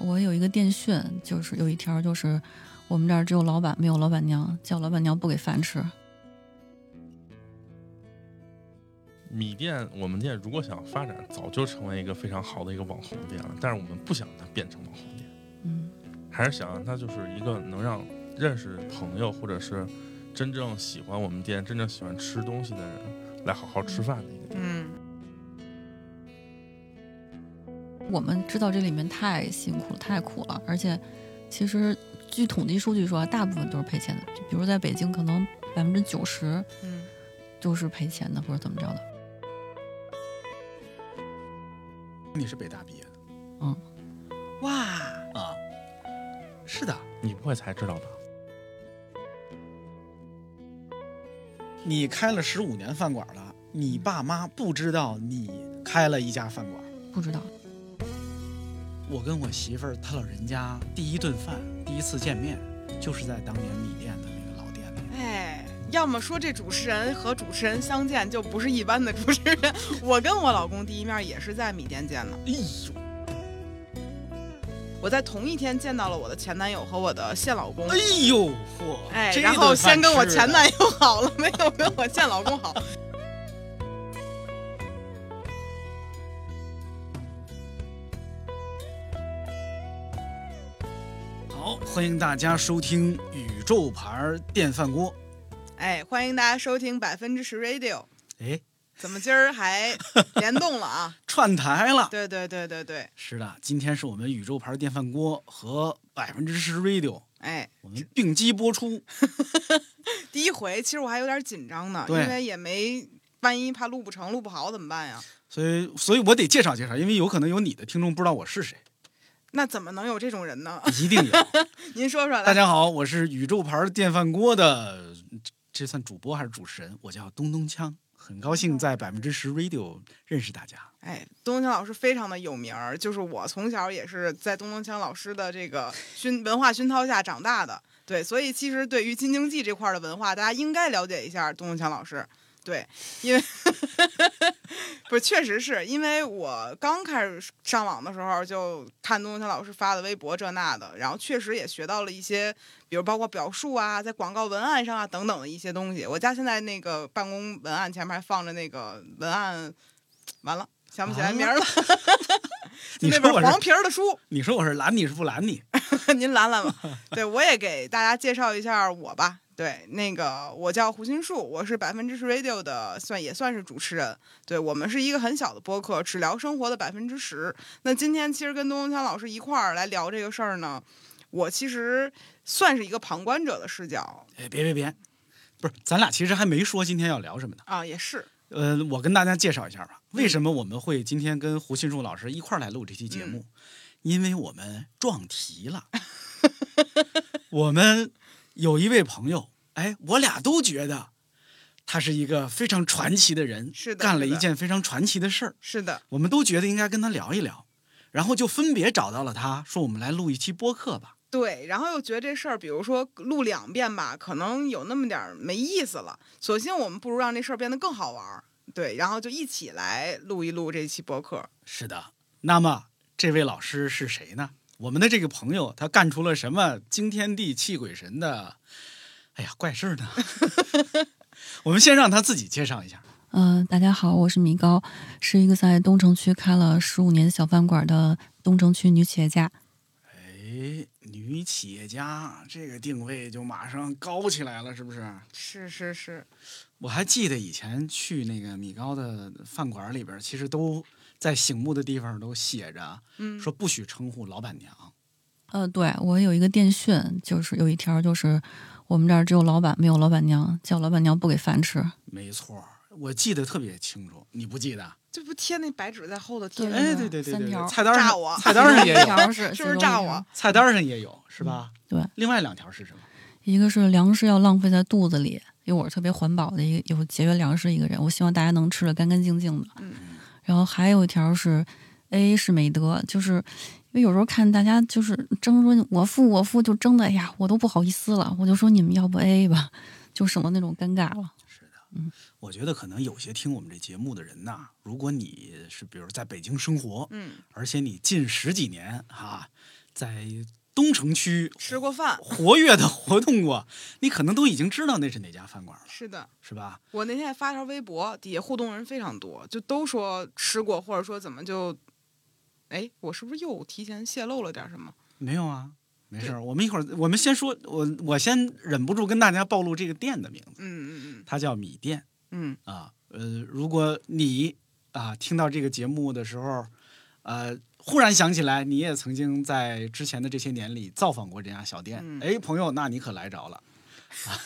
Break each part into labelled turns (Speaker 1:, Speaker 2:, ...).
Speaker 1: 我有一个电讯，就是有一条就是我们这儿只有老板没有老板娘，叫老板娘不给饭吃。
Speaker 2: 米店，我们店如果想发展，早就成为一个非常好的一个网红店了，但是我们不想它变成网红店，
Speaker 1: 嗯，
Speaker 2: 还是想让它就是一个能让认识朋友或者是真正喜欢我们店、真正喜欢吃东西的人来好好吃饭的一个地方。
Speaker 3: 嗯，
Speaker 1: 我们知道这里面太辛苦了，太苦了，而且其实据统计数据说，啊大部分都是赔钱的。就比如在北京，可能百分之九十
Speaker 3: 嗯，
Speaker 1: 都是赔钱的，或者怎么着的。
Speaker 4: 你是北大毕业的
Speaker 3: 哇，
Speaker 4: 啊？是的，
Speaker 2: 你不会才知道吧？
Speaker 4: 你开了十五年饭馆了，你爸妈不知道你开了一家饭馆。
Speaker 1: 不知道，
Speaker 4: 我跟我媳妇儿，她老人家第一顿饭，第一次见面，就是在当年米店的那个老店里。
Speaker 3: 哎，要么说这主持人和主持人相见就不是一般的主持人。我跟我老公第一面也是在米店见的，
Speaker 4: 哎呦，
Speaker 3: 我在同一天见到了我的前男友和我的现老公。
Speaker 4: 哎呦，嚯！
Speaker 3: 哎，
Speaker 4: 这
Speaker 3: 然
Speaker 4: 顿
Speaker 3: 后
Speaker 4: 饭
Speaker 3: 先跟我
Speaker 4: 吃
Speaker 3: 前
Speaker 4: 的
Speaker 3: 男友好了，没有跟我现老公好。
Speaker 4: 好，欢迎大家收听宇宙牌电饭锅。
Speaker 3: 哎，欢迎大家收听百分之十 Radio。
Speaker 4: 哎，
Speaker 3: 怎么今儿还联动了啊？
Speaker 4: 串台了。
Speaker 3: 对对对对对，
Speaker 4: 是的，今天是我们宇宙牌电饭锅和百分之十 radio
Speaker 3: 哎，
Speaker 4: 我们并机播出。
Speaker 3: 第一回其实我还有点紧张呢，因
Speaker 4: 对
Speaker 3: 为也没万一怕录不成、录不好怎么办呀？
Speaker 4: 所以，所以我得介绍介绍，因为有可能有你的听众不知道我是谁，
Speaker 3: 那怎么能有这种人呢？
Speaker 4: 一定有。
Speaker 3: 您说说来，
Speaker 4: 大家好，我是宇宙牌电饭锅的，这算主播还是主持人？我叫东东锵，很高兴在百分之十 radio 认识大家。
Speaker 3: 哎，东东强老师非常的有名儿，就是我从小也是在东东强老师的这个熏文化熏陶下长大的，对，所以其实对于京津冀这块儿的文化，大家应该了解一下东东强老师。对，因为 不是，确实是因为我刚开始上网的时候就看东东强老师发的微博这那的，然后确实也学到了一些，比如包括表述啊，在广告文案上啊等等的一些东西。我家现在那个办公文案前面还放着那个文案，完了想不起来名儿了，
Speaker 4: 你
Speaker 3: 就那
Speaker 4: 说
Speaker 3: 本
Speaker 4: 我
Speaker 3: 黄
Speaker 4: 是，
Speaker 3: 皮儿的书，
Speaker 4: 你说我是拦你是不拦你？
Speaker 3: 您拦拦吧。对，我也给大家介绍一下我吧。对，那个我叫胡心树，我是百分之十 Radio 的，算也算是主持人。对我们是一个很小的播客，只聊生活的百分之十。那今天其实跟东东强老师一块儿来聊这个事儿呢，我其实算是一个旁观者的视角
Speaker 4: 哎，别别别，不是，咱俩其实还没说今天要聊什么呢。
Speaker 3: 啊，也是
Speaker 4: 呃，我跟大家介绍一下吧，
Speaker 3: 嗯
Speaker 4: 为什么我们会今天跟胡信树老师一块儿来录这期节目？因为我们撞题 了。我们有一位朋友，哎，我俩都觉得他是一个非常传奇的人，
Speaker 3: 是的
Speaker 4: 干了
Speaker 3: 是的
Speaker 4: 一件非常传奇的事儿，
Speaker 3: 是的，
Speaker 4: 我们都觉得应该跟他聊一聊，然后就分别找到了他，说我们来录一期播客吧。
Speaker 3: 对，然后又觉得这事儿，比如说录两遍吧，可能有那么点儿没意思了。索性我们不如让这事儿变得更好玩儿，对，然后就一起来录一录这期播客。
Speaker 4: 是的，那么这位老师是谁呢？我们的这个朋友他干出了什么惊天地泣鬼神的，哎呀，怪事儿呢？ 我们先让他自己介绍一下。
Speaker 1: 嗯、大家好，我是米高，是一个在东城区开了十五年小饭馆的东城区女企业家。
Speaker 4: 哎，女企业家这个定位就马上高起来了，是不是？
Speaker 3: 是是是，
Speaker 4: 我还记得以前去那个米高的饭馆里边，其实都在醒目的地方都写着
Speaker 3: 嗯，
Speaker 4: 说不许称呼老板娘。
Speaker 1: 呃，对我有一个电讯，就是有一条就是我们这儿只有老板没有老板娘，叫老板娘不给饭吃。
Speaker 4: 没错儿，我记得特别清楚，你不记得？
Speaker 3: 这不贴那白纸在后头贴
Speaker 1: 对
Speaker 3: 着
Speaker 4: 哎，
Speaker 3: 呢
Speaker 4: 对对对
Speaker 1: 嗯三
Speaker 4: 对
Speaker 1: 条
Speaker 4: 对，菜单
Speaker 3: 炸
Speaker 4: 上
Speaker 3: 我
Speaker 4: 菜单 上也
Speaker 1: 一
Speaker 4: 有，
Speaker 1: 条是
Speaker 3: 是不是炸我？
Speaker 4: 菜单上也有，是吧？
Speaker 1: 对。
Speaker 4: 另外两条是什么？
Speaker 1: 一个是粮食要浪费在肚子里，因为我是特别环保的一个有节约粮食的一个人，我希望大家能吃的干干净净的。
Speaker 3: 嗯
Speaker 1: 然后还有一条是 A 是美德，就是因为有时候看大家就是争说我付我付，就争的哎呀我都不好意思了，我就说你们要不 A A 吧，就省得那种尴尬了。
Speaker 4: 我觉得可能有些听我们这节目的人呐，如果你是比如在北京生活，
Speaker 3: 嗯，
Speaker 4: 而且你近十几年哈、在东城区
Speaker 3: 吃过饭，
Speaker 4: 活跃的活动过，你可能都已经知道那是哪家饭馆了，
Speaker 3: 是的。
Speaker 4: 是吧？
Speaker 3: 我那天还发条微博，底下互动人非常多，就都说吃过，或者说怎么就，哎，我是不是又提前泄露了点什么？
Speaker 4: 没有啊，没事儿。我们一会儿，我们先说，我我先忍不住跟大家暴露这个店的名字，
Speaker 3: 嗯嗯
Speaker 4: 它叫米店
Speaker 3: 嗯
Speaker 4: 啊。呃，如果你啊听到这个节目的时候，呃，忽然想起来你也曾经在之前的这些年里造访过这家小店
Speaker 3: 嗯，
Speaker 4: 哎、朋友，那你可来着了。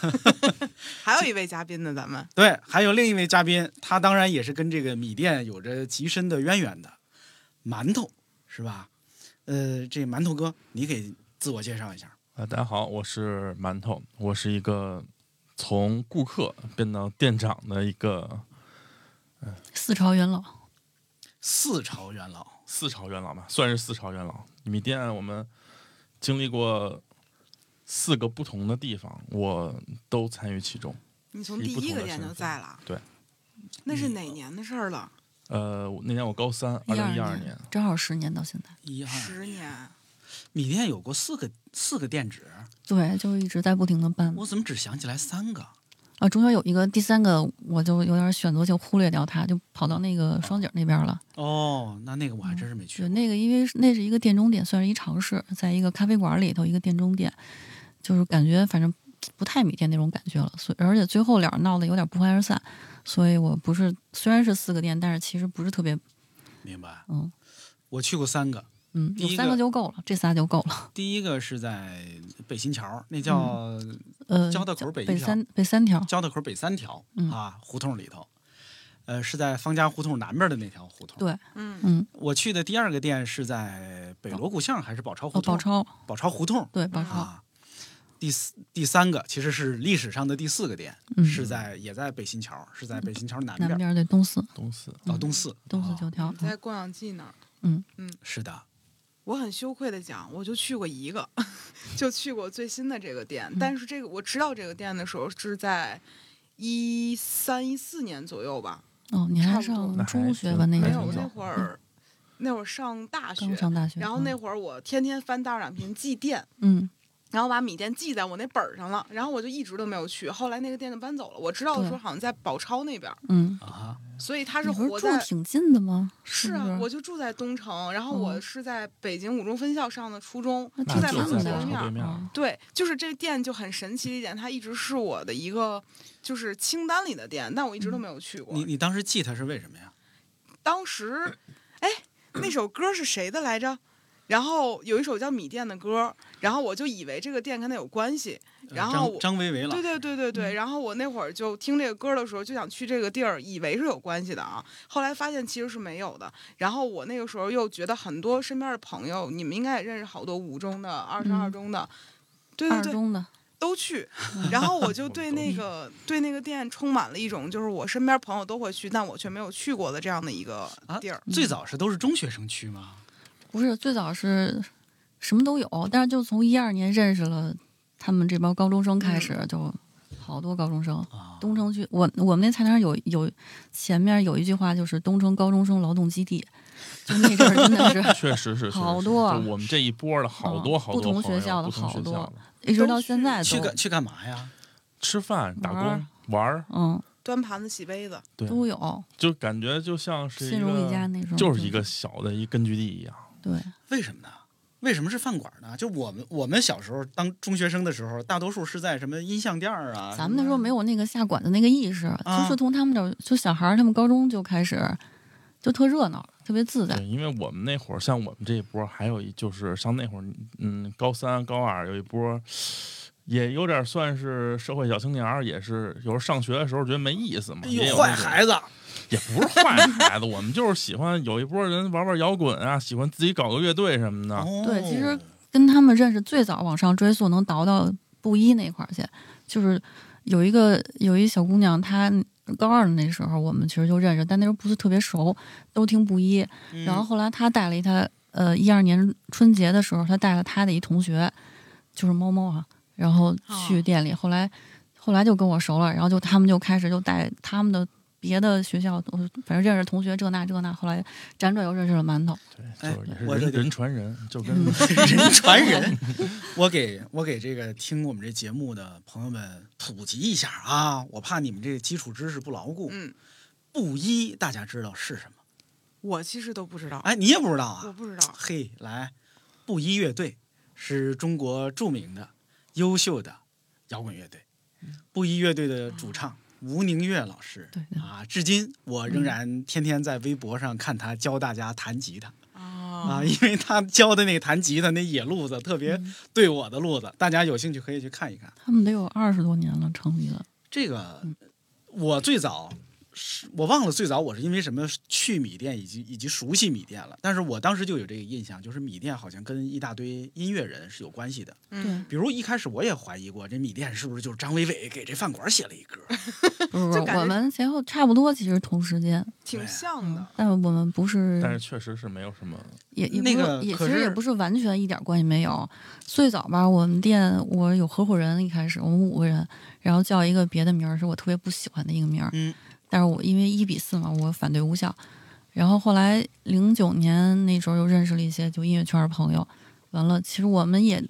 Speaker 3: 嗯，还有一位嘉宾呢，咱们
Speaker 4: 对，还有另一位嘉宾，他当然也是跟这个米店有着极深的渊源的，馒头是吧？呃，这馒头哥，你给自我介绍一下。
Speaker 2: 啊，大家好，我是馒头，我是一个从顾客变到店长的一个
Speaker 1: 四朝元老，
Speaker 4: 四朝元老，
Speaker 2: 四朝元老吧，算是四朝元老。米店我们经历过四个不同的地方，我都参与其中。
Speaker 3: 你从第
Speaker 2: 以不
Speaker 3: 一
Speaker 2: 同
Speaker 3: 个
Speaker 2: 的
Speaker 3: 店
Speaker 2: 身
Speaker 3: 就
Speaker 2: 份
Speaker 3: 在了，
Speaker 2: 对，嗯
Speaker 3: 那是哪年的事儿了？
Speaker 2: 呃，我那年我高三，二零一二
Speaker 1: 二
Speaker 2: 年，
Speaker 1: 正好十年到现在。
Speaker 4: 一
Speaker 2: 哎
Speaker 4: 二
Speaker 3: 十年，
Speaker 4: 米店有过四个四个店址，
Speaker 1: 对，就一直在不停的办
Speaker 4: 我怎么只想起来三个？
Speaker 1: 啊。中间有一个第三个，我就有点选择性忽略掉它，就跑到那个双井那边了。
Speaker 4: 哦，那那个我还真是没去
Speaker 1: 就
Speaker 4: 过。
Speaker 1: 那个，因为是那是一个店中店，算是一尝试，在一个咖啡馆里头一个店中店，就是感觉反正不太米店那种感觉了。所以而且最后俩闹得有点不欢而散，所以我不是虽然是四个店，但是其实不是特别
Speaker 4: 明白，
Speaker 1: 嗯
Speaker 4: 我去过三个，
Speaker 1: 嗯，
Speaker 4: 第
Speaker 1: 有
Speaker 4: 一
Speaker 1: 三个
Speaker 4: 个
Speaker 1: 就够了，这仨就够了。
Speaker 4: 第一个是在北新桥，那叫
Speaker 1: 呃，
Speaker 4: 交道口北
Speaker 1: 北
Speaker 4: 一条
Speaker 1: 三北三条，
Speaker 4: 交道口北三条、
Speaker 1: 嗯
Speaker 4: 啊胡同里头，呃，是在方家胡同南边的那条胡同。
Speaker 1: 对
Speaker 3: 嗯
Speaker 1: 嗯，
Speaker 4: 我去的第二个店是在北锣鼓巷还是宝钞胡
Speaker 1: 哦，
Speaker 4: 同？
Speaker 1: 宝钞，
Speaker 4: 宝钞胡同
Speaker 1: 对宝钞，
Speaker 4: 啊。第四第三个其实是历史上的第四个店，
Speaker 1: 嗯，
Speaker 4: 是在也在北新桥，是在北新桥南边
Speaker 1: 南边对东四
Speaker 2: 东四。
Speaker 4: 到东四。
Speaker 1: 东四
Speaker 4: 啊
Speaker 1: 九条，
Speaker 3: 在逛养记那儿。
Speaker 4: 是的，
Speaker 3: 我很羞愧的讲，我就去过一个， 就去过最新的这个店。
Speaker 1: 嗯
Speaker 3: 但是这个我知道这个店的时候是在一三一四年左右吧，
Speaker 1: 哦，你还
Speaker 3: 差不多
Speaker 1: 上
Speaker 2: 那
Speaker 1: 中
Speaker 2: 还
Speaker 1: 学
Speaker 2: 挺
Speaker 1: 吧？那
Speaker 2: 还
Speaker 1: 个
Speaker 3: 没
Speaker 1: 时候
Speaker 2: 挺
Speaker 3: 有我
Speaker 2: 早
Speaker 3: 那会儿，那会儿上大学
Speaker 1: 嗯刚，上大学，
Speaker 3: 然后那
Speaker 1: 嗯
Speaker 3: 会儿我天天翻《大众点评》记店，
Speaker 1: 嗯，
Speaker 3: 然后把米店记在我那本儿上了，然后我就一直都没有去。后来那个店就搬走了，我知道的时候
Speaker 1: 对
Speaker 3: 好像在宝钞那边儿，
Speaker 1: 嗯，
Speaker 4: 啊哈，
Speaker 3: 所以它是
Speaker 1: 你不是
Speaker 3: 活
Speaker 1: 住
Speaker 3: 在。
Speaker 1: 挺近的吗？
Speaker 3: 是
Speaker 1: 不
Speaker 3: 啊，
Speaker 1: 是
Speaker 3: 我就住在东城，然后我
Speaker 1: 哦
Speaker 3: 是在北京五中分校上的初中，
Speaker 1: 那
Speaker 3: 住
Speaker 1: 挺
Speaker 3: 在
Speaker 1: 近
Speaker 3: 马
Speaker 2: 就
Speaker 3: 路
Speaker 1: 的
Speaker 2: 在
Speaker 3: 对
Speaker 2: 宝
Speaker 3: 面
Speaker 2: 钞
Speaker 3: 儿
Speaker 2: 对。面儿
Speaker 1: 哦。
Speaker 3: 对，就是这店就很神奇的一点，它一直是我的一个就是清单里的店，但我一直都没有去过。
Speaker 4: 嗯你你当时记它是为什么呀？
Speaker 3: 当时，哎，那首歌是谁的来着？然后有一首叫《米店》的歌，然后我就以为这个店跟它有关系。
Speaker 4: 呃
Speaker 3: 然后
Speaker 4: 张嗯
Speaker 3: 我
Speaker 4: 张维维了，
Speaker 3: 对对对对对，然后我那会儿就听这个歌的时候，就想去这个地儿，以为是有关系的啊。后来发现其实是没有的。然后我那个时候又觉得很多身边的朋友，你们应该也认识好多五中的、二十二
Speaker 1: 嗯
Speaker 3: 中的，对对
Speaker 1: 二
Speaker 3: 对，
Speaker 1: 中的，
Speaker 3: 都 去，然后我就对那个对那个店充满了一种就是我身边朋友都会去，但我却没有去过的这样的一个
Speaker 4: 啊
Speaker 3: 地儿。
Speaker 4: 最早是都是中学生去吗？
Speaker 1: 不是最早是什么都有，但是就从一二年认识了他们这帮高中生
Speaker 3: 嗯
Speaker 1: 开始，就好多高中生。
Speaker 4: 啊，
Speaker 1: 东城区，我我们那菜单有有前面有一句话就是东城高中生劳动基地，就那阵儿真的是
Speaker 2: 确实是，确实是
Speaker 1: 好多啊
Speaker 2: 就我们这一波的好多
Speaker 1: 嗯
Speaker 2: 好
Speaker 1: 不
Speaker 2: 多
Speaker 1: 同
Speaker 2: 朋友
Speaker 1: 学校的
Speaker 2: 不同
Speaker 1: 好
Speaker 2: 学
Speaker 1: 多
Speaker 2: 校的
Speaker 1: 一直到现在
Speaker 4: 去
Speaker 1: 都
Speaker 4: 干去干嘛呀？
Speaker 2: 吃饭、打
Speaker 1: 玩儿
Speaker 2: 工、玩儿，
Speaker 1: 嗯
Speaker 3: 端盘子、洗杯子，
Speaker 2: 对，
Speaker 1: 都有
Speaker 2: 就感觉就像是
Speaker 1: 新
Speaker 2: 一
Speaker 1: 荣一家
Speaker 2: 个，
Speaker 1: 那时候
Speaker 2: 就是一个小的一根据地一样。
Speaker 1: 对
Speaker 4: 为什么呢？为什么是饭馆呢？就我们我们小时候当中学生的时候，大多数是在什么音像店儿啊，
Speaker 1: 咱们那时候没有那个下馆子那个意识，就是从他们这儿，就小孩儿他们高中就开始，就特热闹了，特别自在。
Speaker 2: 对，因为我们那会儿，像我们这一波，还有一就是像那会儿，嗯，高三、高二有一波，也有点算是社会小青年儿，也是有时候上学的时候觉得没意思嘛，
Speaker 4: 哎
Speaker 2: 也有
Speaker 4: 呦，坏
Speaker 2: 那种啊
Speaker 4: 孩子，
Speaker 2: 也不是坏孩子，我们就是喜欢有一波人玩玩摇滚啊，喜欢自己搞个乐队什么的。
Speaker 4: 哦
Speaker 1: 对其实跟他们认识最早往上追溯，能倒到布衣那块儿去，就是有一个有一小姑娘，她高二的那时候我们其实就认识，但那时候不是特别熟，都听布衣。
Speaker 4: 嗯
Speaker 1: 然后 后来她带了一她呃一二年春节的时候，她带了她的一同学，就是猫猫啊，然
Speaker 3: 哦
Speaker 1: 后去店里，后来后来就跟我熟了，然后就他们就开始就带他们的。别的学校，我反正认识同学这那这那，后来辗转又认识了馒头。
Speaker 4: 哎
Speaker 2: 对，就是也是
Speaker 4: 我
Speaker 2: 人
Speaker 4: 这个
Speaker 2: 人传人，就 跟
Speaker 1: 嗯
Speaker 4: 人 传人。我给我给这个听我们这节目的朋友们普及一下啊，我怕你们这基础知识不牢固。
Speaker 3: 嗯，
Speaker 4: 布衣大家知道是什么？
Speaker 3: 我其实都不知道，
Speaker 4: 哎，你也不知道啊？
Speaker 3: 我不知道。
Speaker 4: 嘿，来，布衣乐队是中国著名的、优秀的摇滚乐队。布衣乐队的主唱吴宁月老师
Speaker 1: 嗯对嗯对
Speaker 4: 啊，至今我仍然天天在微博上看他教大家弹吉他
Speaker 3: 啊
Speaker 1: 哦
Speaker 4: 啊，因为他教的那个弹吉他那野路子特别
Speaker 1: 嗯
Speaker 4: 对我的路子，大家有兴趣可以去看一看。
Speaker 1: 他们得有二十多年了，成 立了。
Speaker 4: 这个
Speaker 1: 嗯
Speaker 4: 我最早是我忘了最早我是因为什么去米店以及以及熟悉米店了，但是我当时就有这个印象，就是米店好像跟一大堆音乐人是有关系的。
Speaker 3: 嗯，
Speaker 4: 比如一开始我也怀疑过，这米店是不是就是张伟伟给这饭馆写了一歌？
Speaker 1: 嗯不是不，
Speaker 3: 就是感觉
Speaker 1: 我们前后差不多，其实同时间，
Speaker 3: 挺
Speaker 4: 对啊
Speaker 3: 像的。
Speaker 1: 但我们不是，
Speaker 2: 但是确实是没有什么
Speaker 1: 也也不
Speaker 4: 那个
Speaker 1: 也
Speaker 4: 可
Speaker 1: 其实也
Speaker 4: 是
Speaker 1: 不是完全一点关系没有。最早吧，我们店我有合伙人，一开始我们五个人，然后叫一个别的名儿，是我特别不喜欢的一个名儿，
Speaker 4: 嗯，
Speaker 1: 但是我因为一比四嘛，我反对无效。然后后来零九年那时候又认识了一些就音乐圈的朋友，完了，其实我们也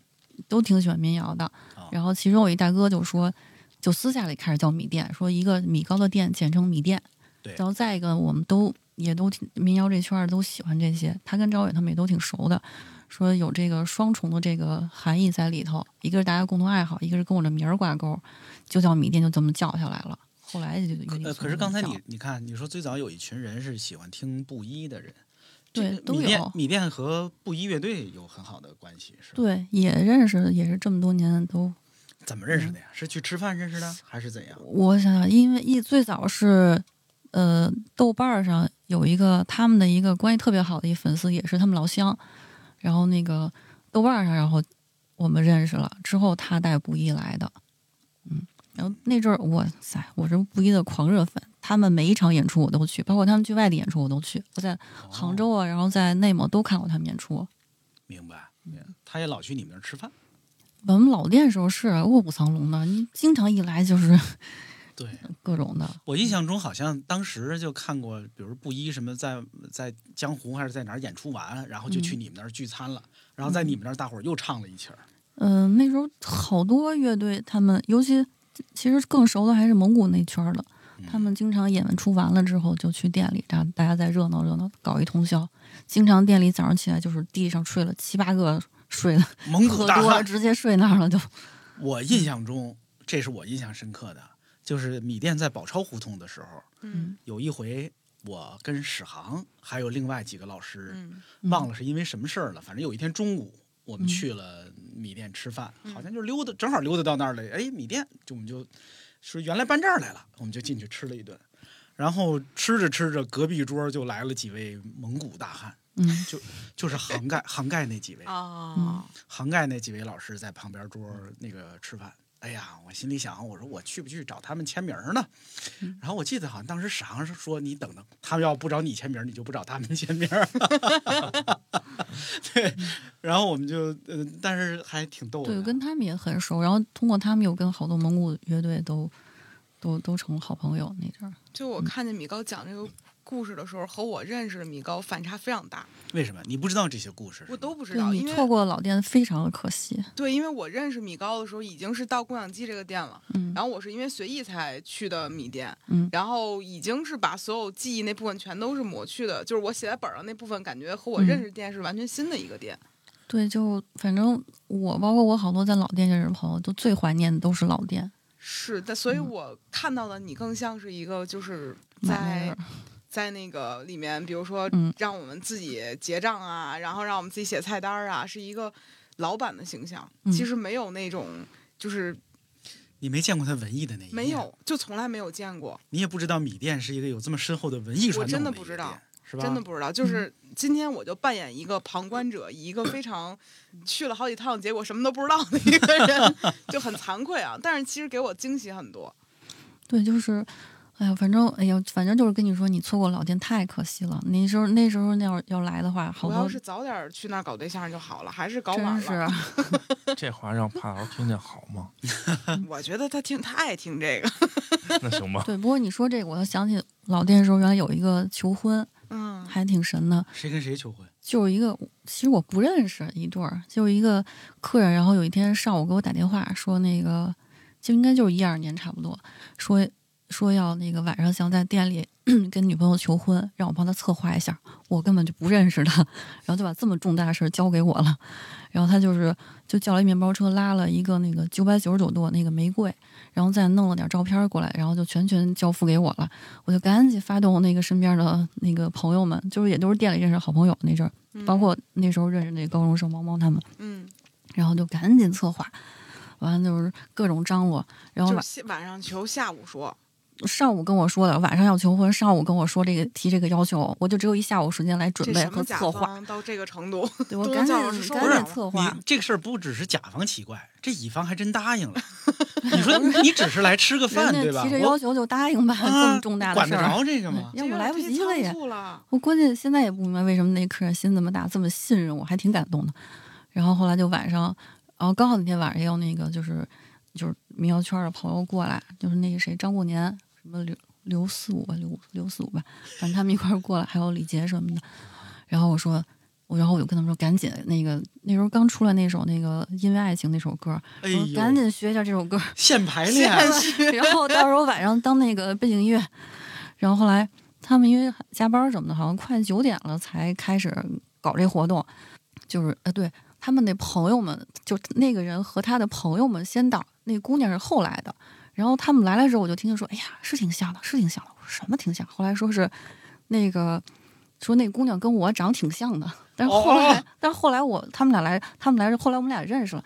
Speaker 1: 都挺喜欢民谣的
Speaker 4: 哦。
Speaker 1: 然后其中有一大哥就说，就私下里开始叫米店，说一个米糕的店简称米店。
Speaker 4: 对
Speaker 1: 然后再一个，我们都也都挺民谣这圈儿都喜欢这些，他跟赵伟他们也都挺熟的，说有这个双重的这个含义在里头，一个是大家共同爱好，一个是跟我这名儿挂钩，就叫米店，就这么叫下来了。后来就有点像
Speaker 4: 呃，可是刚才
Speaker 1: 这么
Speaker 4: 你
Speaker 1: 叫
Speaker 4: 你看，你说最早有一群人是喜欢听布衣的人，
Speaker 1: 对
Speaker 4: 这个
Speaker 1: 都
Speaker 4: 米店
Speaker 1: 有
Speaker 4: 米店和布衣乐队有很好的关系，是吧？
Speaker 1: 对也认识，也是这么多年都
Speaker 4: 怎么认
Speaker 1: 嗯
Speaker 4: 识的呀？是去吃饭认识的，还是怎样？
Speaker 1: 我想想，因为一最早是，呃，豆瓣儿上有一个他们的一个关系特别好的一粉丝，也是他们老乡，然后那个豆瓣儿上，然后我们认识了，之后他带布衣来的，嗯，然后那阵儿，哇塞，我是布衣的狂热粉，他们每一场演出我都去，包括他们去外地演出我都去，我在杭州啊，然后在内蒙都看过他们演出。
Speaker 4: 哦明白，明
Speaker 1: 嗯
Speaker 4: 白他也老去你们那儿吃饭。
Speaker 1: 我们老店时候是卧虎藏龙的，你经常一来就是
Speaker 4: 对
Speaker 1: 各种的，
Speaker 4: 我印象中，好像当时就看过，比如布衣什么在在江湖还是在哪儿演出完，然后就去
Speaker 1: 嗯
Speaker 4: 你们那儿聚餐了，然后在你们那儿大伙儿又唱了一曲儿。
Speaker 1: 嗯，那时候好多乐队，他们尤其其实更熟的还是蒙古那圈儿的，
Speaker 3: 嗯
Speaker 1: 他们经常演完出完了之后就去店里，大大家再热闹热闹，搞一通宵。经常店里早上起来就是地上睡了七八个睡了，
Speaker 4: 嗯蒙古
Speaker 1: 喝
Speaker 4: 大
Speaker 1: 多了
Speaker 4: 汉，
Speaker 1: 直接睡那儿 了就。
Speaker 4: 我印象中，这是我印象深刻的，就是米店在宝钞胡同的时候，
Speaker 3: 嗯
Speaker 4: 有一回我跟史航还有另外几个老师，
Speaker 3: 嗯
Speaker 4: 忘了是因为什么事儿了，反正有一天中午我们
Speaker 1: 嗯
Speaker 4: 去了米店吃饭，
Speaker 3: 嗯
Speaker 4: 好像就溜达，正好溜达到那儿了，哎，米店就我们就说原来搬这儿来了，我们就进去吃了一顿。然后吃着吃着，隔壁桌就来了几位蒙古大汉，
Speaker 1: 嗯，
Speaker 3: 哎
Speaker 4: 就是杭盖杭盖那几位，
Speaker 3: 啊，
Speaker 4: 杭盖那几位老师在旁边桌
Speaker 3: 嗯
Speaker 4: 儿那个吃饭。哎呀，我心里想，我说我去不去找他们签名儿呢？
Speaker 1: 嗯
Speaker 4: 然后我记得好像当时傻是说你等等，他们要不找你签名儿，你就不找他们签名儿。 对，
Speaker 3: 嗯
Speaker 4: 然后我们就呃，但是还挺逗
Speaker 1: 对，
Speaker 4: 的。
Speaker 1: 跟他们也很熟，然后通过他们又跟好多蒙古乐队都都都成好朋友那阵儿。
Speaker 3: 就我看见米高讲这个故事的时候，和我认识的米高反差非常大，
Speaker 4: 为什么你不知道这些故事？
Speaker 3: 我都不知
Speaker 1: 对
Speaker 3: 道，
Speaker 1: 你
Speaker 3: 因为
Speaker 1: 错过老店非常的可惜。
Speaker 3: 对，因为我认识米高的时候已经是到共享机这个店了，
Speaker 1: 嗯
Speaker 3: 然后我是因为随意才去的米店，
Speaker 1: 嗯
Speaker 3: 然后已经是把所有记忆那部分全都是抹去的，就是我写在本上那部分，感觉和我
Speaker 1: 嗯
Speaker 3: 认识店是完全新的一个店。
Speaker 1: 对，就反正我包括我好多在老店认识的朋友，都最怀念的都是老店
Speaker 3: 是，但所以
Speaker 1: 嗯
Speaker 3: 我看到的你更像是一个就是
Speaker 1: 买卖
Speaker 3: 在
Speaker 1: 人。
Speaker 3: 在那个里面，比如说
Speaker 1: 嗯
Speaker 3: 让我们自己结账啊，然后让我们自己写菜单儿啊，是一个老板的形象。
Speaker 1: 嗯
Speaker 3: 其实没有那种就是
Speaker 4: 你没见过他文艺的那一面，
Speaker 3: 没，有，就从来没有见过，
Speaker 4: 你也不知道米店是一个有这么深厚的文艺传统
Speaker 3: 真的
Speaker 4: 一
Speaker 3: 不
Speaker 4: 个
Speaker 3: 知道
Speaker 4: 店，是吧？
Speaker 3: 真的不知道。就是 今天我就扮演一个旁观者，以一个非常
Speaker 1: 嗯
Speaker 3: 去了好几趟，结果什么都不知道的一个人，就很惭愧啊。但是其实给我惊喜很多。
Speaker 1: 对，就是，哎呀，反正哎呀，反正就是跟你说，你错过老店太可惜了。那时候那时候那要要来的话，好
Speaker 3: 我要
Speaker 1: 多
Speaker 3: 是早点儿去那儿搞对象就好了，还是搞
Speaker 1: 真
Speaker 3: 晚
Speaker 1: 是啊
Speaker 3: 了。
Speaker 2: 这话让帕劳听见好吗？
Speaker 3: 我觉得他听，他爱听这个。
Speaker 2: 那行吧，
Speaker 1: 对。不过你说这个，我又想起老店的时候，原来有一个求婚，
Speaker 3: 嗯
Speaker 1: 还挺神的，
Speaker 4: 谁跟谁求婚？
Speaker 1: 就是一个其实我不认识一对儿，就是一个客人，然后有一天上午给我打电话说那个就应该就是一二年差不多，说说要那个晚上想在店里 跟女朋友求婚，让我帮他策划一下，我根本就不认识他，然后就把这么重大的事儿交给我了，然后他就是就叫了一面包车，拉了一个那个九百九十九朵那个玫瑰，然后再弄了点照片过来，然后就全权交付给我了，我就赶紧发动那个身边的那个朋友们，就是也都是店里认识的好朋友那阵儿。包括那时候认识那高中生毛毛他们，
Speaker 3: 嗯，
Speaker 1: 然后就赶紧策划，完了就是各种张罗，然后
Speaker 3: 就是
Speaker 1: 晚
Speaker 3: 下晚上求，下午说，
Speaker 1: 上午跟我说的晚上要求婚，上午跟我说这个提这个要求，我就只有一下午时间来准
Speaker 3: 这
Speaker 1: 备
Speaker 3: 什
Speaker 1: 和
Speaker 3: 么甲
Speaker 1: 策划，哎
Speaker 3: 方到这个程度？
Speaker 1: 对我
Speaker 3: 东
Speaker 1: 赶紧
Speaker 3: 教老师说
Speaker 1: 赶
Speaker 4: 不是
Speaker 1: 紧策
Speaker 4: 你
Speaker 1: 划，
Speaker 4: 这个事儿不只是甲方奇怪，这乙方还真 答应了。你说你只是来吃个饭
Speaker 1: 人
Speaker 4: 对
Speaker 1: 家
Speaker 4: 吧？
Speaker 1: 提这
Speaker 4: 我啊
Speaker 1: 要求就答应吧，这么重大的
Speaker 4: 管
Speaker 1: 事
Speaker 4: 得
Speaker 1: 儿，
Speaker 4: 着这 个吗？
Speaker 1: 要
Speaker 3: 这
Speaker 1: 不
Speaker 3: 个
Speaker 1: 来不
Speaker 3: 这
Speaker 1: 及了
Speaker 3: 仓
Speaker 1: 也。
Speaker 3: 促了
Speaker 1: 我关键现在也不明白为什么那客人心这么大，这么信任我，还挺感动的。然后后来就晚上，然后刚好那天晚上也有那个就是就是民谣圈的朋友过来，就是那个谁张过年什么刘刘四五吧，刘刘四五吧，反正他们一块儿过来，还有李杰什么的。然后我说。我然后我就跟他们说，赶紧那个那时候刚出来那首那个因为爱情那首歌，我
Speaker 4: 哎
Speaker 1: 说赶
Speaker 4: 呦，
Speaker 1: 紧学一下这首歌，
Speaker 4: 现排练啊，
Speaker 1: 然后到时候晚上当那个背景音乐。然后后来他们因为加班什么的，好像快九点了才开始搞这活动，就是呃，对他们那朋友们，就那个人和他的朋友们先到，那姑娘是后来的。然后他们来了之后，我就听见说：“哎呀，是挺像的，是挺像的。”我说：“什么挺像？”后来说是那个说那姑娘跟我长挺像的，但是后来，但是后来我他们俩来，他们来后来我们俩认识了，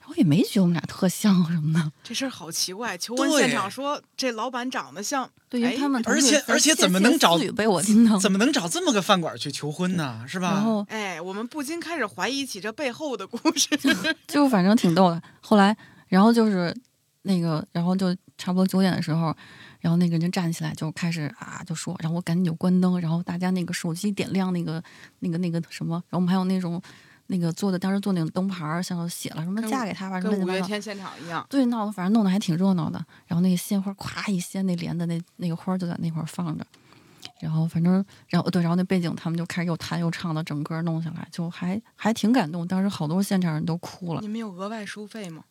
Speaker 1: 然后也没觉得我们俩特像什么的。
Speaker 3: 这事儿好奇怪。求婚
Speaker 4: 对
Speaker 3: 现场说这老板长得像，
Speaker 1: 对，因为
Speaker 3: 哎
Speaker 1: 他们同
Speaker 4: 而
Speaker 1: 事
Speaker 4: 且
Speaker 1: 在
Speaker 4: 而且
Speaker 1: 窃
Speaker 4: 怎么
Speaker 1: 窃
Speaker 4: 能找
Speaker 1: 私语被我听到？
Speaker 4: 怎么能找这么个饭馆去求婚呢？是
Speaker 1: 然
Speaker 4: 吧？
Speaker 1: 后
Speaker 3: 哎，我们不禁开始怀疑起这背后的故事。
Speaker 1: 就反正挺逗的。后来，然后就是那个，然后就差不多九点的时候，然后那个人站起来就开始啊就说，然后我赶紧就关灯，然后大家那个手机点亮那个那个那个什么，然后我们还有那种那个做的当时做那种灯牌儿，像写了什么
Speaker 3: 跟
Speaker 1: 嫁给他吧，什么
Speaker 3: 跟
Speaker 1: 乱七
Speaker 3: 五
Speaker 1: 八
Speaker 3: 月
Speaker 1: 糟。
Speaker 3: 天现场一样，
Speaker 1: 对，闹得反正弄得还挺热闹的。然后那个鲜花咵一掀，那帘子那那个花就在那块儿放着。然后反正，然后对，然后那背景他们就开始又弹又唱的，整个弄下来就还还挺感动。当时好多现场人都哭了
Speaker 4: 嗯
Speaker 3: 你，们有额外收费吗？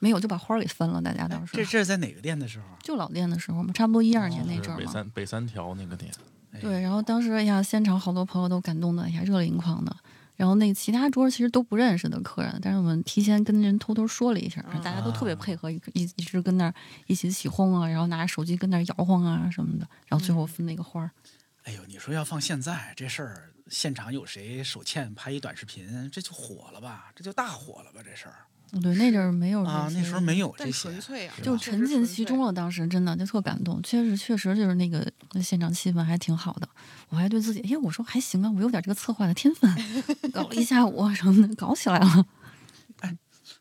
Speaker 1: 没有就把花儿给分了，大家当
Speaker 4: 这
Speaker 1: 时。
Speaker 4: 这是在哪个店的时候？啊
Speaker 1: 就老店的时候嘛，差不多一二年 那
Speaker 2: 哦是
Speaker 1: 阵儿
Speaker 2: 北
Speaker 1: 嘛。
Speaker 2: 三北三条那 个店，
Speaker 4: 哎
Speaker 1: 对，，然后当时哎呀，现场好多朋友都感动的，哎呀，热泪盈眶的。然后那其他桌其实都不认识的客人，但是我们提前跟人偷偷说了一下，
Speaker 3: 嗯
Speaker 1: 大家都特别
Speaker 4: 啊
Speaker 1: 配合，一一一直跟那儿一起起哄啊，然后拿着手机跟那儿摇晃啊什么的，然后最
Speaker 4: 嗯
Speaker 1: 后分那个花儿。
Speaker 4: 哎呦，你说要放现在这事儿，现场有谁手欠拍一短视频，这就火了吧？这就大火了吧？这事儿
Speaker 1: 对，那阵儿没有
Speaker 4: 啊，
Speaker 1: 这
Speaker 4: 那
Speaker 1: 些
Speaker 4: 时候没有这
Speaker 3: 但
Speaker 4: 些
Speaker 3: 纯，粹啊，
Speaker 1: 就沉浸其中
Speaker 3: 了。
Speaker 1: 了，当时真的就特感动，确实确实就是那个现场气氛还挺好的，我还对自己，哎，我说还行啊，我有点这个策划的天分， 搞了一下午啊什么的，搞起来了。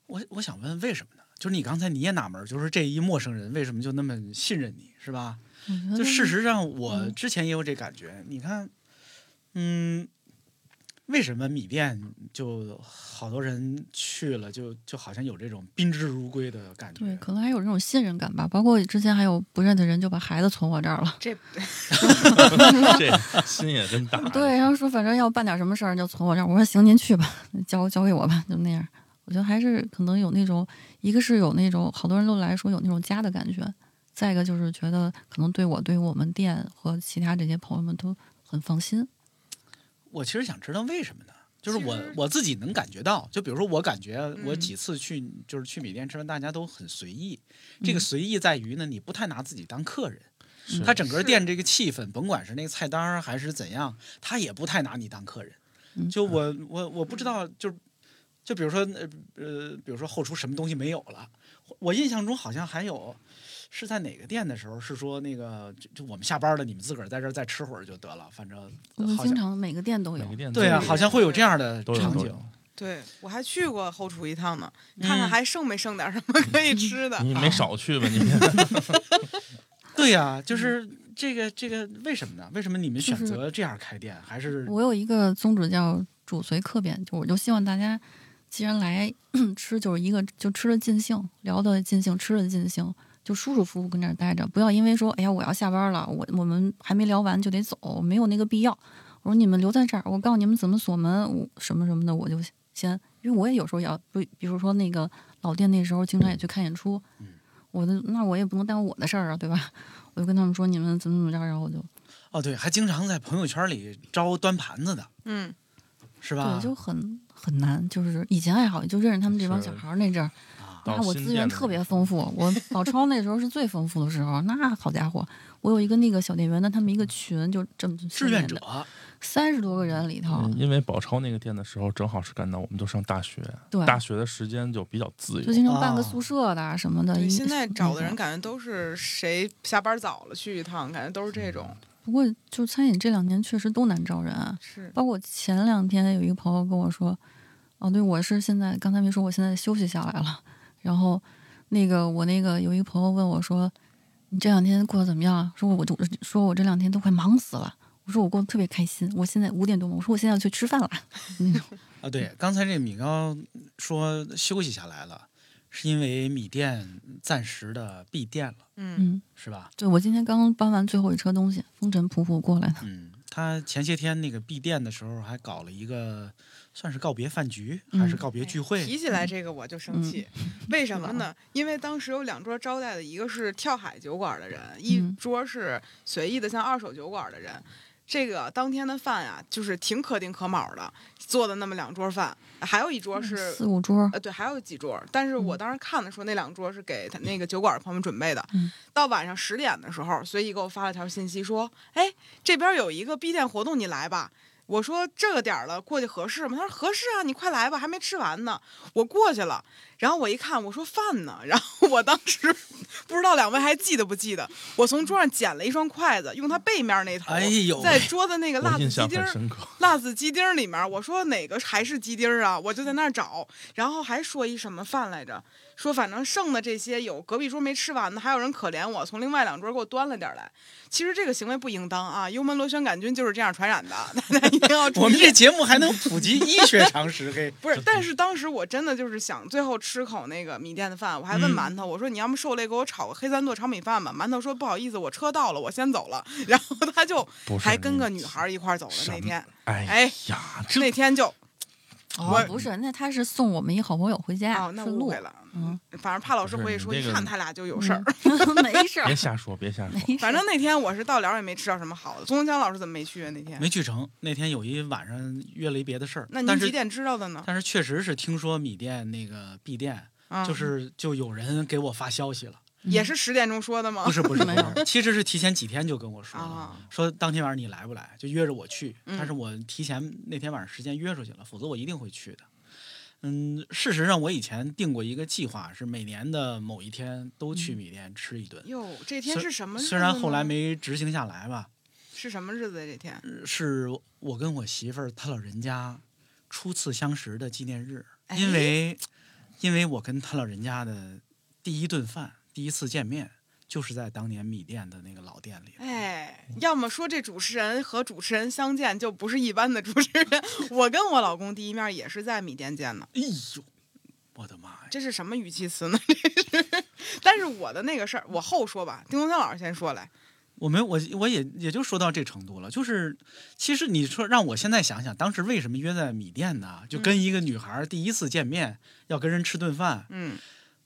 Speaker 4: 我我想问为什么呢？就是你刚才你也纳闷儿，就是这一陌生人为什么就那么信任你，是吧？
Speaker 1: 我觉得
Speaker 4: 就事实上，我
Speaker 1: 嗯
Speaker 4: 之前也有这感觉。你看，嗯，为什么米店就好多人去了就，就好像有这种宾至如归的感觉？
Speaker 1: 对，可能还有这种信任感吧。包括之前还有不认的人就把孩子存我这儿了，
Speaker 3: 这
Speaker 2: 这心也真大。
Speaker 1: 对，然后说反正要办点什么事儿就存我这儿。我说行，您去吧， 交交给我吧，就那样。我觉得还是可能有那种，一个是有那种好多人都来说有那种家的感觉，再一个就是觉得可能对我、对我们店和其他这些朋友们都很放心。
Speaker 4: 我其实想知道为什么呢？就是
Speaker 3: 其
Speaker 4: 我
Speaker 3: 实
Speaker 4: 我自己能感觉到，就比如说我感觉我
Speaker 3: 嗯
Speaker 4: 几次去、就是去米店吃饭，大家都很随意。这个
Speaker 1: 嗯
Speaker 4: 随意在于呢，你不太拿自己当客人，
Speaker 2: 是
Speaker 4: 他整个
Speaker 3: 是
Speaker 4: 店这个气氛，甭管是那个菜单儿还是怎样，他也不太拿你当客人。
Speaker 1: 嗯
Speaker 4: 就我我我不知道，就就比如说呃呃，比如说后厨什么东西没有了，我印象中好像还有是在哪个店的时候是说那个就就我们下班了，你们自个儿在这儿再吃会儿就得了，反正
Speaker 1: 我们
Speaker 4: 好
Speaker 1: 经
Speaker 4: 像
Speaker 1: 常每个店都有
Speaker 2: 每个，店
Speaker 4: 对啊，
Speaker 2: 都有
Speaker 4: 好像会有这样的
Speaker 2: 都有
Speaker 4: 场
Speaker 2: 都
Speaker 4: 景
Speaker 2: 有。
Speaker 3: 对我还去过后厨一趟呢，看看
Speaker 4: 嗯
Speaker 3: 还剩没剩点什么可以吃的。
Speaker 2: 你没少去吧？你
Speaker 4: 对呀、就是这个这个为什么呢？为什么你们
Speaker 1: 就
Speaker 4: 选
Speaker 1: 是
Speaker 4: 择这样开店？还是
Speaker 1: 我有一个宗旨叫主随客便，就我就希望大家 既然来吃，就是一个就吃的尽兴，聊的尽兴，吃的尽兴，就舒舒服服跟这儿待着，不要因为说，哎呀，我要下班了，我我们还没聊完就得走，没有那个必要。我说你们留在这儿，我告诉你们怎么锁门，我什么什么的，我就先，因为我也有时候也要，不，比如说那个老店那时候经常也去看演出，我的那我也不能耽误我的事儿啊，对吧？ 我就跟他们说你们怎么怎么着，然后我就
Speaker 4: 哦，对，还经常在朋友圈里招端盘子的，
Speaker 3: 嗯，
Speaker 4: 是吧？
Speaker 1: 对，就很很难，就是以前还好，就认识他们这帮
Speaker 2: 是
Speaker 1: 小孩儿那阵儿，
Speaker 4: 啊
Speaker 2: 到
Speaker 1: 那我
Speaker 2: 新
Speaker 1: 资
Speaker 2: 店
Speaker 1: 源
Speaker 2: 的
Speaker 1: 特
Speaker 2: 那
Speaker 1: 别
Speaker 2: 种
Speaker 1: 丰富，我宝超那时候是最丰富的时候。那好家伙，我有一个那个小店员的，他们一个群就这么
Speaker 4: 志愿者，啊
Speaker 1: 三十多个人里
Speaker 3: 啊
Speaker 1: 头，
Speaker 2: 嗯因为宝超那个店的时候，正好是赶到我们都上大学，
Speaker 1: 对，
Speaker 2: 大学的时间就比较自
Speaker 1: 就
Speaker 2: 由。
Speaker 1: 经常办个
Speaker 4: 啊
Speaker 1: 宿舍的啊什么的。
Speaker 3: 对，
Speaker 1: 一
Speaker 3: 现在找的人
Speaker 1: 嗯
Speaker 3: 感觉都是谁下班早了去一趟，感觉都是这种。
Speaker 1: 不过就餐饮这两年确实都难招人啊，
Speaker 3: 是，
Speaker 1: 包括前两天有一个朋友跟我说，哦，对，我是现在刚才没说，我现在休息下来了。然后那个我那个有一个朋友问我说，你这两天过得怎么样啊？说我我说我这两天都快忙死了。我说我过得特别开心，我现在五点多嘛，我说我现在要去吃饭了。
Speaker 4: 啊，对，刚才这米高说休息下来了，是因为米店暂时的闭店了，
Speaker 3: 嗯，
Speaker 1: 嗯，
Speaker 4: 是吧？
Speaker 1: 对我今天刚搬完最后一车东西，风尘仆仆过来的。
Speaker 4: 嗯，他前些天那个闭店的时候还搞了一个，算是告别饭局还是
Speaker 1: 嗯
Speaker 4: 告别
Speaker 3: 哎
Speaker 4: 聚会？
Speaker 3: 提起来这个我就生气，为什么呢？因为当时有两桌招待的，一个是跳海酒馆的人，一
Speaker 1: 嗯
Speaker 3: 桌是随意的像二手酒馆的人。这个当天的饭啊，就是挺可丁可卯的，做的那么两桌饭，还有一桌是
Speaker 1: 四五桌，
Speaker 3: 呃，对，还有几桌，但是
Speaker 1: 嗯
Speaker 3: 我当时看的时候，那两桌是给他那个酒馆朋友们准备的。
Speaker 1: 嗯
Speaker 3: 到晚上十点的时候，随意给我发了条信息说：“哎，这边有一个闭店活动，你来吧。”我说这个点儿了，过去合适吗？他说合适啊，你快来吧，还没吃完呢。我过去了，然后我一看，我说饭呢？然后我当时 不知道两位还记得不记得，我从桌上捡了一双筷子，用它背面那头，
Speaker 4: 哎呦
Speaker 3: 在
Speaker 4: 喂，
Speaker 3: 桌子那个辣
Speaker 2: 我
Speaker 3: 子
Speaker 2: 印
Speaker 3: 鸡
Speaker 2: 象
Speaker 3: 丁
Speaker 2: 很
Speaker 3: 儿
Speaker 2: 深刻，
Speaker 3: 辣子鸡丁儿里面儿，我说哪个还是鸡丁儿啊？我就在那儿找，然后还说一什么饭来着？说反正剩的这些有隔壁桌没吃完的，还有人可怜我，从另外两桌给我端了点儿来。其实这个行为不应当啊，幽门螺旋杆菌就是这样传染的， 大家一定要注意。
Speaker 4: 我们这节目还能普及医学常识，嘿，
Speaker 3: 不是，但是当时我真的就是想最后吃口那个米店的饭，我还问
Speaker 4: 嗯
Speaker 3: 馒头，我说你要么受累给我炒个黑三剁炒米饭吧。馒头说不好意思，我车到了，我先走了。 然后他就
Speaker 2: 不是
Speaker 3: 还跟
Speaker 2: 你
Speaker 3: 个女孩儿一块儿走了
Speaker 2: 什
Speaker 3: 那
Speaker 2: 么
Speaker 3: 天，
Speaker 2: 哎
Speaker 3: 哎
Speaker 2: 呀，这
Speaker 3: 那天就
Speaker 1: 哦，不是，那他是送我们一好朋友回家，
Speaker 3: 呃哦，那
Speaker 1: 顺
Speaker 3: 误
Speaker 1: 路
Speaker 3: 会。了。
Speaker 1: 嗯，
Speaker 3: 反正怕老师
Speaker 2: 不是
Speaker 3: 回去
Speaker 2: 你
Speaker 3: 说，
Speaker 2: 这
Speaker 3: 一
Speaker 2: 个
Speaker 3: 看他俩就有事儿。
Speaker 1: 嗯， 没事儿，
Speaker 2: 别瞎说，别瞎说。
Speaker 1: 没事儿
Speaker 3: 反正那天我是到了也没吃到什么好的。宗江老师怎么没去啊？那天？
Speaker 4: 没去成。那天有一晚上约了一别的事儿，
Speaker 3: 那
Speaker 4: 但
Speaker 3: 您
Speaker 4: 是
Speaker 3: 几点啊知道的呢？
Speaker 4: 但是确实是听说米店那个闭店，
Speaker 3: 啊，
Speaker 4: 就是就有人给我发消息了，
Speaker 1: 嗯
Speaker 3: 也是十点钟说的 吗
Speaker 4: 不？是不是不
Speaker 1: 没
Speaker 4: 是，其实是提前几天就跟我说了，
Speaker 3: 啊，
Speaker 4: 说当天晚上你来不来，就约着我去，
Speaker 3: 嗯
Speaker 4: 但是我提前那天晚上时间约出去了，否则我一定会去的。嗯，事实上我以前定过一个计划，是每年的某一天都去米店吃一顿，
Speaker 3: 哟，这天
Speaker 4: 虽
Speaker 3: 是嗯什么日子呢？
Speaker 4: 虽然后来没执行下来吧，
Speaker 3: 是什么日子呀？这天？
Speaker 4: 是我跟我媳妇儿她老人家初次相识的纪念日，
Speaker 3: 哎
Speaker 4: 因为因为我跟她老人家的第一顿饭、第一次见面，就是在当年米店的那个老店里。
Speaker 3: 哎，要么说这主持人和主持人相见就不是一般的主持人。 我跟我老公第一面也是在米店见的，
Speaker 4: 哎呦，我的妈呀！
Speaker 3: 这是什么语气词呢？这 是。但是我的那个事儿，我后说吧。丁东江老师先说来。
Speaker 4: 我没我我也也就说到这程度了，就是其实你说让我现在想想，当时为什么约在米店呢？就跟一个女孩儿第一次见面、要跟人吃顿饭，
Speaker 3: 嗯，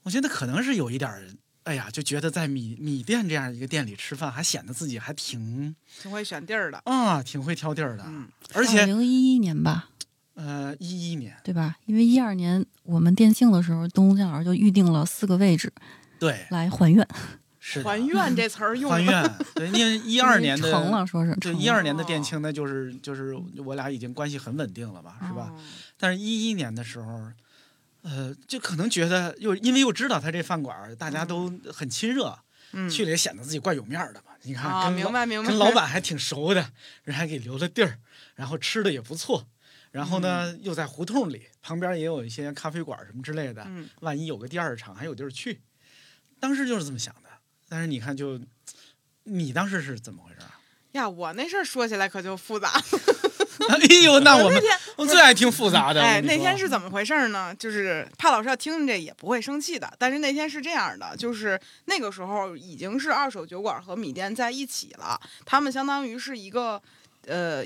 Speaker 4: 我觉得可能是有一点儿，哎呀，就觉得在米米店这样一个店里吃饭，还显得自己还挺
Speaker 3: 挺会选地儿的。
Speaker 4: 啊，挺会挑地儿的。
Speaker 3: 嗯，
Speaker 4: 而且，
Speaker 1: 零一一年吧，
Speaker 4: 呃，一一年，
Speaker 1: 对吧？因为一二年我们电竞的时候，东江老师就预定了四个位置
Speaker 4: 对，
Speaker 1: 来还愿，
Speaker 4: 是的
Speaker 3: 还愿这词儿用
Speaker 4: 还
Speaker 3: 的
Speaker 4: 愿，对，因 为一二年的
Speaker 1: 成了，说是
Speaker 4: 对
Speaker 1: 成了
Speaker 4: 一二年的
Speaker 3: 哦
Speaker 4: 店庆，那就是就是我俩已经关系很稳定了吧，是吧？？
Speaker 3: 哦
Speaker 4: 但是一一年的时候，呃，就可能觉得又因为又知道他这饭馆儿大家都很亲热，
Speaker 3: 嗯，
Speaker 4: 去了也显得自己怪有面儿的嘛。你看，
Speaker 3: 啊，
Speaker 4: 跟
Speaker 3: 明
Speaker 4: 老
Speaker 3: 白明白，
Speaker 4: 跟 老板还挺熟的，人还给留了地儿，然后吃的也不错。然后呢，
Speaker 3: 嗯
Speaker 4: 又在胡同里，旁边也有一些咖啡馆儿什么之类的。
Speaker 3: 嗯，
Speaker 4: 万一有个第二场，还有地儿去。当时就是这么想的。但是你看就，你当时是怎么回事啊？
Speaker 3: 呀，我那事儿说起来可就复杂，
Speaker 4: 哎呦，那我
Speaker 3: 那
Speaker 4: 们
Speaker 3: 天
Speaker 4: 我最爱听复杂的。
Speaker 3: 哎，
Speaker 4: 我跟
Speaker 3: 那
Speaker 4: 你
Speaker 3: 天
Speaker 4: 说啊
Speaker 3: 是怎么回事儿呢？就是怕老师要听这也不会生气的，但是那天是这样的，就是那个时候已经是二手酒馆和米店在一起了，他们相当于是一个呃。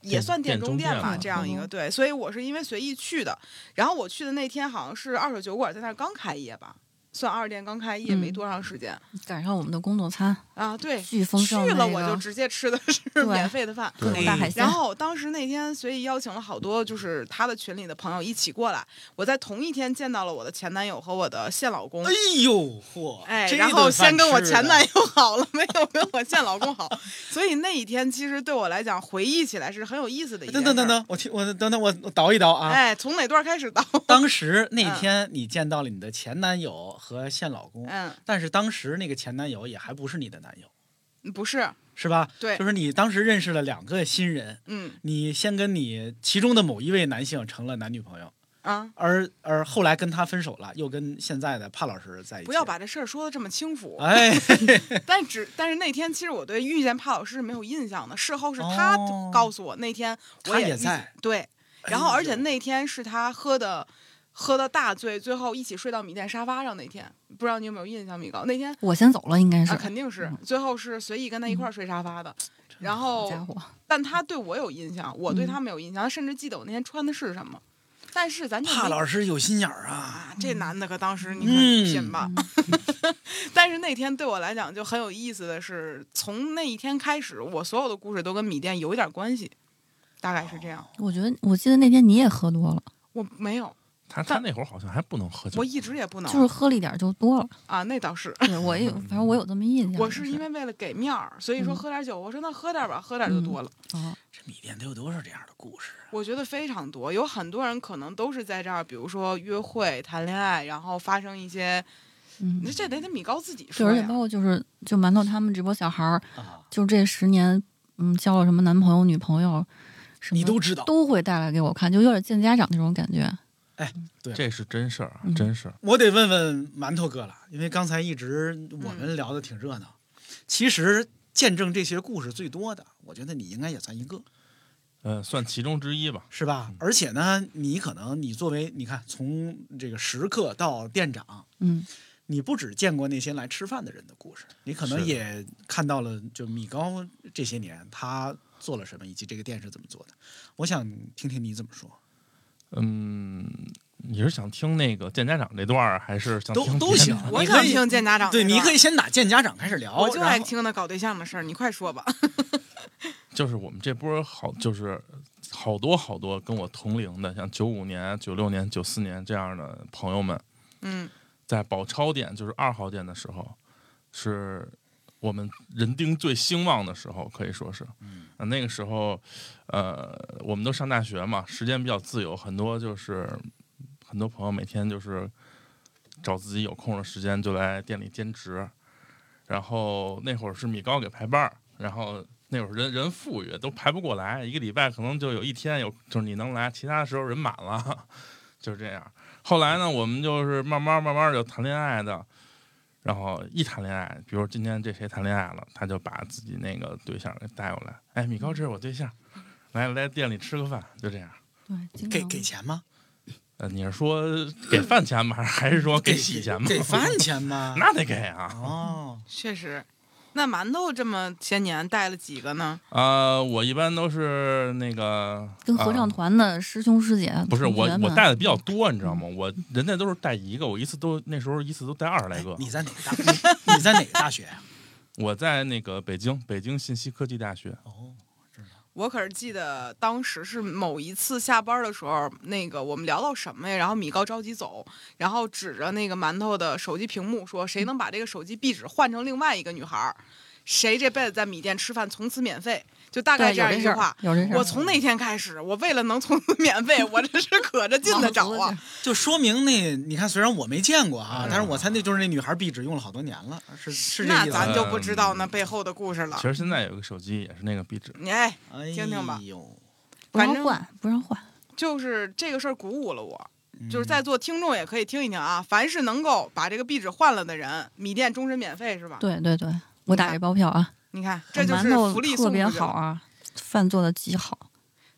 Speaker 3: 也
Speaker 2: 店
Speaker 3: 算店
Speaker 2: 店
Speaker 3: 中
Speaker 2: 中
Speaker 3: 店
Speaker 2: 店
Speaker 3: 吧，
Speaker 2: 吧
Speaker 3: 这样一个
Speaker 1: 嗯
Speaker 3: 对，所以我是因为随意去的。然后我去的那天好像是二手酒馆在那儿刚开业吧，算二店刚开业没
Speaker 1: 嗯
Speaker 3: 多长时间、
Speaker 1: 赶上我们的工作餐，
Speaker 3: 啊。对，
Speaker 1: 巨丰盛、那
Speaker 3: 去
Speaker 1: 个。
Speaker 3: 了我就直接吃的是
Speaker 1: 对
Speaker 3: 免费的饭，
Speaker 1: 各种大海 鲜
Speaker 3: 然，后当时那天，所以邀请了好多就是他的群里的朋友一起过来。我在同一天见到了我的前男友和我的现老公
Speaker 4: 哎。呦嚯！
Speaker 3: 哎，
Speaker 4: 这
Speaker 3: 然
Speaker 4: 顿
Speaker 3: 后
Speaker 4: 饭
Speaker 3: 先跟我
Speaker 4: 吃
Speaker 3: 前
Speaker 4: 的
Speaker 3: 男友好了，没有跟我现老公好，所以那一天其实对我来讲回忆起来是很有意思的一件
Speaker 4: 等
Speaker 3: 事儿。
Speaker 4: 等等啊等，我听我等等我我倒一倒啊。
Speaker 3: 哎，从哪段开始倒？
Speaker 4: 当时那
Speaker 3: 嗯
Speaker 4: 天你见到了你的前男友和现老公，
Speaker 3: 嗯，
Speaker 4: 但是当时那个前男友也还不是你的男友，
Speaker 3: 不是，
Speaker 4: 是吧？
Speaker 3: 对
Speaker 4: 就是你当时认识了两个新人，
Speaker 3: 嗯
Speaker 4: 你先跟你其中的某一位男性成了男女朋友，
Speaker 3: 啊，
Speaker 4: 而而后来跟他分手了，又跟现在的帕老师在一起。
Speaker 3: 不要把这事儿说的这么轻浮。
Speaker 4: 哎，
Speaker 3: 但只但是那天其实我对遇见帕老师是没有印象的，事后是他
Speaker 4: 哦
Speaker 3: 告诉我、那天我
Speaker 4: 他
Speaker 3: 也
Speaker 4: 也
Speaker 3: 遇
Speaker 4: 在
Speaker 3: 对，然后
Speaker 4: 哎呦
Speaker 3: 而且那天是他喝的。喝的大醉，最后一起睡到米店沙发上。那天不知道你有没有印象，米高？那天
Speaker 1: 我先走了，应该是。
Speaker 3: 啊，肯定是
Speaker 1: 嗯
Speaker 3: 最后是随意跟他一块儿睡沙发的。然后
Speaker 1: 好家伙，
Speaker 3: 但他对我有印象，我对
Speaker 1: 嗯
Speaker 3: 他没有印象。他甚至记得我那天穿的是什么。但是咱就
Speaker 4: 帕
Speaker 3: 没
Speaker 4: 老师有心眼儿啊！
Speaker 3: 啊，
Speaker 1: 嗯
Speaker 3: 这男的可当时你看
Speaker 4: 嗯
Speaker 3: 品吧。但是那天对我来讲就很有意思的是，从那一天开始，我所有的故事都跟米店有一点关系，大概是这
Speaker 4: 哦
Speaker 3: 样。
Speaker 1: 我觉得我记得那天你也喝多了，
Speaker 3: 我没有，
Speaker 2: 他他那会儿好像还不能喝酒，
Speaker 3: 我一直也不能，
Speaker 1: 就是喝了一点就 多了。
Speaker 3: 啊，那倒是。
Speaker 1: 对我也有，反正我有这么印象。
Speaker 3: 我
Speaker 1: 就是
Speaker 3: 因为为了给面儿，所以说
Speaker 1: 嗯
Speaker 3: 喝点酒。我说那喝点吧，喝点就多了。
Speaker 1: 啊，
Speaker 4: 这米店得有多少这样的故事啊？
Speaker 3: 我觉得非常多，有很多人可能都是在这儿，比如说约会、谈恋爱，然后发生一些，
Speaker 1: 嗯
Speaker 3: 那，这得得米高自己
Speaker 1: 对，
Speaker 3: 说
Speaker 1: 而且
Speaker 3: 呀
Speaker 1: 包。括就是就馒头他们这波小孩儿，
Speaker 4: 啊，
Speaker 1: 就这十年，嗯，交了什么男朋友、女朋友，什么
Speaker 4: 你都知道。
Speaker 1: 都会带来给我看，就有点见家长那种感觉。
Speaker 2: 这是真事儿啊，
Speaker 1: 嗯
Speaker 2: 真事儿。
Speaker 4: 我得问问馒头哥了，因为刚才一直我
Speaker 2: 嗯
Speaker 4: 们聊的挺热闹。其实见证这些故事最多的，我觉得你应该也算一个，
Speaker 2: 嗯，算其中之一吧。
Speaker 4: 是吧？而且呢，你可能你作为你看，从这个食客到店长，
Speaker 1: 嗯，
Speaker 4: 你不只见过那些来吃饭的人的故事，你可能
Speaker 2: 是的
Speaker 4: 也看到了，就米高这些年他做了什么，以及这个店是怎么做的。我想听听你怎么说，
Speaker 2: 嗯，你是想听那个见家长这段儿，还是想
Speaker 4: 都
Speaker 2: 听
Speaker 4: 都
Speaker 2: 别的
Speaker 4: 行
Speaker 2: 呢。
Speaker 3: 我
Speaker 4: 啊你
Speaker 3: 想
Speaker 4: 可以
Speaker 3: 听见家长
Speaker 4: 对，
Speaker 3: 那
Speaker 4: 你
Speaker 3: 段
Speaker 4: 可以先打见家长开始聊，
Speaker 3: 我就
Speaker 4: 然
Speaker 3: 爱
Speaker 4: 后
Speaker 3: 听他搞对象的事儿，你快说吧。
Speaker 2: 就是我们这波儿好，就是好多好多跟我同龄的，像九五年、九六年、九四年这样的朋友们，
Speaker 3: 嗯
Speaker 2: 在宝钞店，就是二号店的时候，是我们人丁最兴旺的时候，可以说是。
Speaker 4: 嗯
Speaker 2: 呃那个时候，呃，我们都上大学嘛，时间比较自由，很多就是很多朋友每天就是找自己有空的时间就来店里兼职。然后那会儿是米高给排班儿，然后那会儿人人富裕，都排不过来，一个礼拜可能就有一天有，就是你能来，其他的时候人满了， 就是这样。后来呢，我们就是慢慢慢慢就谈恋爱的，然后一谈恋爱，比如今天这谁谈恋爱了，他就把自己那个对象给带过来，哎，米高，这是我对象，来来店里吃个饭，就这样。
Speaker 1: 对，
Speaker 3: 嗯
Speaker 1: 经
Speaker 4: 给
Speaker 1: 常
Speaker 4: 给钱吗？
Speaker 2: 呃，你是说给饭钱吗？还是说给洗钱吗？？
Speaker 4: 给饭钱 吗
Speaker 2: 那得给啊。
Speaker 4: 哦，
Speaker 3: 确实，那馒头这么些年带了几个呢？
Speaker 2: 呃，我一般都是那个
Speaker 1: 跟合唱
Speaker 2: 呃
Speaker 1: 团的师兄师姐，
Speaker 2: 不是
Speaker 1: 同
Speaker 2: 我
Speaker 1: 学，
Speaker 2: 我
Speaker 1: 们
Speaker 2: 带的比较多，你知道吗？
Speaker 4: 嗯
Speaker 2: 我人家都是带一个，我一次都那时候一次都带二十来个
Speaker 4: 哎。你在哪个 大？你你在哪个大学啊？
Speaker 2: 我在那个北京，北京信息科技大学，
Speaker 4: 哦，
Speaker 3: 我可是记得当时是某一次下班的时候，那个我们聊到什么呀？然后米高着急走，然后指着那个馒头的手机屏幕说：“谁能把这个手机壁纸换成另外一个女孩儿，谁这辈子在米店吃饭从此免费。”就大概
Speaker 1: 对
Speaker 3: 这
Speaker 1: 有
Speaker 3: 样
Speaker 1: 这
Speaker 3: 一
Speaker 1: 事
Speaker 3: 句
Speaker 1: 儿
Speaker 3: 话，。
Speaker 1: 有这事儿。嗯
Speaker 3: 我从那天开始，我为了能从此免费，我这是可着劲的找
Speaker 1: 忙
Speaker 3: 啊
Speaker 1: 死了！
Speaker 4: 就说明那你看，虽然我没见过啊，
Speaker 2: 嗯
Speaker 4: 但是我猜那就是那女孩壁纸用了好多年了，是是这
Speaker 3: 那
Speaker 4: 意思啊嗯吧。
Speaker 3: 咱就不知道那背后的故事了
Speaker 2: 其。实现在有个手机也是那个壁纸。
Speaker 3: 你哎，
Speaker 4: 哎呦
Speaker 3: 听听吧，
Speaker 1: 不
Speaker 3: 反
Speaker 1: 让
Speaker 3: 正
Speaker 1: 换，不让换。
Speaker 3: 就是这个事儿鼓舞了我。
Speaker 4: 嗯
Speaker 3: 就是在座听众也可以听一听啊，凡是能够把这个壁纸换了的人，米店终身免费是吧？
Speaker 1: 对对对，我打
Speaker 3: 看
Speaker 1: 这包票啊，
Speaker 3: 你看，这就
Speaker 1: 馒
Speaker 3: 是
Speaker 1: 头
Speaker 3: 福利
Speaker 1: 特
Speaker 3: 送
Speaker 1: 别
Speaker 3: 出去
Speaker 1: 好啊
Speaker 3: 了。
Speaker 1: 啊，饭做的极好。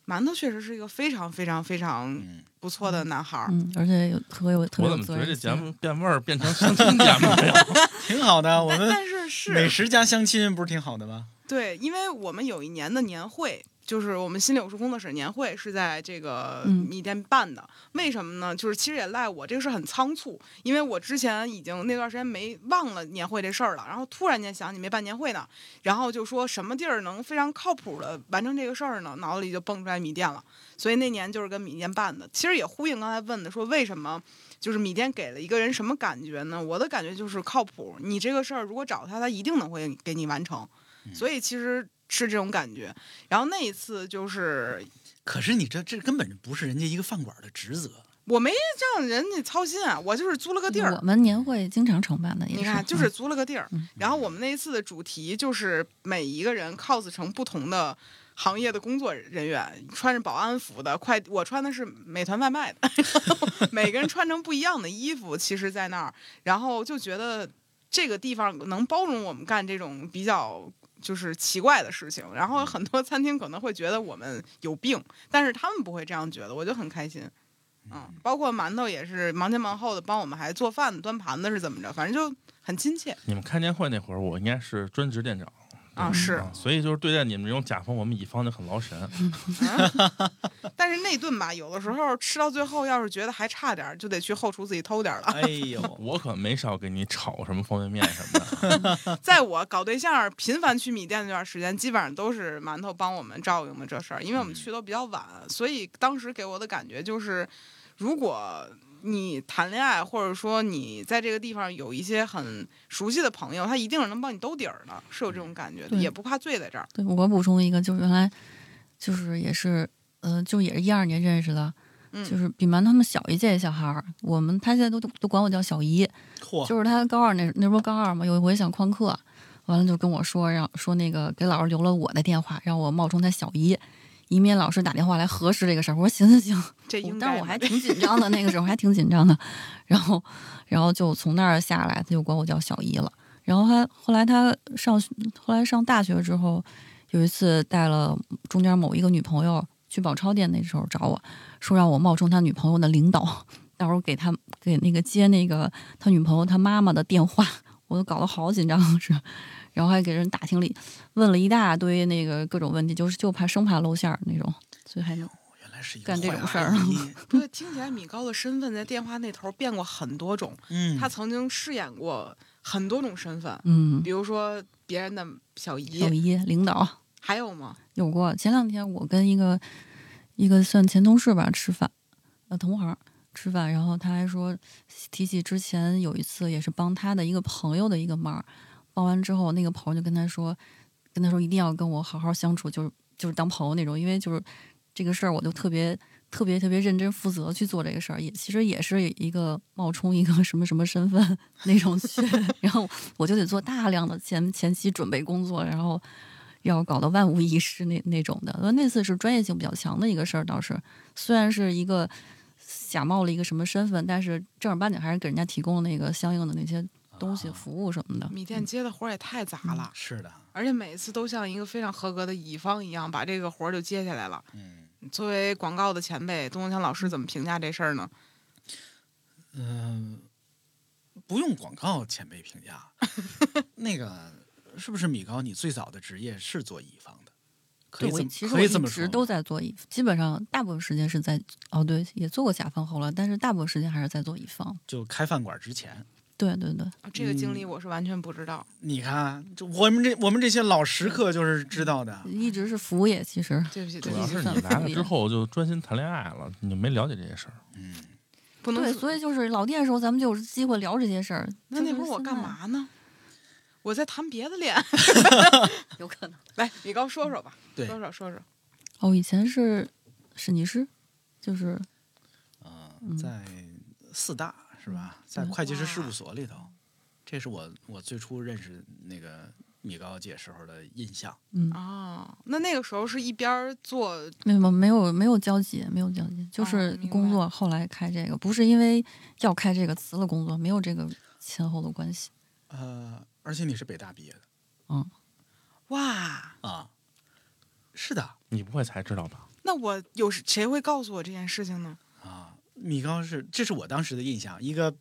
Speaker 3: 馒头确实是一个非常非常非常
Speaker 4: 嗯，
Speaker 3: 不错的男孩儿。
Speaker 1: 嗯，而且有特有特
Speaker 2: 我
Speaker 1: 别有
Speaker 2: 怎么觉
Speaker 1: 责
Speaker 2: 得
Speaker 1: 任
Speaker 2: 这
Speaker 1: 心
Speaker 2: 节目变味儿变成相亲节目了呀？
Speaker 4: 挺好的。我
Speaker 3: 但
Speaker 4: 们
Speaker 3: 但是是
Speaker 4: 美食加相亲不是挺好的吗？
Speaker 3: 对，因为我们有一年的年会，就是我们心理武术工作室年会是在这个
Speaker 1: 嗯
Speaker 3: 米店办的。为什么呢？就是其实也赖我，这个事儿很仓促，因为我之前已经那段时间没忘了年会这事儿了，然后突然间想起没办年会呢，然后就说什么地儿能非常靠谱的完成这个事儿呢？脑子里就蹦出来米店了，所以那年就是跟米店办的。其实也呼应刚才问的，说为什么？就是米店给了一个人什么感觉呢？我的感觉就是靠谱。你这个事儿如果找他，他一定能会给你完成。所以其实是这种感觉。然后那一次就是
Speaker 4: 可是你这这根本不是人家一个饭馆的职责。
Speaker 3: 我没让人家操心啊，我就是租了个地
Speaker 1: 我
Speaker 3: 儿。
Speaker 1: 们年会经常承办的，也啊
Speaker 3: 你看，就是租了个地儿
Speaker 1: 嗯。
Speaker 3: 然后我们那一次的主题就是每一个人 cos 成不同的行业的工作人员，穿着保安服的，快我穿的是美团外卖的，然后每个人穿成不一样的衣服，其实，在那儿，然后就觉得这个地方能包容我们干这种比较。就是奇怪的事情，然后很多餐厅可能会觉得我们有病，但是他们不会这样觉得，我就很开心。嗯，包括馒头也是忙前忙后的帮我们还做饭、端盘子是怎么着，反正就很亲切
Speaker 2: 你们开年会那会儿，我应该是专职店长
Speaker 3: 啊。是，
Speaker 2: 啊，所以就是对待你们这种甲方，我们乙方就很劳神。
Speaker 3: 啊但是那顿吧，有的时候吃到最后，要是觉得还差点儿，就得去后厨自己偷点儿了。
Speaker 4: 哎呦，
Speaker 2: 我可没少给你炒什么方便面什么的。
Speaker 3: 在我搞对象儿频繁去米店那段时间，基本上都是馒头帮我们照应的这事儿，因为我们去都比较晚，所以当时给我的感觉就是，如果你谈恋爱，或者说你在这个地方有一些很熟悉的朋友，他一定是能帮你兜底儿的，是有这种感觉的，
Speaker 1: 对
Speaker 3: 也不怕醉在这儿。
Speaker 1: 对我补充一个，就是原来就是也是，呃，就也是一二年认识的，
Speaker 3: 嗯，
Speaker 1: 就是比馒头他们小一届的小孩儿，我们他现在都都管我叫小姨，
Speaker 4: 嚯，
Speaker 1: 就是他高二那那不是高二嘛，有一回想旷课，完了就跟我说让说那个给老师留了我的电话，让我冒充他小姨，以免老师打电话来核实这个事儿。我说行行行，
Speaker 3: 这应
Speaker 1: 哦
Speaker 3: 该
Speaker 1: 但是我
Speaker 3: 嘛
Speaker 1: 还
Speaker 3: 这
Speaker 1: 挺紧张的，那个时候还挺紧张的。然后，然后就从那儿下来，他就管我叫小姨了。然后他后来他上学后来上大学之后，有一次带了中间某一个女朋友去宝钞店，那时候找我说让我冒充他女朋友的领导，到时候给他给那个接那个他女朋友他妈妈的电话，我都搞得好紧张是。然后还给人打听了一，问了一大堆那个各种问题，就是就怕生怕露馅儿那种，所以还能
Speaker 4: 原来是一个
Speaker 1: 干这
Speaker 4: 坏
Speaker 1: 种事
Speaker 4: 阿
Speaker 1: 儿
Speaker 4: 姨。
Speaker 3: 对，听起来米高的身份在电话那头变过很多种，
Speaker 4: 嗯，
Speaker 3: 他曾经饰演过很多种身份，
Speaker 1: 嗯
Speaker 3: 比如说别人的小
Speaker 1: 小
Speaker 3: 姨，
Speaker 1: 姨领导。
Speaker 3: 还有吗？
Speaker 1: 有过。前两天我跟一个一个算前同事吧吃饭，呃，同行吃饭，然后他还说提起之前有一次也是帮他的一个朋友的一个忙，帮完之后那个朋友就跟他说，跟他说一定要跟我好好相处，就是就是当朋友那种，因为就是这个事儿我就特别。特别特别认真负责去做这个事儿，也其实也是一个冒充一个什么什么身份那种去， 然后我就得做大量的前前期准备工作，然后要搞得万无一失那那种的。那次是专业性比较强的一个事儿，倒是虽然是一个假冒了一个什么身份，但是正儿八经还是给人家提供了那个相应的那些东西、
Speaker 4: 啊
Speaker 1: 服务什么的。
Speaker 3: 米店接的活儿也太杂
Speaker 1: 嗯
Speaker 3: 了，
Speaker 4: 是的，
Speaker 3: 而且每次都像一个非常合格的乙方一样，把这个活儿就接下来了。
Speaker 4: 嗯
Speaker 3: 作为广告的前辈，东东强老师怎么评价这事儿呢？
Speaker 4: 嗯、不用广告前辈评价，那个是不是米高？你最早的职业是做乙方的，可
Speaker 1: 对，
Speaker 4: 以
Speaker 1: 我
Speaker 4: 这么
Speaker 1: 其实
Speaker 4: 可
Speaker 1: 我
Speaker 4: 以
Speaker 1: 一
Speaker 4: 这么说
Speaker 1: 直
Speaker 4: 吗，
Speaker 1: 都在做乙，基本上大部分时间是在哦，对，也做过甲方后了，但是大部分时间还是在做乙方。
Speaker 4: 就开饭馆之前。
Speaker 1: 对对对，
Speaker 3: 啊这个经
Speaker 1: 嗯
Speaker 3: 历我是完全不知道，
Speaker 4: 你看，就我们这我们这些老食客就是知道的，
Speaker 1: 一直是服务业，其实
Speaker 3: 对不 起，对
Speaker 2: 主
Speaker 3: 不
Speaker 2: 要
Speaker 3: 起，
Speaker 2: 是你来了之后就专心谈恋爱了，你就没了解这些事儿。
Speaker 3: 不能
Speaker 1: 对，
Speaker 3: 说
Speaker 1: 所以就是老店的时候，咱们就有机会聊这些事儿。
Speaker 3: 那
Speaker 1: 就是
Speaker 3: 那会儿我
Speaker 1: 现
Speaker 3: 干
Speaker 1: 在？
Speaker 3: 嘛呢？我在谈别的恋爱。
Speaker 1: 有可能。
Speaker 3: 来，米高说说吧，
Speaker 4: 对
Speaker 3: 说说说说。
Speaker 1: 哦，以前是审计师，就是
Speaker 4: 啊
Speaker 1: 嗯，
Speaker 4: 在四大是吧，在
Speaker 1: 嗯
Speaker 4: 会计师事务
Speaker 3: 哇
Speaker 4: 所里头，这是我我最初认识那个米高姐时候的印象。
Speaker 1: 嗯，
Speaker 3: 哦，那那个时候是一边儿做
Speaker 1: 没有没有没有交集，没有交集，就是
Speaker 3: 哦明
Speaker 1: 工
Speaker 3: 白
Speaker 1: 作后来开这个，不是因为要开这个辞了工作，没有这个前后的关系。
Speaker 4: 呃，而且你是北大毕业的
Speaker 3: 哇，
Speaker 4: 啊？是的，
Speaker 2: 你不会才知道吧？
Speaker 3: 那我有时谁会告诉我这件事情呢？
Speaker 4: 啊，米高是这是我当时的印象，一个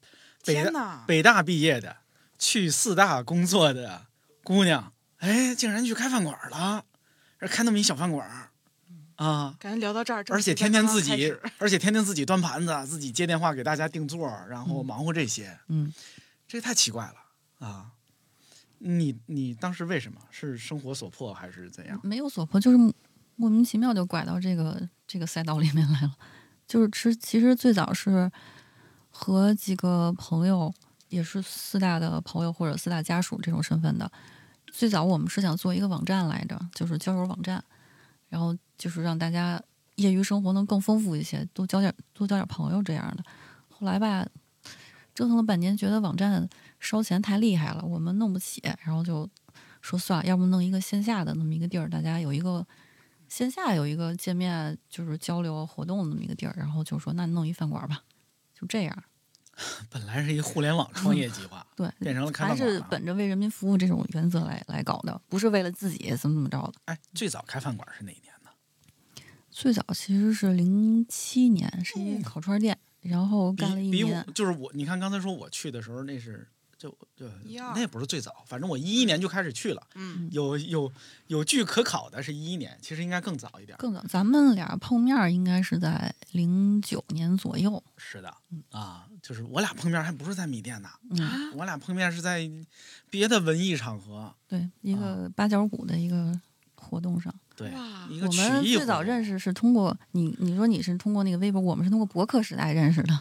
Speaker 4: 北
Speaker 3: 天
Speaker 4: 大
Speaker 3: 哪！
Speaker 4: 北大毕业的去四大工作的姑娘，哎，竟然去开饭馆了，而开那么一小饭馆儿啊，
Speaker 3: 感觉聊到这儿，
Speaker 4: 而且天天自
Speaker 3: 正经
Speaker 4: 己
Speaker 3: 刚 刚开始，
Speaker 4: 而且天天自己端盘子，自己接电话给大家订座儿，然后
Speaker 1: 嗯
Speaker 4: 忙活这些，
Speaker 1: 嗯，
Speaker 4: 这太奇怪了啊！你你当时为什么是生活所迫还是怎样？
Speaker 1: 没有所迫，就是莫名其妙就拐到这个这个赛道里面来了。就是吃，其实最早是和几个朋友，也是四大的朋友或者四大家属这种身份的。最早我们是想做一个网站来着，就是交友网站，然后就是让大家业余生活能更丰富一些，多交点多交点朋友这样的。后来吧，折腾了半年，觉得网站烧钱太厉害了，我们弄不起，然后就说算了，要不弄一个线下的那么一个地儿，大家有一个线下有一个见面就是交流活动的那么一个地儿，然后就说那弄一饭馆吧，就这样。
Speaker 4: 本来是一互联网创业计划，
Speaker 1: 对，
Speaker 4: 变成了开
Speaker 1: 还
Speaker 4: 饭馆
Speaker 1: 是
Speaker 4: 了。啊
Speaker 1: 本着为人民服务这种原则来来搞的，不是为了自己怎么怎么着的。
Speaker 4: 哎，最早开饭馆是哪一年呢？
Speaker 1: 最早其实是零七年，是一烤串店，然后
Speaker 4: 嗯比
Speaker 1: 干了一
Speaker 4: 比
Speaker 1: 年
Speaker 4: 我，就是我，你看刚才说我去的时候，那是就就
Speaker 3: 一二
Speaker 4: 那也不是最早，反正我一一年就开始去了，
Speaker 3: 嗯，
Speaker 4: 有有有据可考的是一一年，其实应该更早一点。
Speaker 1: 更早。咱们俩碰面儿应该是在零九年左右，
Speaker 4: 是的，啊，就是我俩碰面还不是在米店呢，
Speaker 1: 嗯，
Speaker 4: 我俩碰面是在别的文艺场合，
Speaker 1: 对，一个八角谷的一个活动上。
Speaker 4: 对，
Speaker 3: 哇
Speaker 4: 一个
Speaker 1: 我
Speaker 4: 曲
Speaker 1: 们
Speaker 4: 艺
Speaker 1: 最早
Speaker 4: 活动
Speaker 1: 认识是通过你，你说你是通过那个微博，我们是通过博客时代认识的。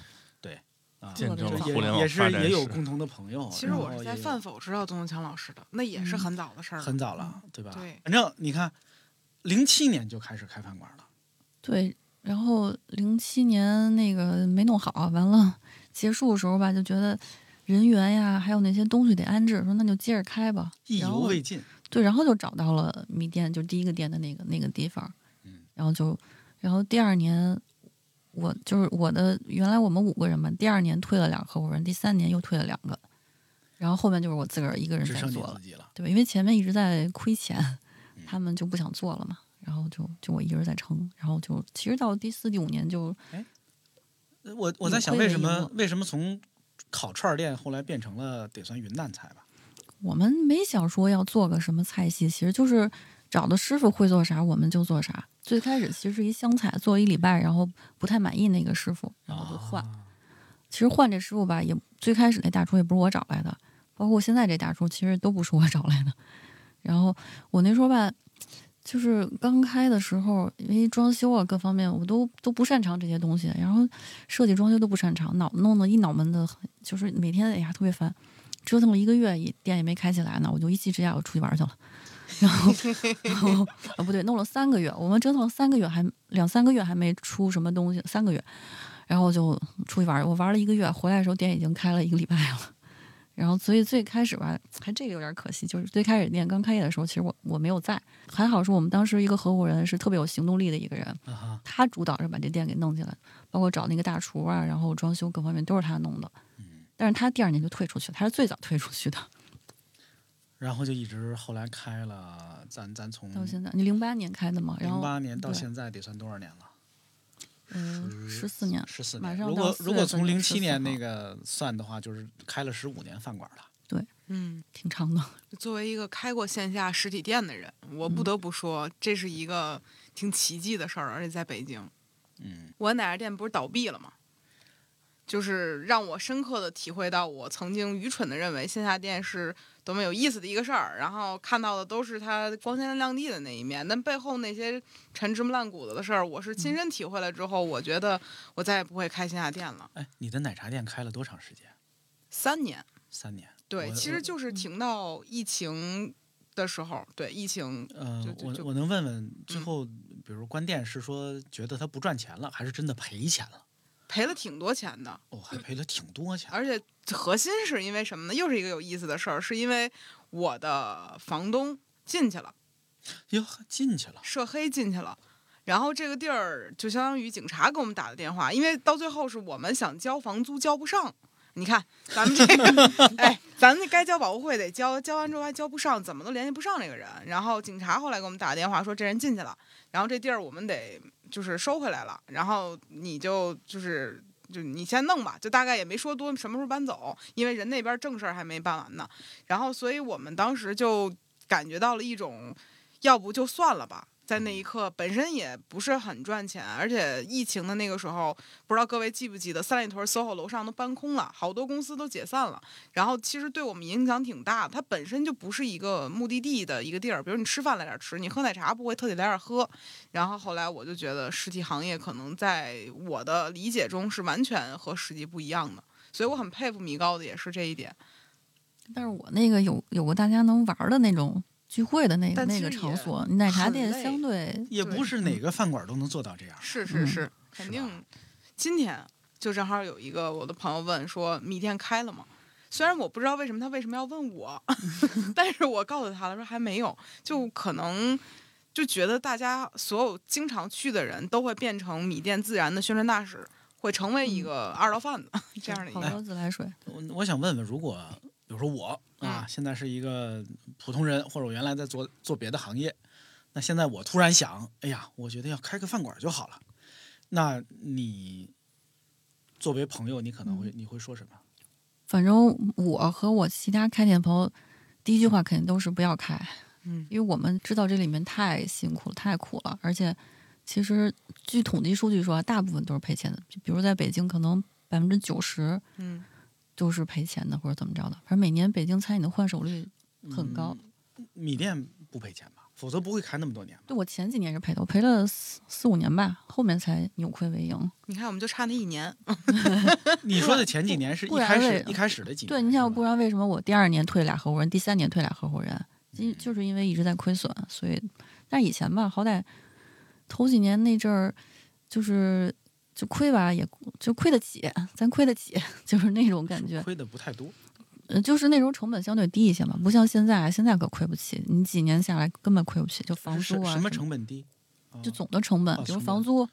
Speaker 4: 啊，
Speaker 2: 见证
Speaker 1: 这
Speaker 2: 了
Speaker 1: 个
Speaker 4: 也
Speaker 2: 互联
Speaker 4: 也
Speaker 2: 网发
Speaker 4: 是
Speaker 2: 展
Speaker 4: 也有
Speaker 2: 史
Speaker 4: 共同的朋友。
Speaker 3: 其实
Speaker 4: 然
Speaker 3: 我
Speaker 4: 后
Speaker 3: 是
Speaker 4: 也
Speaker 3: 在
Speaker 4: 有
Speaker 3: 饭否知道东东强老师的，那也是很早的事儿了。嗯
Speaker 4: 很早了，对吧？
Speaker 3: 对
Speaker 4: 反正你看，零七年就开始开饭馆了，
Speaker 1: 对，然后零七年那个没弄好，完了结束的时候吧，就觉得人员呀，还有那些东西得安置，说那就接着开吧。
Speaker 4: 意
Speaker 1: 然
Speaker 4: 犹
Speaker 1: 后
Speaker 4: 未尽。
Speaker 1: 对，然后就找到了米店，就第一个店的那个那个地方，
Speaker 4: 嗯，
Speaker 1: 然后就，然后第二年，我就是我的原来我们五个人嘛，第二年退了两个合伙人，第三年又退了两个，然后后面就是我自个儿一个人
Speaker 4: 只
Speaker 1: 在
Speaker 4: 剩你
Speaker 1: 做了
Speaker 4: 自，己了。
Speaker 1: 对吧？因为前面一直在亏钱，他们就不想做了嘛，然后就就我一个人在撑，然后就其实到第四第五年就
Speaker 4: 呃我我在
Speaker 1: 有
Speaker 4: 想，
Speaker 1: 亏
Speaker 4: 为
Speaker 1: 没
Speaker 4: 什
Speaker 1: 赢
Speaker 4: 么
Speaker 1: 过
Speaker 4: 为什么从烤串儿店后来变成了得算云南菜吧？
Speaker 1: 我们没想说要做个什么菜系，其实就是找的师傅会做啥，我们就做啥。最开始其实是一湘菜，做一礼拜，然后不太满意那个师傅，然后就换。
Speaker 4: 啊
Speaker 1: 其实换这师傅吧，也最开始那大厨也不是我找来的，包括现在这大厨其实都不是我 找来的。然后我那时候吧，就是刚开的时候，因为装修啊各方面我都都不擅长这些东西，然后设计装修都不擅长，脑弄得一脑门子，就是每天哎呀特别烦，折腾了一个月也店也没开起来呢，我就一气之下我出去玩去了。然后，然后啊不对，弄了三个月，我们折腾了三个月还两三个月还没出什么东西，三个月，然后就出去玩儿，我玩了一个月，回来的时候店已经开了一个礼拜了。然后，所以最开始吧，还这个有点可惜，就是最开始店刚开业的时候，其实我我没有在，还好是我们当时一个合伙人是特别有行动力的一个人，
Speaker 4: 啊哈，
Speaker 1: 他主导着把这店给弄起来，包括找那个大厨啊，然后装修各方面都是他弄的。但是他第二年就退出去了，他是最早退出去的，
Speaker 4: 然后就一直后来开了，咱咱
Speaker 3: 嗯
Speaker 4: 从
Speaker 1: 到现在你零八年开的嘛，然
Speaker 4: 零
Speaker 1: 后
Speaker 4: 八年到
Speaker 1: 对
Speaker 4: 现在得算多少年了？
Speaker 1: 嗯十四年，
Speaker 4: 十四
Speaker 1: 马
Speaker 4: 年。
Speaker 1: 上
Speaker 4: 如
Speaker 1: 到
Speaker 4: 果
Speaker 1: 四
Speaker 4: 如
Speaker 1: 月
Speaker 4: 果
Speaker 1: 份
Speaker 4: 从
Speaker 1: 就
Speaker 4: 零七
Speaker 1: 14
Speaker 4: 年
Speaker 1: 号
Speaker 4: 那个算的话，就是开了十五年饭馆了。
Speaker 3: 嗯，
Speaker 1: 挺长的。
Speaker 3: 作为一个开过线下实体店的人，我
Speaker 1: 嗯
Speaker 3: 不得不说，这是一个挺奇迹的事儿，而且在北京。
Speaker 4: 嗯，
Speaker 3: 我奶茶店不是倒闭了吗？就是让我深刻的体会到，我曾经愚蠢的认为线下店是多么有意思的一个事儿，然后看到的都是它光鲜亮丽的那一面，但背后那些陈芝麻烂谷子的事儿，我是亲身体会了之后，我觉得我再也不会开线下店了。
Speaker 4: 哎，你的奶茶店开了多长时间？
Speaker 3: 三年，
Speaker 4: 三年。
Speaker 3: 对，
Speaker 4: 我
Speaker 3: 其
Speaker 4: 我
Speaker 3: 实就是停到疫情的时候，对疫情
Speaker 4: 呃
Speaker 3: 就，就
Speaker 4: 我
Speaker 3: 就
Speaker 4: 我能问问，最
Speaker 3: 嗯
Speaker 4: 后比如关店是说觉得他不赚钱了，还是真的赔钱了？
Speaker 3: 赔了挺多钱的，
Speaker 4: 哦，还赔了挺多钱。
Speaker 3: 而且核心是因为什么呢？又是一个有意思的事儿，是因为我的房东进去了，
Speaker 4: 哟，进去了。
Speaker 3: 涉黑进去了。然后这个地儿就相当于警察给我们打的电话，因为到最后是我们想交房租交不上。你看，咱们这个，哎，咱们该交保护费得交，交完之后还交不上，怎么都联系不上这个人。然后警察后来给我们打电话说这人进去了，然后这地儿我们得就是收回来了，然后你就就是就你先弄吧，就大概也没说多什么时候搬走，因为人那边正事儿还没办完呢。然后，所以我们当时就感觉到了一种，要不就算了吧。在那一刻，本身也不是很赚钱，而且疫情的那个时候，不知道各位记不记得，三里屯 SOHO 楼上都搬空了，好多公司都解散了。然后其实对我们影响挺大的，它本身就不是一个目的地的一个地儿，比如你吃饭来这儿吃，你喝奶茶不会特地来这儿喝。然后后来我就觉得实体行业可能在我的理解中是完全和实际不一样的，所以我很佩服米高的也是这一点。
Speaker 1: 但是我那个有有个大家能玩的那种聚会的那个
Speaker 3: 但
Speaker 1: 那
Speaker 3: 其
Speaker 1: 个
Speaker 3: 实
Speaker 1: 场
Speaker 3: 也
Speaker 1: 所，奶茶
Speaker 3: 很
Speaker 1: 店
Speaker 3: 累
Speaker 1: 相对
Speaker 4: 也不
Speaker 3: 对
Speaker 4: 是哪个饭馆都能做到这样。
Speaker 3: 是
Speaker 1: 嗯
Speaker 3: 是是，肯
Speaker 4: 吧
Speaker 3: 定。今天就正好有一个我的朋友问说，米店开了吗？虽然我不知道为什么他为什么要问我， 但是我告诉他了，说还没有，就可能就觉得大家所有经常去的人都会变成米店自然的宣传大使，会成为一
Speaker 1: 嗯
Speaker 3: 个二道贩子这样的一
Speaker 1: 好
Speaker 3: 个。
Speaker 1: 多自来水，
Speaker 4: 我我想问问，如果比如说我
Speaker 1: 嗯
Speaker 4: 啊，现在是一个普通人，或者我原来在做做别的行业，那现在我突然想，哎呀，我觉得要开个饭馆就好了。那你作为朋友，你可能会、
Speaker 1: 嗯
Speaker 4: 你会说什么？
Speaker 1: 反正我和我其他开店朋友，第一句话肯定都是不要开，
Speaker 3: 嗯
Speaker 1: 因为我们知道这里面太辛苦了，太苦了，而且其实据统计数据说啊，大部分都是赔钱的，比如在北京，可能百分之九十
Speaker 3: 嗯，
Speaker 1: 都是赔钱的，或者怎么着的。反正每年北京餐饮的换手率很
Speaker 4: 嗯
Speaker 1: 高。
Speaker 4: 米店不赔钱吧？否则不会开那么多年吧？
Speaker 1: 对我前几年是赔的，我赔了四四五年吧，后面才扭亏为盈。
Speaker 3: 你看我们就差那一年，
Speaker 4: 你说的前几年是
Speaker 1: 不
Speaker 4: 一开
Speaker 1: 然
Speaker 4: 始
Speaker 1: 为
Speaker 4: 一开始的几年，
Speaker 1: 对，你想，
Speaker 4: 是吧
Speaker 1: 不然为什么我第二年退俩合伙人，第三年退俩合伙人？
Speaker 4: 嗯
Speaker 1: 因就是因为一直在亏损，所以，但以前吧，好歹头几年那阵儿，就是就亏吧，也就亏得起，咱亏得起， 就是那种感觉，
Speaker 4: 亏的不太多。
Speaker 1: 呃，就是那种成本相对低一些嘛，不像现在，啊现在可亏不起，你几年下来根本亏不起，就房
Speaker 4: 是
Speaker 1: 租啊
Speaker 4: 什
Speaker 1: 什
Speaker 4: 么
Speaker 1: 么
Speaker 4: 成本低？啊
Speaker 1: 就总的成本
Speaker 4: 哦，
Speaker 1: 比如
Speaker 4: 成
Speaker 1: 房
Speaker 4: 本嗯
Speaker 1: 租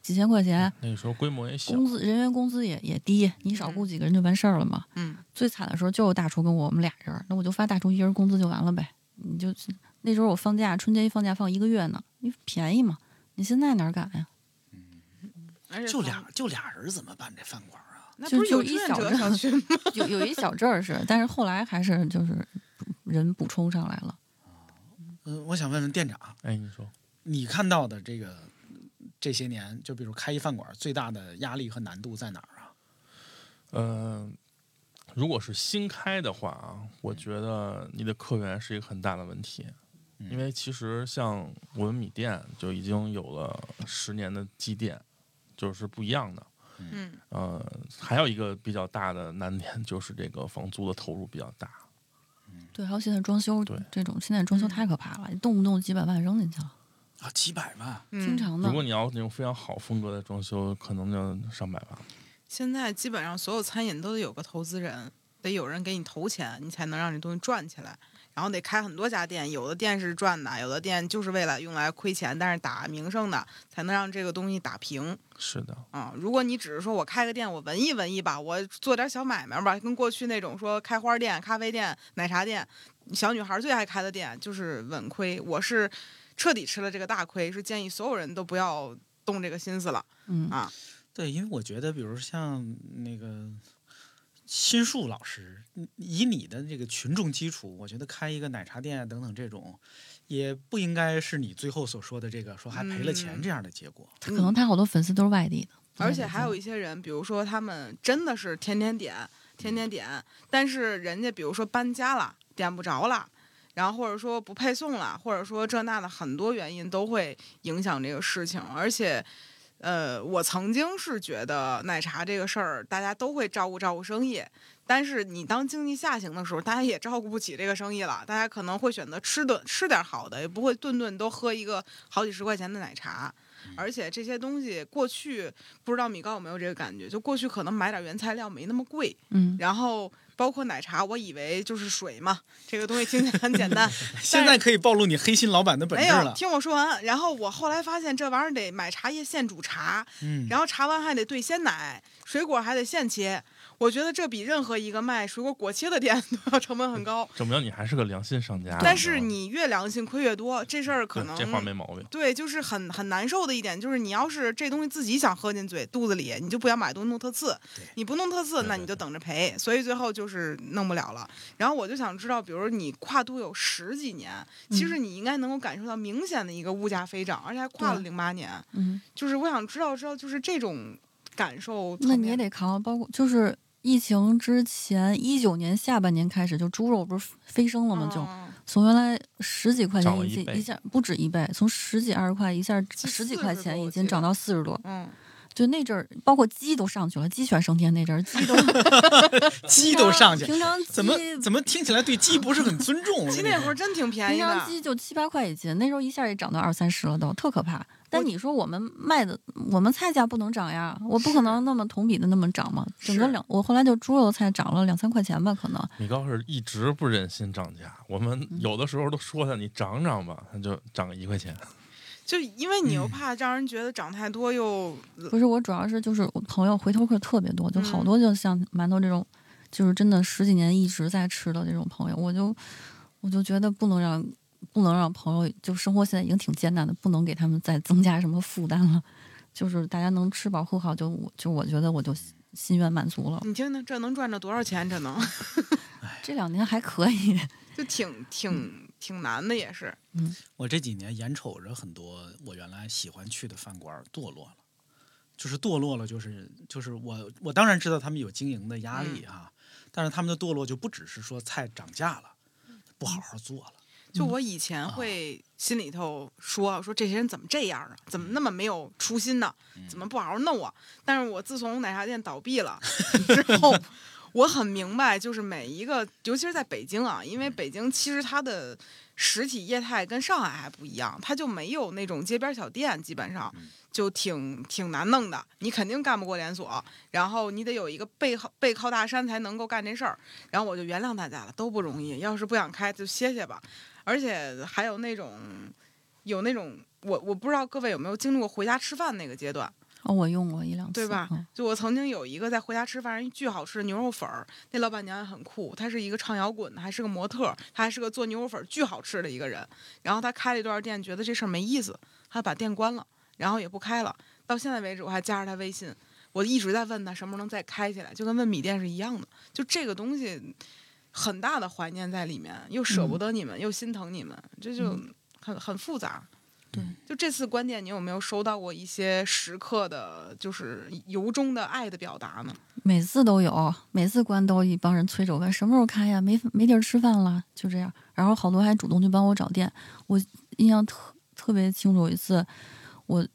Speaker 1: 几千块钱，
Speaker 2: 那个时候规模也小，
Speaker 1: 工资人员工资也也低，你少
Speaker 3: 嗯
Speaker 1: 雇几个人就完事儿了嘛。
Speaker 3: 嗯，
Speaker 1: 最惨的时候就是大厨跟我我们俩人儿，那我就发大厨一人工资就完了呗。你就那时候我放假，春节一放假放一个月呢，你便宜嘛。你现在哪敢呀？
Speaker 3: 而且
Speaker 4: 啊就
Speaker 3: 房
Speaker 4: 俩，就俩人怎么办这饭馆啊？
Speaker 3: 那
Speaker 1: 就
Speaker 3: 不是
Speaker 1: 就
Speaker 3: 有
Speaker 1: 一
Speaker 3: 志愿
Speaker 1: 小
Speaker 3: 者
Speaker 1: 阵
Speaker 3: 小区 吗？
Speaker 1: 有有一小阵儿是，但是后来还是就是人补充上来了。
Speaker 4: 嗯，我想问问店长，
Speaker 2: 哎，你说
Speaker 4: 你看到的这个这些年，就比如开一饭馆，最大的压力和难度在哪儿啊？
Speaker 2: 嗯，如果是新开的话啊，我觉得你的客源是一个很大的问题，
Speaker 4: 嗯
Speaker 2: 因为其实像我们米店就已经有了十年的积淀，就是不一样的。
Speaker 3: 嗯，
Speaker 2: 呃，还有一个比较大的难点就是这个房租的投入比较大，
Speaker 1: 对，还有现在装修
Speaker 2: 对
Speaker 1: 这种，现在
Speaker 3: 嗯
Speaker 1: 装修太可怕了，你动不动几百万扔进去了，
Speaker 4: 啊，几百万，
Speaker 1: 经
Speaker 3: 嗯。
Speaker 1: 常的
Speaker 2: 如。果你要那种非常好风格的装修，可能就上百万。
Speaker 3: 现在基本上所有餐饮都得有个投资人，得有人给你投钱，你才能让这东西转起来。然后得开很多家店，有的店是赚的，有的店就是为了用来亏钱，但是打名声的，才能让这个东西打平
Speaker 2: 是的，
Speaker 3: 啊、如果你只是说我开个店，我文艺文艺吧，我做点小买卖吧，跟过去那种说开花店、咖啡店、奶茶店，小女孩最爱开的店就是稳亏。我是彻底吃了这个大亏，是建议所有人都不要动这个心思了。
Speaker 1: 嗯
Speaker 3: 啊，
Speaker 4: 对，因为我觉得，比如像那个新树老师，嗯以你的这个群众基础，我觉得开一个奶茶店等等这种，也不应该是你最后所说的这个说还赔了钱
Speaker 3: 嗯
Speaker 4: 这样的结果。
Speaker 1: 可能他好多粉丝都是外地的，不
Speaker 3: 而
Speaker 1: 在
Speaker 3: 且
Speaker 1: 北
Speaker 3: 还有
Speaker 1: 京
Speaker 3: 一些人，比如说他们真的是天天点，天天点，但是人家比如说搬家了，点不着了，然后或者说不配送了，或者说这那的很多原因都会影响这个事情。而且，呃，我曾经是觉得奶茶这个事儿，大家都会照顾照顾生意，但是你当经济下行的时候，大家也照顾不起这个生意了，大家可能会选择吃顿吃点好的，也不会顿顿都喝一个好几十块钱的奶茶。而且这些东西过去不知道米高有没有这个感觉，就过去可能买点原材料没那么贵，
Speaker 1: 嗯，
Speaker 3: 然后包括奶茶，我以为就是水嘛，这个东西听起来很简单，
Speaker 4: 现在可以暴露你黑心老板的 本
Speaker 3: 没
Speaker 4: 质
Speaker 3: 有
Speaker 4: 了。
Speaker 3: 听我说完。然后我后来发现这玩意儿得买茶叶现煮茶，
Speaker 4: 嗯，
Speaker 3: 然后茶完还得兑鲜奶，水果还得现切。我觉得这比任何一个卖水果果切的店 都要成本很高。
Speaker 4: 嗯
Speaker 2: 证明你还是个良心商家。
Speaker 3: 但是
Speaker 2: 知道吗
Speaker 3: 你越良心亏越多，这事儿可
Speaker 2: 对
Speaker 4: 嗯
Speaker 3: 能
Speaker 2: 这话没毛病。
Speaker 3: 对，就是很很难受的一点，就是你要是这东西自己想喝进嘴肚子里，你就不想买东西弄特次
Speaker 4: 对，
Speaker 3: 你不弄特次，
Speaker 2: 对
Speaker 3: 那
Speaker 2: 对
Speaker 3: 你就等着赔，所以最后就是弄不了了。然后我就想知道，比如你跨度有十几年，其实你应该能够感受到明显的一个物价飞涨，而且还跨了
Speaker 1: 对
Speaker 3: 零八年，
Speaker 1: 嗯，
Speaker 3: 就是我想知道知道就是这种感受层面。
Speaker 1: 那你也得扛，啊包括就是疫情之前，一九年下半年开始，就猪肉不是飞升了吗？就
Speaker 3: 嗯
Speaker 1: 从原来十几块
Speaker 2: 涨了
Speaker 1: 钱
Speaker 2: 一
Speaker 1: 斤，
Speaker 2: 倍
Speaker 1: 一下不止一倍，从十几二十块一下十几块钱
Speaker 3: 40多
Speaker 1: 一
Speaker 3: 我记
Speaker 1: 斤
Speaker 3: 得
Speaker 1: 涨到四十多，
Speaker 3: 嗯，
Speaker 1: 就那阵儿，包括鸡都上去了，鸡犬升天那阵儿，鸡都
Speaker 4: 鸡都上去，
Speaker 1: 平常鸡
Speaker 4: 怎么怎么听起来对鸡不是很尊重？
Speaker 3: 其实那会儿真挺便
Speaker 1: 平
Speaker 3: 宜
Speaker 1: 常
Speaker 3: 的，啊
Speaker 1: 鸡就七八块一斤，那时候一下也涨到二三十了都，特可怕。但你说我们卖的，我们菜价不能涨呀，我不可能那么同比的那么涨嘛。整个
Speaker 3: 是
Speaker 1: 两，我后来就猪肉菜涨了两三块钱吧，可能。
Speaker 2: 米高是一直不忍心涨价，我们
Speaker 3: 嗯
Speaker 2: 有的时候都说他，你涨涨吧，他就涨个一块钱。
Speaker 3: 就因为你又
Speaker 4: 嗯
Speaker 3: 怕让人觉得涨太多又
Speaker 1: 不是，我主要是就是我朋友回头客特别多，就好
Speaker 3: 嗯
Speaker 1: 多就像馒头这种，就是真的十几年一直在吃的这种朋友，我就我就觉得不能让不能让朋友就生活现在已经挺艰难的，不能给他们再增加什么负担了，就是大家能吃饱喝好就我就我觉得我就心心愿满足了。
Speaker 3: 你听听这能赚着多少钱？这能。
Speaker 1: 这两年还可以，
Speaker 3: 就挺挺挺难的，也是。
Speaker 4: 我这几年眼瞅着很多我原来喜欢去的饭馆儿堕落了，就是堕落了，就是就是我我当然知道他们有经营的压
Speaker 1: 嗯
Speaker 4: 力啊，但是他们的堕落就不只是说菜涨价了，不好好做了。
Speaker 3: 就我以前会心里头说说这些人怎么这样啊，怎么那么没有初心呢？怎么不好好弄啊？但是我自从奶茶店倒闭了之后，我很明白，就是每一个，尤其是在北京啊，因为北京其实它的实体业态跟上海还不一样，它就没有那种街边小店，基本上就挺挺难弄的。你肯定干不过连锁，然后你得有一个背靠背靠大山才能够干这事儿。然后我就原谅大家了，都不容易。要是不想开就歇歇吧。而且还有那种有那种。我我不知道各位有没有经历过回家吃饭那个阶段，
Speaker 1: 哦，我用过一两次，
Speaker 3: 对吧
Speaker 1: 嗯
Speaker 3: 就我曾经有一个在回家吃饭，人巨好吃的牛肉粉儿，那老板娘也很酷，她是一个唱摇滚的，还是个模特儿，她还是个做牛肉粉儿巨好吃的一个人。然后她开了一段店，觉得这事儿没意思，她把店关了，然后也不开了。到现在为止，我还加着她微信，我一直在问她什么时候能再开起来，就跟问米店是一样的。就这个东西，很大的怀念在里面，又舍不得你们，又心疼你们，这就很很复杂。嗯
Speaker 1: 对，
Speaker 3: 就这次观点，你有没有收到过一些时刻的，就是由衷的爱的表达呢？
Speaker 1: 每次都有，每次关都一帮人催着我问什么时候开呀，没没地儿吃饭了，就这样。然后好多还主动去帮我找店，我印象特特别清楚。有一次，我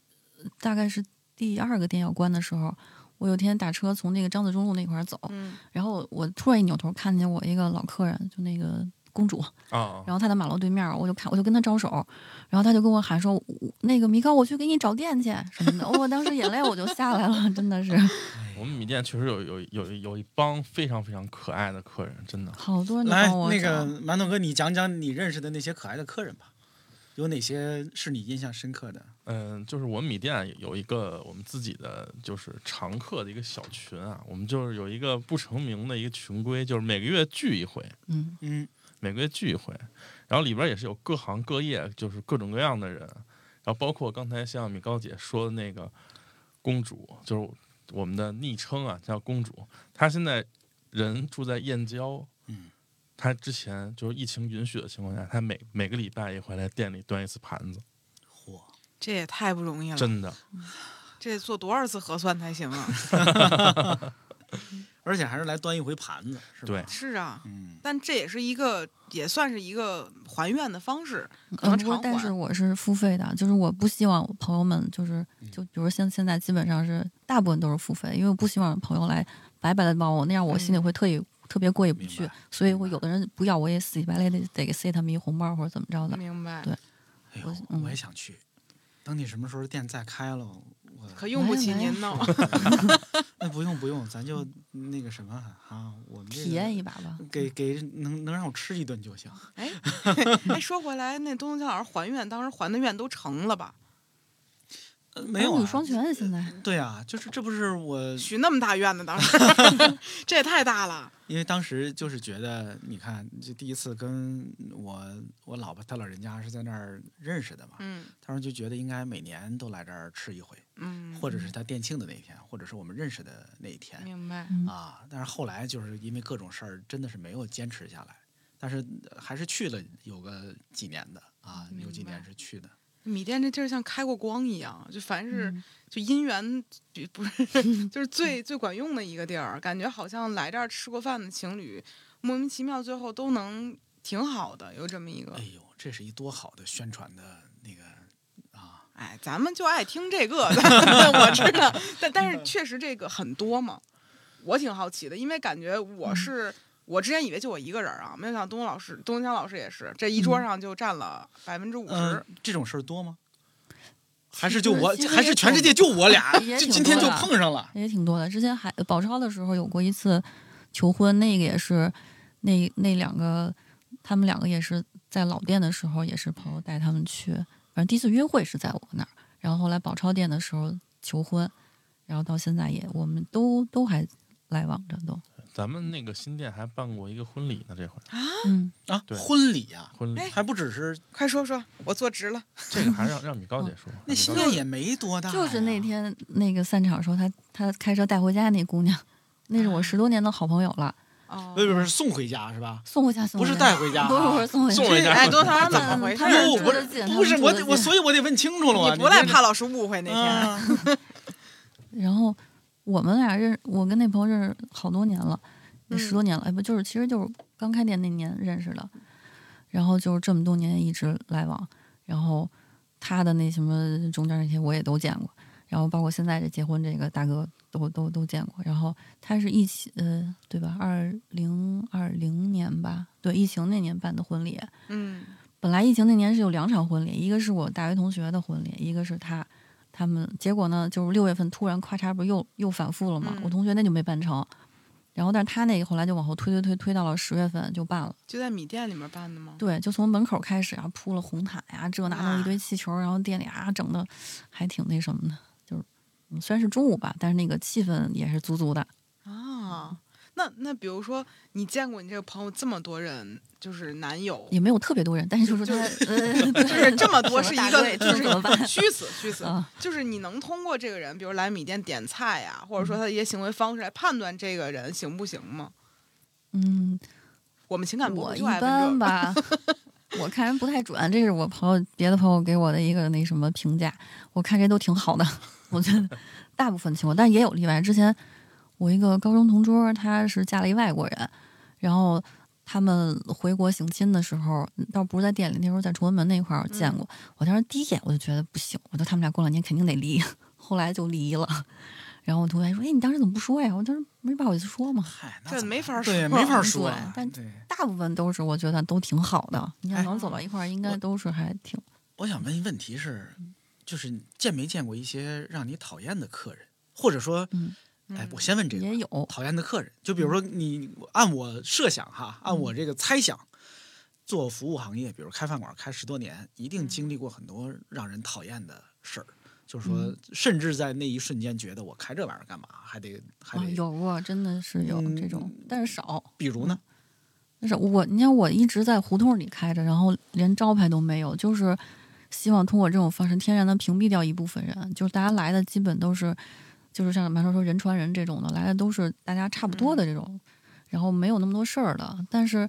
Speaker 1: 大概是第二个店要关的时候，我有天打车从那个张自忠路那块儿走，
Speaker 3: 嗯，
Speaker 1: 然后我我突然一扭头看见我一个老客人，就那个公主，
Speaker 2: 啊，
Speaker 1: 然后他在马路对面儿，我就看，我就跟他招手，然后他就跟我喊说：“我那个米高，我去给你找店去什么的。”我当时眼泪我就下来了，真的是
Speaker 2: 我们米店确实有有有有一帮非常非常可爱的客人，真的。
Speaker 1: 好多人都嗯
Speaker 4: 来，
Speaker 1: 帮我
Speaker 4: 那
Speaker 1: 找
Speaker 4: 个馒头哥，你讲讲你认识的那些可爱的客人吧，有哪些是你印象深刻的？
Speaker 2: 嗯，就是我们米店有一个我们自己的就是常客的一个小群啊，我们就是有一个不成名的一个群规，就是每个月聚一回，
Speaker 1: 嗯。
Speaker 4: 嗯，
Speaker 2: 每个月聚一回，然后里边也是有各行各业，就是各种各样的人，然后包括刚才像米高姐说的那个公主，就是我们的昵称啊，叫公主。她现在人住在燕郊，
Speaker 4: 嗯，
Speaker 2: 她之前就是疫情允许的情况下，她每每个礼拜也会来店里端一次盘子，
Speaker 4: 嚯，
Speaker 3: 这也太不容易了，
Speaker 2: 真的。
Speaker 3: 这得做多少次核酸才行 啊？
Speaker 4: 而且还是来端一回盘子，是吧？
Speaker 2: 对
Speaker 3: 是啊，
Speaker 4: 嗯，
Speaker 3: 但这也是一个，也算是一个还愿的方式，可
Speaker 1: 呃
Speaker 3: 能
Speaker 1: 不过
Speaker 3: 偿
Speaker 1: 但是
Speaker 3: 还。
Speaker 1: 我是付费的，就是我不希望我朋友们就是
Speaker 4: 嗯
Speaker 1: 就比如现现在基本上是大部分都是付费，因为我不希望朋友来白白的帮我，那样我心里会特意、特别过意不
Speaker 4: 嗯明
Speaker 1: 去
Speaker 4: 白。
Speaker 1: 所以
Speaker 4: 明
Speaker 1: 我
Speaker 4: 白
Speaker 1: 有的人不要，我也死乞白赖得得给塞他们一红包或者怎么着的。
Speaker 3: 明白
Speaker 1: 对，
Speaker 4: 哎
Speaker 1: 我
Speaker 4: 呦，
Speaker 1: 嗯
Speaker 4: 我也想去。等你什么时候店再开了，我
Speaker 3: 可用不起您呢。
Speaker 4: 那不用不用，咱就那个什么啊，我们这
Speaker 1: 体
Speaker 4: 个
Speaker 1: 验一把吧，
Speaker 4: 给给能能让我吃一顿就行。
Speaker 3: 哎，哎，说回来，那东东强老师还愿，当时还的愿都成了吧？
Speaker 4: 呃没有
Speaker 1: 儿女
Speaker 4: 啊，
Speaker 1: 双全现在
Speaker 4: 对啊，就是这不是我，
Speaker 3: 许那么大愿呢，当时 这也太大了。
Speaker 4: 因为当时就是觉得，你看，就第一次跟我我老婆她老人家是在那儿认识的嘛，
Speaker 3: 嗯
Speaker 4: 当时就觉得应该每年都来这儿吃一回，
Speaker 3: 嗯，
Speaker 4: 或者是他店庆的那一天，或者是我们认识的那一天
Speaker 3: 明白。
Speaker 1: 嗯
Speaker 4: 啊。但是后来就是因为各种事儿，真的是没有坚持下来，但是呃还是去了有个几年的啊，
Speaker 3: 明
Speaker 4: 有几年
Speaker 3: 白
Speaker 4: 是去的。
Speaker 3: 米店这地儿像开过光一样，就凡是
Speaker 1: 嗯
Speaker 3: 就姻缘比 不是就是最最管用的一个地儿，感觉好像来这儿吃过饭的情侣，莫名其妙最后都能挺好的，有这么一个
Speaker 4: 哎。呦，这是一多好的宣传的那个啊！
Speaker 3: 哎，咱们就爱听这个， 我知道，但但是确实这个很多嘛，我挺好奇的，因为感觉我是。我之前以为就我一个人啊，没有想到东东老师、东东江老师也是，这一桌上就占了百分之五
Speaker 4: 嗯、
Speaker 3: 十。
Speaker 4: 这种事儿多吗？
Speaker 1: 其
Speaker 4: 还是就
Speaker 1: 实
Speaker 4: 我
Speaker 1: 其，实
Speaker 4: 还
Speaker 1: 也
Speaker 4: 是全
Speaker 1: 挺
Speaker 4: 世界就我俩，
Speaker 1: 也
Speaker 4: 就
Speaker 1: 挺
Speaker 4: 今天
Speaker 1: 多
Speaker 4: 就
Speaker 1: 的
Speaker 4: 碰上了。
Speaker 1: 也挺多的。之前还宝钞的时候有过一次求婚，那个也是那那两个他们两个也是在老店的时候，也是朋友带他们去，反正第一次约会是在我那儿，然后后来宝钞店的时候求婚，然后到现在也我们都都还来往着都，
Speaker 2: 咱们那个新店还办过一个婚礼呢，这回
Speaker 1: 嗯，
Speaker 4: 啊，
Speaker 2: 对
Speaker 4: 婚礼啊，
Speaker 2: 婚礼
Speaker 3: 哎
Speaker 4: 还不只是
Speaker 3: 快说说，我坐直了。
Speaker 2: 这个还让让米高姐说。
Speaker 4: 那
Speaker 2: 米
Speaker 4: 新
Speaker 2: 高
Speaker 4: 店
Speaker 2: 姐
Speaker 4: 也没多大呀，
Speaker 1: 就是那天那个散场的时候，他他开车带回家那姑娘，那是我十多年的好朋友了，
Speaker 3: 哦，
Speaker 4: 不是，不是不是送回家是吧？
Speaker 1: 送回家送
Speaker 4: 不
Speaker 1: 回
Speaker 4: 是
Speaker 1: 家，
Speaker 4: 带回家啊，
Speaker 1: 不是不是送回家
Speaker 2: 送人家
Speaker 3: 哎， 多少
Speaker 1: 他
Speaker 3: 人怎么回
Speaker 1: 们
Speaker 3: 事
Speaker 1: 他
Speaker 3: 儿？啊
Speaker 1: 们
Speaker 4: 哟
Speaker 1: 住
Speaker 4: 不
Speaker 1: 得
Speaker 4: 是
Speaker 1: 近，他
Speaker 4: 不
Speaker 1: 们
Speaker 4: 是
Speaker 1: 住
Speaker 4: 我
Speaker 1: 得
Speaker 4: 得我，
Speaker 1: 近
Speaker 4: 所以我得问清楚了啊。
Speaker 3: 你不嗯赖
Speaker 4: 这
Speaker 3: 怕老师误会那天。
Speaker 4: 啊
Speaker 1: 然后我们俩认，我跟那朋友认识好多年了，也
Speaker 3: 嗯
Speaker 1: 十多年了，哎，不就是，其实就是刚开店那年认识的，然后就是这么多年一直来往，然后他的那什么中间那些我也都见过，然后包括现在这结婚这个大哥都都都见过，然后他是一起，呃，对吧？二零二零年吧，对，疫情那年办的婚礼，
Speaker 3: 嗯，
Speaker 1: 本来疫情那年是有两场婚礼，一个是我大学同学的婚礼，一个是他他们。结果呢，就是六月份突然咔嚓，不是又又反复了嘛？
Speaker 3: 嗯
Speaker 1: 我同学那就没办成，然后但是他那个后来就往后推推推推到了十月份就办了。
Speaker 3: 就在米店里面办的吗？
Speaker 1: 对，就从门口开始啊，铺了红毯呀、这那
Speaker 3: 哇
Speaker 1: 弄一堆气球，然后店里啊整的还挺那什么的，就是嗯虽然是中午吧，但是那个气氛也是足足的。
Speaker 3: 啊，那那比如说，你见过你这个朋友这么多人，就是男友，
Speaker 1: 也没有特别多人，但是就是
Speaker 3: 就
Speaker 1: 他
Speaker 3: 是
Speaker 1: 呃，
Speaker 3: 就是这么多
Speaker 1: 什
Speaker 3: 是
Speaker 1: 大
Speaker 3: 一个
Speaker 1: 队
Speaker 3: 就是
Speaker 1: 怎么 办？
Speaker 3: 虚此虚此，
Speaker 1: 啊，
Speaker 3: 就是你能通过这个人，比如来米店点菜呀、或者说他的一些行为方式来判断这个人行不行吗？
Speaker 1: 嗯，
Speaker 3: 我们情感博
Speaker 1: 我
Speaker 3: 主
Speaker 1: 一
Speaker 3: 就爱问
Speaker 1: 般
Speaker 3: 这个，
Speaker 1: 吧，我看人不太准，这是我朋友别的朋友给我的一个那什么评价，我看这都挺好的， 我觉得大部分情况，但也有例外。之前我一个高中同桌，她是嫁了一外国人，然后他们回国行亲的时候，倒不是在店里，那时候在崇文门那块儿
Speaker 3: 嗯
Speaker 1: 见过。我当时第一眼我就觉得不行，我说他们俩过两年肯定得离， 后来就离了。 然后我同学说：“哎，你当时怎么不说呀？”我当时没不好意思说嘛。
Speaker 4: 嗨，那
Speaker 3: 这
Speaker 4: 怎么
Speaker 3: 没法说
Speaker 4: 对，没法
Speaker 1: 对
Speaker 4: 说啊。
Speaker 1: 但
Speaker 4: 对，
Speaker 1: 大部分都是我觉得都挺好的，你
Speaker 4: 哎
Speaker 1: 看能走到一块儿，应该
Speaker 4: 我
Speaker 1: 都是还挺
Speaker 4: 我想问问题是，就是你见没见过一些让你讨厌的客人，或者说，
Speaker 1: 嗯
Speaker 4: 哎
Speaker 3: 嗯，
Speaker 4: 我先问这个吧
Speaker 1: 也有
Speaker 4: 讨厌的客人，就比如说你按我设想哈，按
Speaker 1: 嗯
Speaker 4: 我这个猜想。做服务行业，比如开饭馆开十多年，一定经历过很多让人讨厌的事儿，就是说
Speaker 1: 嗯，
Speaker 4: 甚至在那一瞬间觉得我开这玩意儿干嘛，还得还
Speaker 1: 啊
Speaker 4: 得，
Speaker 1: 有过，真的是有
Speaker 4: 嗯
Speaker 1: 这种，但是少。
Speaker 4: 比如呢，
Speaker 1: 但是我，你看我一直在胡同里开着，然后连招牌都没有，就是希望通过这种方式天然的屏蔽掉一部分人，就是大家来的基本都是，就是像马超说人传人这种的，来的都是大家差不多的这种，然后没有那么多事儿的，但是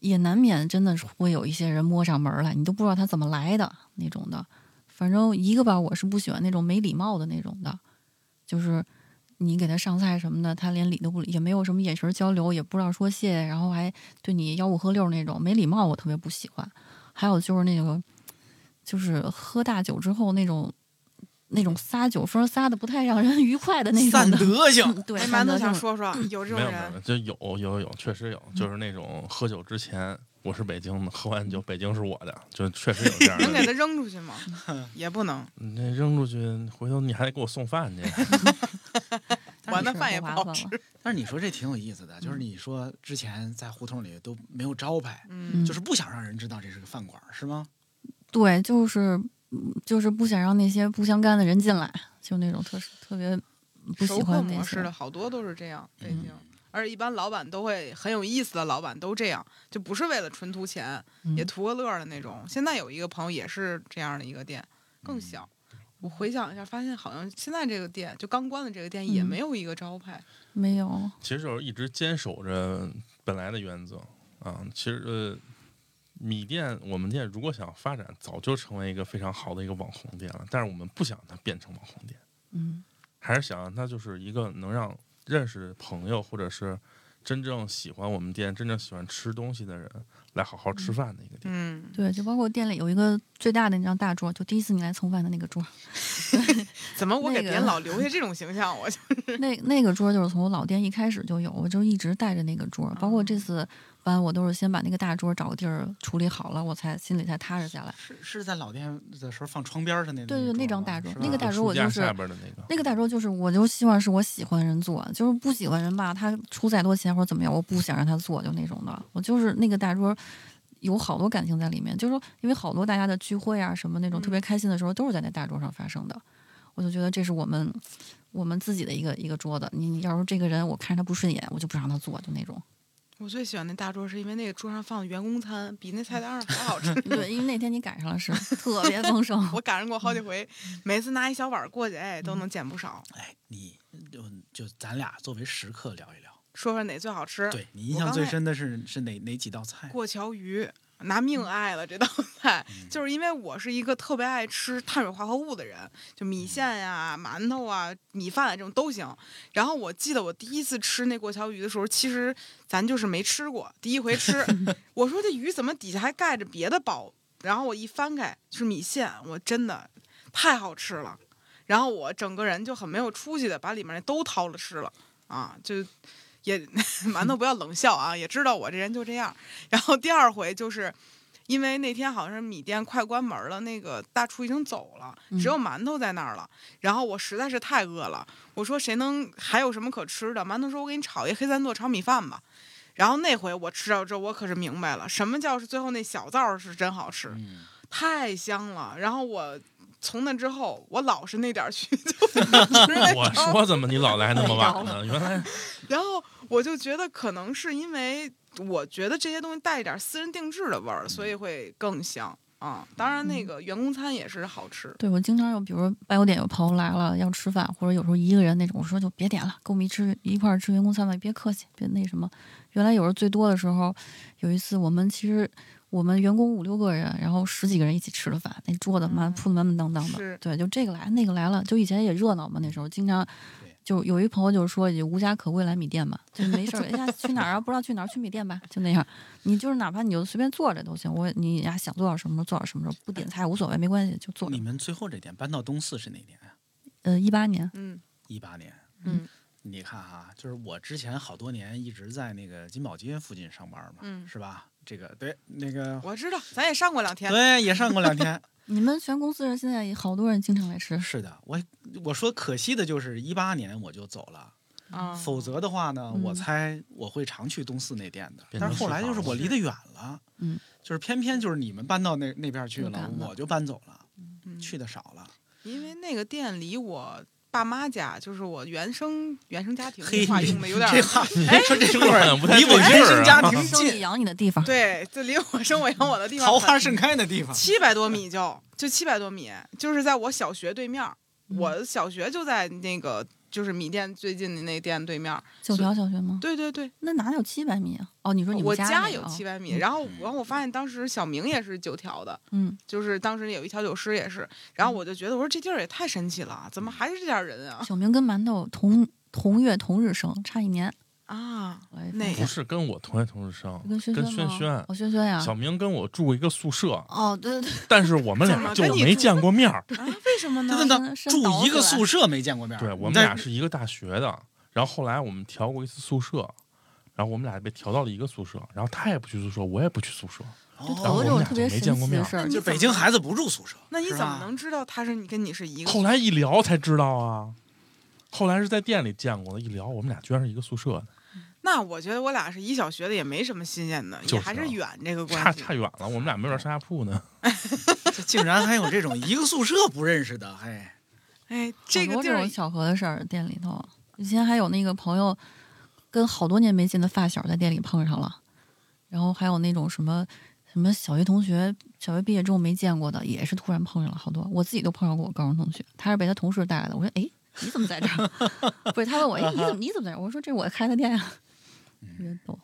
Speaker 1: 也难免真的是会有一些人摸上门儿来，你都不知道他怎么来的那种的。反正一个吧，我是不喜欢那种没礼貌的那种的，就是你给他上菜什么的，他连理都不理，也没有什么眼神交流，也不知道说谢，然后还对你吆五喝六那种没礼貌，我特别不喜欢。还有就是那个，就是喝大酒之后那种那种撒酒疯，撒的不太让人愉 快的那
Speaker 4: 散
Speaker 1: 种的。
Speaker 4: 德性，
Speaker 1: 嗯对，
Speaker 3: 哎，
Speaker 1: 散
Speaker 3: 馒
Speaker 1: 德
Speaker 3: 头
Speaker 1: 性
Speaker 3: 想说说，有这种
Speaker 2: 没有没有，没
Speaker 3: 人
Speaker 2: 有就有有有，确实有，就是那种喝酒之前，我是北京的，喝完酒北京是我的，就确实有这样
Speaker 3: 能给
Speaker 2: 的
Speaker 3: 他。扔 出去吗？也不能，
Speaker 2: 你这扔出去，回头你还得给我送饭去。
Speaker 1: 但是
Speaker 3: 完了
Speaker 1: 是
Speaker 3: 饭也
Speaker 1: 不
Speaker 3: 不
Speaker 1: 划
Speaker 3: 好
Speaker 1: 算
Speaker 3: 吃
Speaker 1: 了
Speaker 4: 但是你说这挺有意思的，就是你说之前在胡同里都没有招牌，
Speaker 3: 嗯
Speaker 1: 嗯
Speaker 4: 就是不想让人知道这是个饭馆儿，是吗？
Speaker 1: 对，就是嗯就是不想让那些不相干的人进来，就那种特特别不
Speaker 3: 熟
Speaker 1: 喜
Speaker 3: 客
Speaker 1: 欢那
Speaker 3: 模
Speaker 1: 些
Speaker 3: 式的。好多都是这样，北
Speaker 1: 嗯
Speaker 3: 京。而且一般老板都会很有意思的，老板都这样，就不是为了纯图钱，
Speaker 1: 嗯
Speaker 3: 也图个乐儿的那种。现在有一个朋友也是这样的一个店，
Speaker 1: 嗯
Speaker 3: 更小。我回想一下，发现好像现在这个店就刚关的这个店也
Speaker 1: 嗯
Speaker 3: 没有一个招牌，
Speaker 1: 没有，
Speaker 2: 其实就是一直坚守着本来的原则啊。其实呃，米店我们店如果想发展，早就成为一个非常好的一个网红店了，但是我们不想它变成网红店，
Speaker 1: 嗯
Speaker 2: 还是想让它就是一个能让认识朋友或者是真正喜欢我们店、真正喜欢吃东西的人来好好吃饭的一个店。
Speaker 3: 嗯，
Speaker 1: 对，就包括店里有一个最大的那张大桌，就第一次你来蹭饭的那个桌，
Speaker 3: 怎么我给
Speaker 1: 那
Speaker 3: 别
Speaker 1: 个
Speaker 3: 人老 留下这种形象？我就
Speaker 1: 那那个桌就是从我老店一开始就有，我就一直带着那个桌，包括这次搬，我都是先把那个大桌找个地儿处理好了，我才心里才踏实下来。
Speaker 4: 是是在老店的时候放窗边上那
Speaker 1: 对对那张
Speaker 4: 吗
Speaker 1: 大桌
Speaker 4: 是
Speaker 1: 那
Speaker 4: 吧
Speaker 1: 个大桌我
Speaker 2: 嗯书架
Speaker 1: 就是
Speaker 2: 下边的那个
Speaker 1: 那个大桌就是，我就希望是我喜欢的人做，就是不喜欢人吧，他出再多钱或者怎么样，我不想让他做，就那种的。我就是那个大桌，有好多感情在里面，就是说，因为好多大家的聚会啊什么那种
Speaker 3: 嗯
Speaker 1: 特别开心的时候，都是在那大桌上发生的。我就觉得这是我们我们自己的一个一个桌子。你你要是这个人我看着他不顺眼，我就不让他做，就那种。
Speaker 3: 我最喜欢那大桌，是因为那个桌上放的员工餐比那菜单上还好吃。
Speaker 1: 对，因为那天你赶上了是，特别丰盛。
Speaker 3: 我赶上过
Speaker 1: 嗯
Speaker 3: 好几回，每次拿一小碗儿过去，哎，都能捡不少。
Speaker 4: 哎，你就就咱俩作为食客聊一聊，
Speaker 3: 说说哪最好吃？
Speaker 4: 对你印
Speaker 3: 我
Speaker 4: 象
Speaker 3: 刚
Speaker 4: 最
Speaker 3: 才
Speaker 4: 深的是是哪哪几道菜？
Speaker 3: 过桥鱼，拿命爱了这道菜，就是因为我是一个特别爱吃碳水化合物的人，就米线呀、馒头啊、米饭啊这种都行。然后我记得我第一次吃那过桥鱼的时候，其实咱就是没吃过，第一回吃，我说这鱼怎么底下还盖着别的包？然后我一翻开是米线，我真的太好吃了。然后我整个人就很没有出息的把里面那都掏了吃了啊，就也 馒头不要冷笑啊，也知道我这人就这样。然后第二回就是。因为那天好像是米店快关门了，那个大厨已经走了，只有馒头在那儿了。然后我实在是太饿了，我说谁能还有什么可吃的？馒头说：“我给你炒一黑三剁炒米饭吧。”然后那回我吃到之后，我可是明白了，什么叫是最后那小灶是真好吃。
Speaker 4: 嗯，
Speaker 3: 太香了。然后我从那之后，我老是那点儿去 就吃那
Speaker 2: 我
Speaker 3: 种
Speaker 2: 说怎么你老来那么晚呢？原来
Speaker 3: 然后我就觉得可能是因为我觉得这些东西带一点儿私人定制的味儿，所以
Speaker 4: 嗯
Speaker 3: 会更香啊。当然，那个员工餐也是好吃。
Speaker 1: 对我经常有，比如说八九点有朋友来了要吃饭，或者有时候一个人那种，我说就别点了，跟我们一吃一块儿吃员工餐吧，别客气，别那什么。原来有时候最多的时候，有一次我们其实我们员工五六个人，然后十几个人一起吃的饭，那桌子满
Speaker 3: 嗯
Speaker 1: 铺的满满当当的，
Speaker 3: 是
Speaker 1: 对，就这个来那个来了，就以前也热闹嘛，那时候经常
Speaker 4: 对。
Speaker 1: 就有一朋友就说也无家可归来米店吧，就没事 儿，哎呀去哪儿啊？不知道去哪儿，去米店吧，就那样。你就是哪怕你就随便坐着都行，我你呀想做到什么时候做到什么时候，不点菜无所谓，没关系，就坐着
Speaker 4: 你。们最后这点搬到东四是哪年啊？
Speaker 1: 呃，一八年，
Speaker 3: 嗯
Speaker 4: 一八年。
Speaker 3: 嗯
Speaker 4: 你看啊，就是我之前好多年一直在那个金宝街附近上班嘛，
Speaker 3: 嗯
Speaker 4: 是吧？这个对，那个
Speaker 3: 我知道，咱也上过两天。
Speaker 4: 对也上过两天。
Speaker 1: 你们全公司人现在也好多人经常来吃，
Speaker 4: 是的，我我说可惜的就是一八年我就走了，
Speaker 3: 啊，
Speaker 4: 否则的话呢，
Speaker 1: 嗯
Speaker 4: 我猜我会常去东四那店的。
Speaker 2: 变
Speaker 4: 但是
Speaker 2: 成
Speaker 4: 后
Speaker 2: 食
Speaker 4: 来就是
Speaker 2: 堂
Speaker 4: 我
Speaker 2: 了
Speaker 4: 离得远了，
Speaker 1: 嗯，
Speaker 4: 就是偏偏就是你们搬到那那边去
Speaker 1: 又
Speaker 4: 了
Speaker 1: 赶，了
Speaker 4: 我就搬走了，
Speaker 3: 嗯
Speaker 4: 去的少了。
Speaker 3: 因为那个店离我爸妈家，就是我原生原生家庭
Speaker 4: 嘿，
Speaker 3: 这话用的有点
Speaker 4: 这
Speaker 3: 儿。
Speaker 4: 话说这种
Speaker 2: 哎
Speaker 4: 话
Speaker 2: 不太
Speaker 4: 离我
Speaker 2: 对劲
Speaker 4: 原
Speaker 2: 儿
Speaker 4: 生
Speaker 2: 啊
Speaker 4: 家庭
Speaker 1: 生意
Speaker 4: 近，
Speaker 1: 养你的地方。
Speaker 3: 对，就离我生我养我的地方
Speaker 4: 桃
Speaker 3: 很
Speaker 4: 花盛开的地方。
Speaker 3: 七百多米就就七百多米，就是在我小学对面儿。
Speaker 1: 嗯
Speaker 3: 我小学就在那个就是米店最近的那店对面儿。
Speaker 1: 九条小学吗？
Speaker 3: 对对对，
Speaker 1: 那哪有七百米啊？哦，你说你们
Speaker 3: 我
Speaker 1: 那个
Speaker 3: 有七
Speaker 1: 哦
Speaker 3: 百米。然后然后我发现当时小明也是九条的，
Speaker 1: 嗯，
Speaker 3: 就是当时有一调酒师也是。然后我就觉得我说这地儿也太神奇了，啊怎么还是这点儿人啊？
Speaker 1: 小明跟馒头同同月同日生，差一年。
Speaker 3: 啊，
Speaker 1: 我也
Speaker 3: 那
Speaker 1: 发现
Speaker 2: 不是跟我同学同事生，
Speaker 1: 跟轩
Speaker 2: 跟
Speaker 1: 轩
Speaker 2: 轩
Speaker 1: 吗？
Speaker 2: 轩
Speaker 1: 哦，轩轩呀。
Speaker 2: 小明跟我住过一个宿舍，
Speaker 1: 哦，对对
Speaker 2: 但是我们
Speaker 3: 怎
Speaker 2: 俩
Speaker 3: 么
Speaker 2: 就
Speaker 3: 跟
Speaker 2: 我
Speaker 3: 你
Speaker 2: 没
Speaker 3: 住
Speaker 2: 见过面儿。
Speaker 3: 啊，为什么呢？
Speaker 4: 真的
Speaker 1: 深
Speaker 4: 住
Speaker 1: 倒
Speaker 4: 一个
Speaker 1: 起来
Speaker 4: 宿舍没见过面儿。
Speaker 2: 对我们
Speaker 4: 你在
Speaker 2: 俩是一个大学的，然后后来我们调过一次宿舍，然后我们俩被调到了一个宿舍，然后他也不去宿舍，我也不去宿舍，
Speaker 1: 对，
Speaker 2: 然后
Speaker 1: 头
Speaker 2: 我
Speaker 1: 这
Speaker 2: 们
Speaker 1: 种特别
Speaker 2: 俩就没
Speaker 1: 神
Speaker 2: 见过
Speaker 1: 奇
Speaker 2: 面
Speaker 1: 的
Speaker 2: 儿
Speaker 1: 事儿，
Speaker 4: 哦就北京孩子不住宿舍，
Speaker 3: 那你
Speaker 4: 是啊
Speaker 3: 怎么
Speaker 4: 吧
Speaker 3: 能知道他是你跟你是一个？
Speaker 2: 后来一聊才知道啊，后来是在店里见过的，一聊我们俩居然是一个宿舍的，
Speaker 3: 那我觉得我俩是一小学的，也没什么新鲜的，
Speaker 2: 就是
Speaker 3: 也还是
Speaker 2: 啊
Speaker 3: 远这个关
Speaker 2: 差
Speaker 3: 系。
Speaker 2: 差远了，我们俩没准上下铺呢。
Speaker 4: 这竟然还有这种一个宿舍不认识的，哎，
Speaker 3: 哎，这
Speaker 1: 好
Speaker 3: 个
Speaker 1: 多
Speaker 3: 地
Speaker 1: 这
Speaker 3: 儿
Speaker 1: 种巧合的事儿，店里头。以前还有那个朋友跟好多年没见的发小在店里碰上了，然后还有那种什么什么小学同学，小学毕业之后没见过的，也是突然碰上了好多。我自己都碰上过我高中同学，他是被他同事带来的。我说，哎，你怎么在这儿？ 不是，他问我，哎，你怎么你怎么在这儿？我说，这是我开的店啊。特别逗，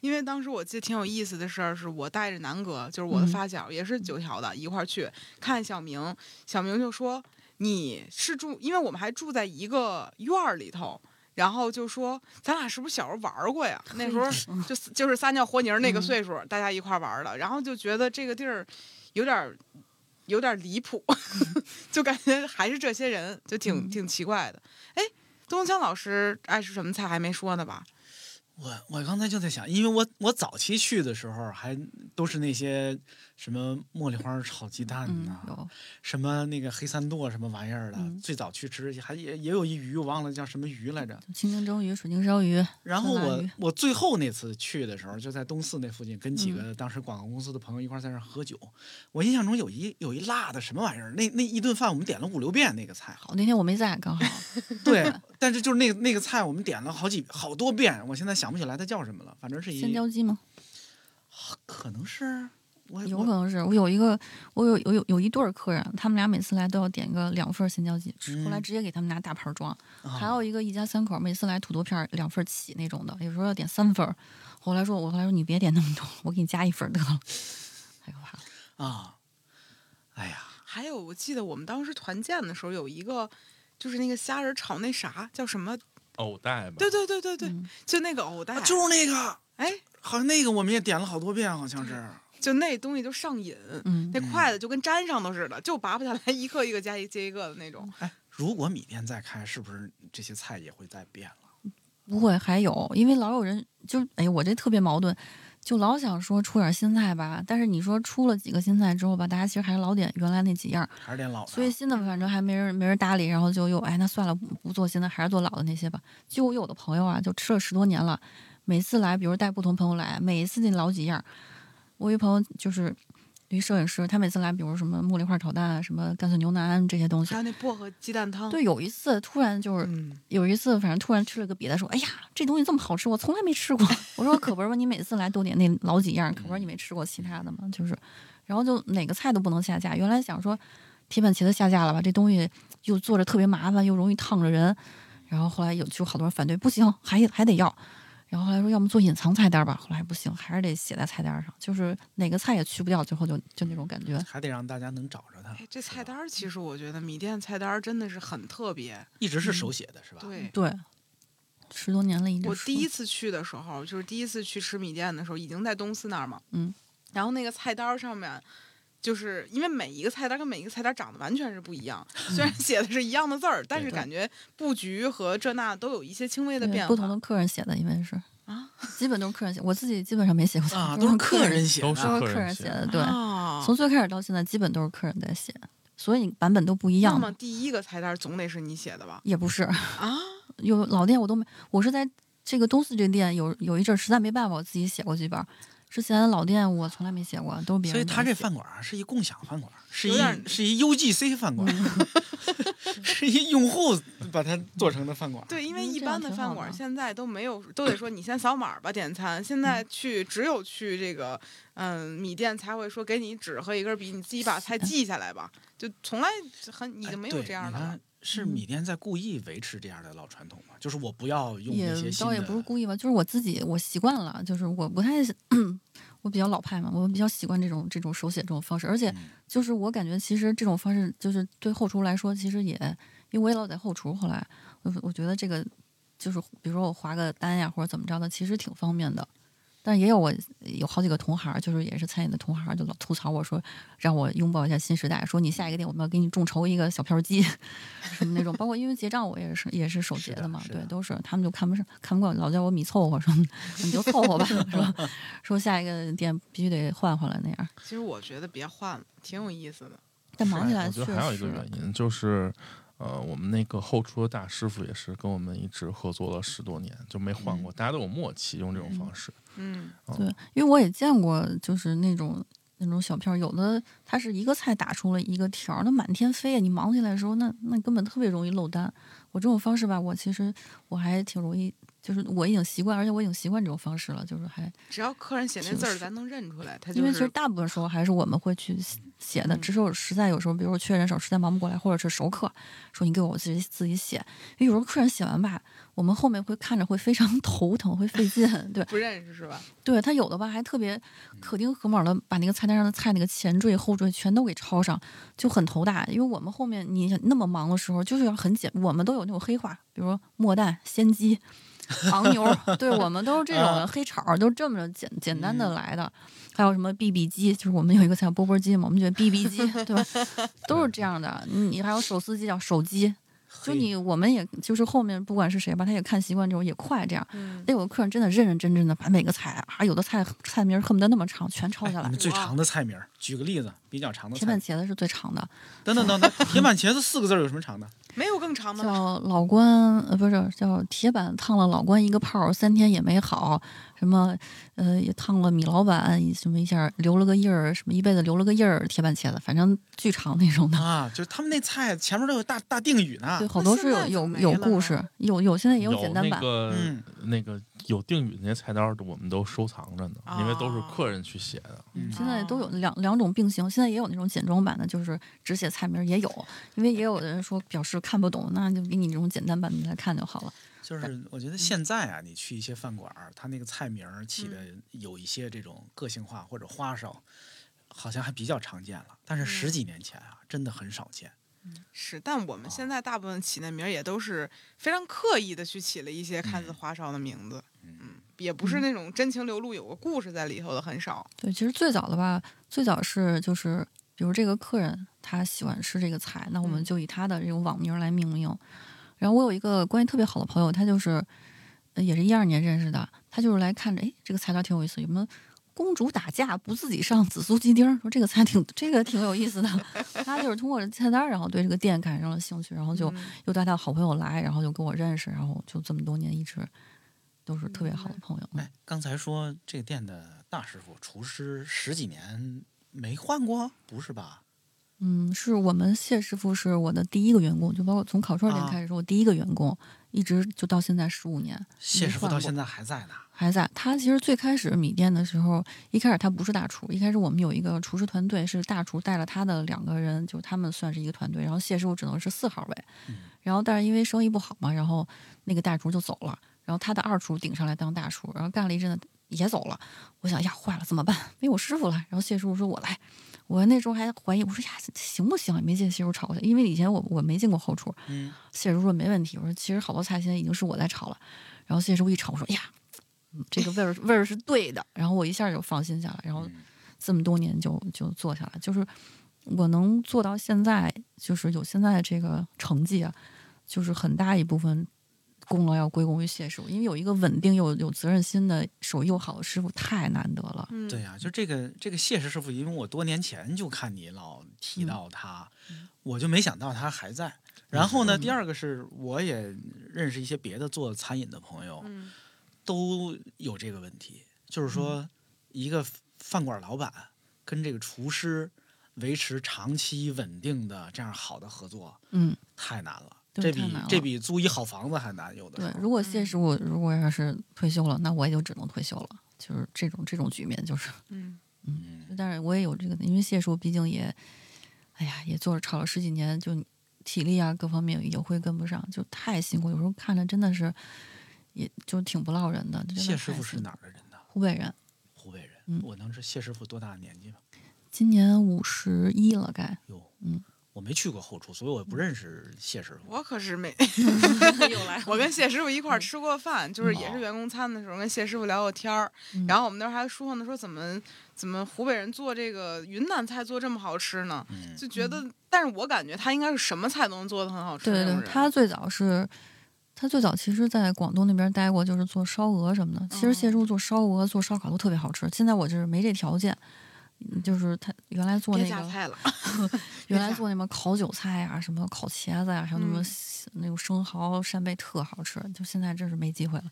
Speaker 3: 因为当时我记得挺有意思的事儿，是我带着南哥，就是我的
Speaker 1: 嗯
Speaker 3: 发小，也是九条的，一块儿去看小明。小明就说：“你是住，因为我们还住在一个院儿里头。”然后就说：“咱俩是不是小时候玩儿过呀？那时候
Speaker 1: 嗯
Speaker 3: 就就是撒尿和泥儿那个
Speaker 1: 嗯
Speaker 3: 岁数，大家一块儿玩儿的。然后就觉得这个地儿有点儿有点儿离谱， 就感觉还是这些人，就挺、
Speaker 1: 嗯
Speaker 3: 挺奇怪的。哎，东强老师爱吃什么菜还没说呢吧？
Speaker 4: 我我刚才就在想，因为我我早期去的时候还都是那些什么茉莉花炒鸡蛋
Speaker 1: 嗯
Speaker 4: 呐、，
Speaker 1: 有，
Speaker 4: 什么那个黑三剁什么玩意儿的，
Speaker 1: 嗯
Speaker 4: 最早去吃还也也有一鱼，我忘了叫什么鱼来着。
Speaker 1: 清蒸蒸鱼、水晶烧鱼，哦
Speaker 4: 然后
Speaker 1: 嗯酸辣
Speaker 4: 我
Speaker 1: 鱼
Speaker 4: 我最后那次去的时候，就在东四那附近，跟几
Speaker 1: 嗯，
Speaker 4: 个当时广告公司的朋友一块儿在那儿喝酒。我印象中有一有一辣的什么玩意儿，那那一顿饭我们点了五六遍那个菜
Speaker 1: 好，那天我没在，刚好，
Speaker 4: 对，但是就是那个那个菜我们点了好几好多遍，我现在想不起来它叫什么了，反正是一
Speaker 1: 鲜椒鸡吗？
Speaker 4: 可能是哎我
Speaker 1: 有可
Speaker 4: 我
Speaker 1: 能是我有一个，我有有有有一对儿客人，他们俩每次来都要点个两份儿咸椒鸡，吃后来
Speaker 4: 嗯
Speaker 1: 直接给他们拿大盘儿装。还
Speaker 4: 啊
Speaker 1: 有一个一家三口，每次来土豆片儿两份儿起那种的，有时候要点三份儿。后来说，我后来说你别点那么多，我给你加一份儿得了，太可怕了。
Speaker 4: 啊，哎呀，
Speaker 3: 还有，我记得我们当时团建的时候有一个，就是那个虾仁炒那啥叫什么？
Speaker 2: 藕哦带吧，
Speaker 3: 对对对对对，
Speaker 1: 嗯
Speaker 3: 就那个藕带，
Speaker 4: 啊就是那个，
Speaker 3: 哎，
Speaker 4: 好像那个我们也点了好多遍，好像是。
Speaker 3: 就那东西就上瘾，
Speaker 1: 嗯，
Speaker 3: 那筷子就跟粘上头似的，就拔不下来，一个一个加一接一个的那种。
Speaker 4: 哎，如果米店再开，是不是这些菜也会再变了？
Speaker 1: 不会还有，因为老有人就哎呀，我这特别矛盾，就老想说出点新菜吧，但是你说出了几个新菜之后吧，大家其实还是老点原来那几样儿，
Speaker 4: 还是点老的？
Speaker 1: 所以新的反正还没人没人搭理，然后就又哎那算了，不不做新的，还是做老的那些吧。就我有的朋友啊，就吃了十多年了，每次来，比如带不同朋友来，每一次那老几样儿。我一朋友就是一摄影师，他每次来，比如什么茉莉花炒蛋、啊什么干脆牛腩这些东西
Speaker 3: 还。有那薄荷鸡蛋汤，
Speaker 1: 对，有一次突然就是
Speaker 3: 嗯，
Speaker 1: 有一次，反正突然吃了个别的，说：“哎呀，这东西这么好吃，我从来没吃过。”我说：“可不是吗？你每次来都点那老几样，可
Speaker 3: 嗯
Speaker 1: 不是你没吃过其他的吗？就是，然后就哪个菜都不能下架。原来想说铁板茄子下架了吧，这东西又做着特别麻烦，又容易烫着人。然后后来有就好多人反对，不行，还还得要。然后后来说，要么做隐藏菜单吧。后来不行，还是得写在菜单上，就是哪个菜也去不掉，最后就就那种感觉。
Speaker 4: 还得让大家能找着它，
Speaker 3: 哎，这菜单儿其实我觉得米店菜单儿真的是很特别。
Speaker 4: 一
Speaker 1: 嗯
Speaker 4: 直是手写的，是吧？
Speaker 3: 对，
Speaker 1: 对，十多年了，一直
Speaker 3: 我
Speaker 1: 吃
Speaker 3: 第一次去的时候，就是第一次去吃米店的时候，已经在东四那儿嘛。
Speaker 1: 嗯。
Speaker 3: 然后那个菜单儿上面，就是因为每一个菜单儿跟每一个菜单儿长得完全是不一 样，虽然写的是一样的字儿，但是
Speaker 4: 对
Speaker 3: 感觉布局和这那都有一些轻微的
Speaker 1: 对
Speaker 3: 变化。
Speaker 1: 不同的客人写的，因为是
Speaker 3: 啊，
Speaker 1: 基本都是客人写，我自己基本上没写过
Speaker 4: 啊，都是客人，写
Speaker 2: 都是
Speaker 4: 的。
Speaker 1: 都是
Speaker 2: 客
Speaker 1: 客
Speaker 2: 人
Speaker 1: 人
Speaker 2: 写
Speaker 1: 写
Speaker 2: 的
Speaker 1: 的，对，
Speaker 3: 啊
Speaker 1: 从最开始到现在，基本都是客人在写，所以版本都不一
Speaker 3: 那
Speaker 1: 样
Speaker 3: 么
Speaker 1: 嘛。
Speaker 3: 第一个菜单儿总得是你写的吧？
Speaker 1: 也不是，
Speaker 3: 啊，
Speaker 1: 有老店我都没，我是在这个东四这店有有一阵儿实在没办法，我自己写过几本儿。之前老店我从来没写过，都是别人
Speaker 4: 所
Speaker 1: 给我
Speaker 4: 以
Speaker 1: 写。
Speaker 4: 他这饭馆啊是一共享饭馆，是
Speaker 3: 有点
Speaker 4: 一是一 UGC 饭馆， 是一用户把它做成的饭馆。
Speaker 3: 对，因为
Speaker 1: 嗯
Speaker 3: 一
Speaker 1: 这
Speaker 3: 般
Speaker 1: 样
Speaker 3: 的
Speaker 1: 挺
Speaker 3: 饭
Speaker 1: 好
Speaker 3: 馆儿
Speaker 1: 的
Speaker 3: 现在都没有，都得说你先扫码儿吧点餐。现在去只有去这个嗯米店才会说给你纸和一根笔，你自己把菜记下来吧。就从来很已
Speaker 4: 哎，
Speaker 3: 经没有
Speaker 4: 对
Speaker 3: 这样
Speaker 4: 你
Speaker 3: 的了
Speaker 4: 看。是米店在故意维持这样的老传统嘛？就是我不要用
Speaker 1: 也
Speaker 4: 那些新
Speaker 1: 倒
Speaker 4: 的，
Speaker 1: 也不是故意吧，就是我自己我习惯了，就是我不太， 我比较老派嘛，我比较习惯这种这种手写这种方式，而且
Speaker 4: 嗯
Speaker 1: 就是我感觉其实这种方式就是对后厨来说，其实也因为我也老在后厨，后来我我觉得这个就是比如说我划个单呀或者怎么着的，其实挺方便的。但是也有我有好几个同行，就是也是餐饮的同行，就老吐槽我说让我拥抱一下新时代，说你下一个店我们要给你众筹一个小票机， 什么那种，包括因为结账我也是也是手
Speaker 4: 是
Speaker 1: 结
Speaker 4: 的
Speaker 1: 嘛，
Speaker 4: 是
Speaker 1: 对
Speaker 4: 的，
Speaker 1: 都是他们就看不上看不惯，老叫我米凑合什么的，你就凑合吧， 说说下一个店必须得换换了那样，
Speaker 3: 其实我觉得别换了，挺有意思的。
Speaker 1: 但
Speaker 2: 是
Speaker 1: 忙起来
Speaker 2: 我
Speaker 1: 确
Speaker 2: 觉
Speaker 1: 实
Speaker 2: 得还有一个原因就是，呃，我们那个后厨的大师傅也是跟我们一直合作了十多年，就没换过，大家都有默契，用这种方式。
Speaker 3: 嗯，
Speaker 2: 嗯
Speaker 1: 对，因为我也见过，就是那种那种小票，有的它是一个菜打出了一个条儿，那满天飞呀！啊你忙起来的时候，那那根本特别容易漏单。我这种方式吧，我其实我还挺容易，就是我已经习惯，而且我已经习惯这种方式了，就是还
Speaker 3: 只要客人写那
Speaker 1: 挺
Speaker 3: 字儿，
Speaker 1: 是
Speaker 3: 咱能认出来，他
Speaker 1: 因
Speaker 3: 就
Speaker 1: 为其实
Speaker 3: 是
Speaker 1: 大部分时候还是我们会去写写的，
Speaker 3: 嗯
Speaker 1: 只是我实在有时候，比如说缺人手，实在忙不过来，或者是熟客说你给我我自己自己写，因为有时候客人写完吧，我们后面会看着会非常 头疼，会费劲，对
Speaker 3: 不认识是吧？
Speaker 1: 对他有的吧，还特别可丁可卯的把那个菜单上的菜那个前缀后缀全都给抄上，就很头大。因为我们后面你想那么忙的时候，就是要很简，我们都有那种黑话，比如说墨蛋、鲜鸡、昂牛，对我们都是这种的黑炒，都这么着简简单的来的。还有什么 BB 鸡，就是我们有一个菜叫钵钵鸡嘛，我们觉得 BB 鸡对吧，都是这样的。你还有手撕鸡叫手鸡，就你我们也就是后面不管是谁吧，他也看习惯这种也快这样。
Speaker 3: 嗯，
Speaker 1: 那有的客人真的认认真真的把每个菜啊，有的菜菜名恨不得那么长，全
Speaker 3: 哎
Speaker 1: 抄下
Speaker 4: 你
Speaker 1: 来
Speaker 4: 们。最
Speaker 3: 哇
Speaker 4: 长的菜名儿，举个例子，比较长的
Speaker 1: 铁
Speaker 4: 菜
Speaker 1: 板
Speaker 4: 名。
Speaker 1: 茄子是最长的，
Speaker 4: 等等等等，铁板茄子四个字儿有什么长的？
Speaker 3: 没有更长的了。
Speaker 1: 叫老关呃不是叫铁板烫了老关一个泡儿，三天也没好。什么呃也烫了米老板什么一下留了个印儿，什么一辈子留了个印儿。铁板茄子反正巨长那种的，
Speaker 4: 啊，就是他们那菜前面都有大大定语呢
Speaker 1: 对，。好多是有
Speaker 3: 现在
Speaker 1: 有
Speaker 3: 怎么
Speaker 1: 有
Speaker 3: 没了
Speaker 1: 故事，有有现在也有哎简单
Speaker 2: 那
Speaker 1: 版。
Speaker 2: 个、
Speaker 4: 嗯
Speaker 2: 那个有定语的那些菜单儿，我们都收藏着呢，因为都是客人去写的。
Speaker 4: 嗯
Speaker 1: 现在都有两两种并行，现在也有那种简装版的，就是只写菜名儿也有，因为也有的人说表示看不懂，那就给你这种简单版的来看就好了。
Speaker 4: 就是我觉得现在啊，你去一些饭馆儿，他那个菜名儿起的有一些这种个性化或者花哨，好像还比较常见了。但是十几年前啊，真的很少见。
Speaker 3: 是，但我们
Speaker 1: 啊
Speaker 3: 现在大部分起那名儿也都是非常刻意的去起了一些看似
Speaker 4: 嗯
Speaker 3: 花哨的名字，
Speaker 4: 嗯，
Speaker 3: 嗯，也不是
Speaker 1: 嗯
Speaker 3: 那种真情流露有个故事在里头的很少。
Speaker 1: 对，其实最早的吧，最早是就是，比如这个客人他喜欢吃这个菜，那我们
Speaker 3: 嗯
Speaker 1: 就以他的这种网名来命名。然后我有一个关系特别好的朋友，他就是呃也是一二年认识的，他就是来看着，哎，这个菜单挺有意思，有没有？公主打架不自己上紫苏鸡丁儿，说这个菜挺这个挺有意 思的，他就是通过菜单儿，然后对这个店感上了兴趣，然后就
Speaker 3: 嗯
Speaker 1: 又带他的好朋友来，然后就跟我认识，然后就这么多年一直都是特别好的
Speaker 3: 明
Speaker 1: 朋友。嗯
Speaker 4: 哎，刚才说这个店的大师傅、厨师十几年没换过，不是吧？
Speaker 1: 嗯，是我们谢师傅是我的第一个员工，就包括从烤串店
Speaker 4: 啊
Speaker 1: 开始是我第一个员工，一直就到现在十五年
Speaker 4: 谢师傅
Speaker 1: 换
Speaker 4: 到
Speaker 1: 过
Speaker 4: 现在还在呢。
Speaker 1: 还在。啊他其实最开始米店的时候，一开始他不是大厨，一开始我们有一个厨师团队，是大厨带了他的两个人，就他们算是一个团队。然后谢师傅只能是四号位，
Speaker 4: 嗯
Speaker 1: 然后但是因为生意不好嘛，然后那个大厨就走了，然后他的二厨顶上来当大厨，然后干了一阵子也走了。我想呀，坏了怎么办？没有师傅了。然后谢师傅说：“我来。”我那时候还怀疑，我说呀，行不行？也没见谢师傅炒过去，因为以前我我没进过后厨。
Speaker 4: 嗯，
Speaker 1: 谢师傅说没问题。我说其实好多菜现在已经是我在炒了。然后谢师傅一炒，我说呀，嗯这个味儿味儿是对的。然后我一下就放心下来，然后
Speaker 4: 嗯
Speaker 1: 这么多年就就做下来，就是我能做到现在，就是有现在的这个成绩啊，就是很大一部分功劳要归功于谢师傅，因为有一个稳定又有责任心的手艺又好的师傅太难得了。
Speaker 3: 嗯，
Speaker 4: 对呀、啊就这个这个谢师傅，因为我多年前就看你老提
Speaker 1: 嗯
Speaker 4: 到他，我就没想到他还在。然后呢，第
Speaker 1: 嗯
Speaker 4: 二个是我也认识一些别的做餐饮的朋友，
Speaker 3: 嗯，
Speaker 4: 都有这个问题，就是说
Speaker 1: 嗯
Speaker 4: 一个饭馆老板跟这个厨师维持长期稳定的这样好的合作
Speaker 1: 嗯，
Speaker 4: 太难了，
Speaker 1: 对
Speaker 4: 这
Speaker 1: 太
Speaker 4: 比
Speaker 1: 难
Speaker 4: 这
Speaker 1: 了
Speaker 4: 比租一好房子还难，有的
Speaker 1: 对嗯
Speaker 4: 时，候
Speaker 1: 如果谢师傅如果要是退休了，那我也就只能退休了。就是这种这种局面，就是，
Speaker 3: 嗯，
Speaker 4: 嗯
Speaker 1: 但是我也有这个，因为谢师傅毕竟也，哎呀，也做了炒了十几年，就体力啊各方面也会跟不上，就太辛苦。有时候看着真的是，也就挺不落人的。真的
Speaker 4: 谢师
Speaker 1: 太
Speaker 4: 傅是
Speaker 1: 辛苦
Speaker 4: 哪儿的人呢？
Speaker 1: 湖北人，
Speaker 4: 湖北人。
Speaker 1: 嗯
Speaker 4: 我能知谢师傅多大年纪吗？
Speaker 1: 今年五十一了，该。
Speaker 4: 哟，
Speaker 1: 嗯，
Speaker 4: 我没去过后厨，所以我不认识谢师傅。
Speaker 3: 我可是没，
Speaker 1: 又来嗯
Speaker 3: 我跟谢师傅一块儿吃过饭，就是也
Speaker 4: 哦
Speaker 3: 是员工餐的时候跟谢师傅聊过天儿，
Speaker 1: 嗯
Speaker 3: 然后我们那时候还说呢，说怎么怎么湖北人做这个云南菜做这么好吃呢？
Speaker 4: 嗯，
Speaker 3: 就觉得，但是我感觉他应该是什么菜都能做的很好吃。
Speaker 1: 对对，
Speaker 4: 啊
Speaker 1: 他最早是，他最早其实，在广东那边待过，就是做烧鹅什么的。其实谢师
Speaker 4: 哦
Speaker 1: 傅做烧鹅、做烧烤都特别好吃。现在我就是没这条件，嗯就是他原来做
Speaker 3: 别
Speaker 1: 那
Speaker 3: 夹
Speaker 1: 个，
Speaker 3: 菜了，
Speaker 1: 原
Speaker 3: 别
Speaker 1: 来
Speaker 3: 加
Speaker 1: 做那什么烤韭菜呀、什么烤茄子呀、还有那
Speaker 3: 嗯
Speaker 1: 么那种生蚝、扇贝特好呃吃。就现在真是没机会了。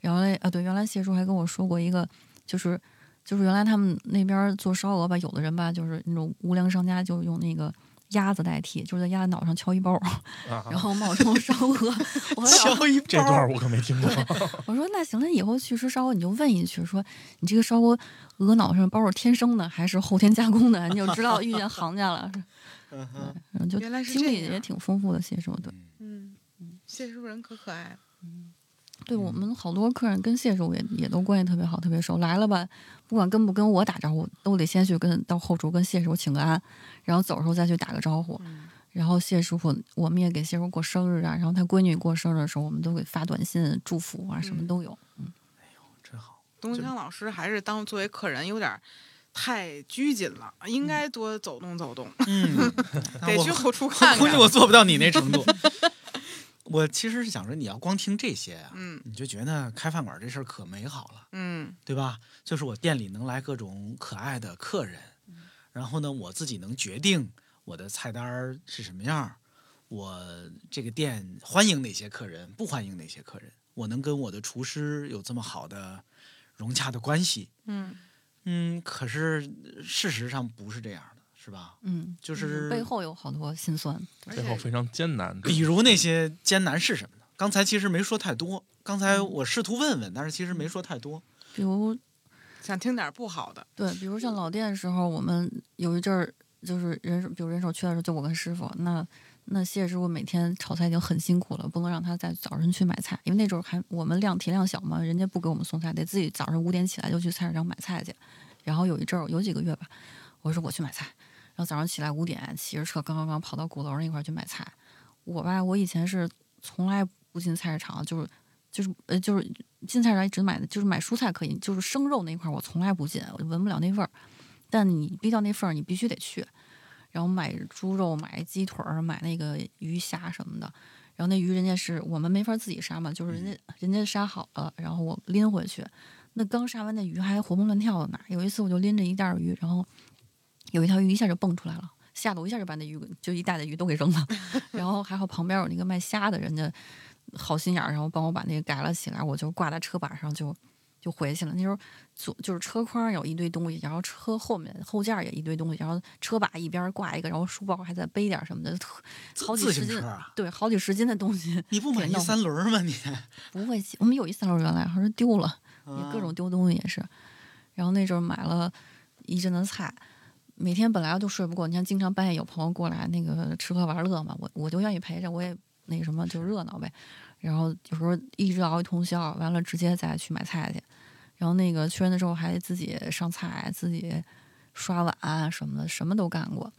Speaker 1: 然后嘞，啊，对，原来谢叔还跟我说过一个，就是就是原来他们那边做烧鹅吧，有的人吧就是那种无良商家就用那个鸭子代替，就是在鸭子脑上敲一包，
Speaker 2: 啊
Speaker 1: 然后冒充烧鹅。 我说
Speaker 4: 敲一
Speaker 2: 这
Speaker 4: 包
Speaker 2: 段
Speaker 4: 儿，
Speaker 2: 儿我可没 听过。
Speaker 1: 我说那行，那以后去吃烧鹅你就问一句，说你这个烧鹅鹅脑上包是天生的还是后天加工的，你就知道遇见行家了。
Speaker 4: 嗯哼
Speaker 1: 嗯，就
Speaker 3: 原来是
Speaker 1: 经
Speaker 3: 这
Speaker 1: 历
Speaker 3: 样
Speaker 1: 也挺丰富的，谢师傅对。
Speaker 3: 嗯，谢叔人可可爱了。
Speaker 1: 对
Speaker 4: 嗯
Speaker 1: 我们好多客人跟谢师傅也也都关系特别好，特别熟。来了吧，不管跟不跟我打招呼，都得先去跟到后厨跟谢师傅请个安，然后走的时候再去打个招呼。
Speaker 3: 嗯
Speaker 1: 然后谢师傅，我们也给谢师傅过生日啊，然后他闺女过生日的时候，我们都给发短信祝福啊，什么
Speaker 3: 嗯
Speaker 1: 都有。
Speaker 4: 真好，
Speaker 3: 东
Speaker 4: 就
Speaker 3: 强老师还是当作为客人有点儿太拘谨了，应该多走动走动，
Speaker 4: 嗯，
Speaker 3: 得
Speaker 4: 我
Speaker 3: 去后厨 看
Speaker 4: 估
Speaker 3: 看
Speaker 4: 计。我做不到你那程 度。我其实是想说，你要光听这些啊，
Speaker 3: 嗯
Speaker 4: 你就觉得开饭馆这事儿可美好了，
Speaker 3: 嗯
Speaker 4: 对吧？就是我店里能来各种可爱的客人，然后呢，我自己能决定我的菜单儿是什么样儿，我这个店欢迎哪些客人，不欢迎哪些客人，我能跟我的厨师有这么好的融洽的关系。
Speaker 3: 嗯，
Speaker 4: 嗯，可是呃事实上不是这样的，是吧？
Speaker 1: 嗯，
Speaker 4: 就
Speaker 1: 嗯
Speaker 4: 是
Speaker 1: 背后有好多辛酸。
Speaker 3: 而
Speaker 2: 最后
Speaker 3: 且
Speaker 2: 非常艰难，
Speaker 4: 比如那些艰难是什么呢？刚才其实没说太多，刚才
Speaker 1: 嗯
Speaker 4: 我试图问问，但是其实没说太多。
Speaker 1: 比如
Speaker 3: 想听点儿不好的，
Speaker 1: 对，比如像老店的时候，我们有一阵儿就是人手，比如人手缺的时候，就我跟师傅，那那谢师傅每天炒菜已经很辛苦了，不能让他在早晨去买菜，因为那阵儿还我们量体量小嘛，人家不给我们送菜，得自己早上五点起来就去菜市场买菜去。然后有一阵儿，有几个月吧，我说我去买菜，然后早上起来五点骑着车刚刚刚跑到鼓楼那块儿去买菜。我吧，我以前是从来不进菜市场，就是就是呃就是进菜市场只买的就是买蔬菜可以，就是生肉那一块儿我从来不进，我闻不了那味儿。但你逼到那份儿，你必须得去。然后买猪肉、买鸡腿儿、买那个鱼虾什么的。然后那鱼人家是我们没法自己杀嘛，就是人家、人家杀好了，然后我拎回去。那刚杀完那鱼还活蹦乱跳的呢。有一次我就拎着一袋儿鱼，然后有一条鱼一下就蹦出来了，吓得我一下就把那鱼给就一袋的鱼都给扔了。然后还好旁边有那个卖虾的人家好心眼儿，然后帮我把那个改了起来，我就挂在车把上就就回去了。那时候左就是车筐儿有一堆东西，然后车后面后架儿也一堆东西，然后车把一边儿挂一个，然后书包还在背点儿什么的，特
Speaker 4: 自
Speaker 1: 好几
Speaker 4: 自
Speaker 1: 十
Speaker 4: 行
Speaker 1: 斤
Speaker 4: 车啊，
Speaker 1: 对，好几十斤的东西
Speaker 4: 你不买一
Speaker 1: 弄
Speaker 4: 三轮儿吗？你
Speaker 1: 不会骑。我们有一三轮儿原来好像丢了。也
Speaker 4: 啊
Speaker 1: 各种丢东西也是。然后那阵儿买了一阵的菜，每天本来就睡不够，你看经常半夜有朋友过来那个吃喝玩乐嘛，我我就愿意陪着，我也那什么就热闹呗。然后有时候一直熬一通宵，完了直接再去买菜去。然后那个缺人的时候还自己上菜，自己刷碗啊什么的，什么都干过。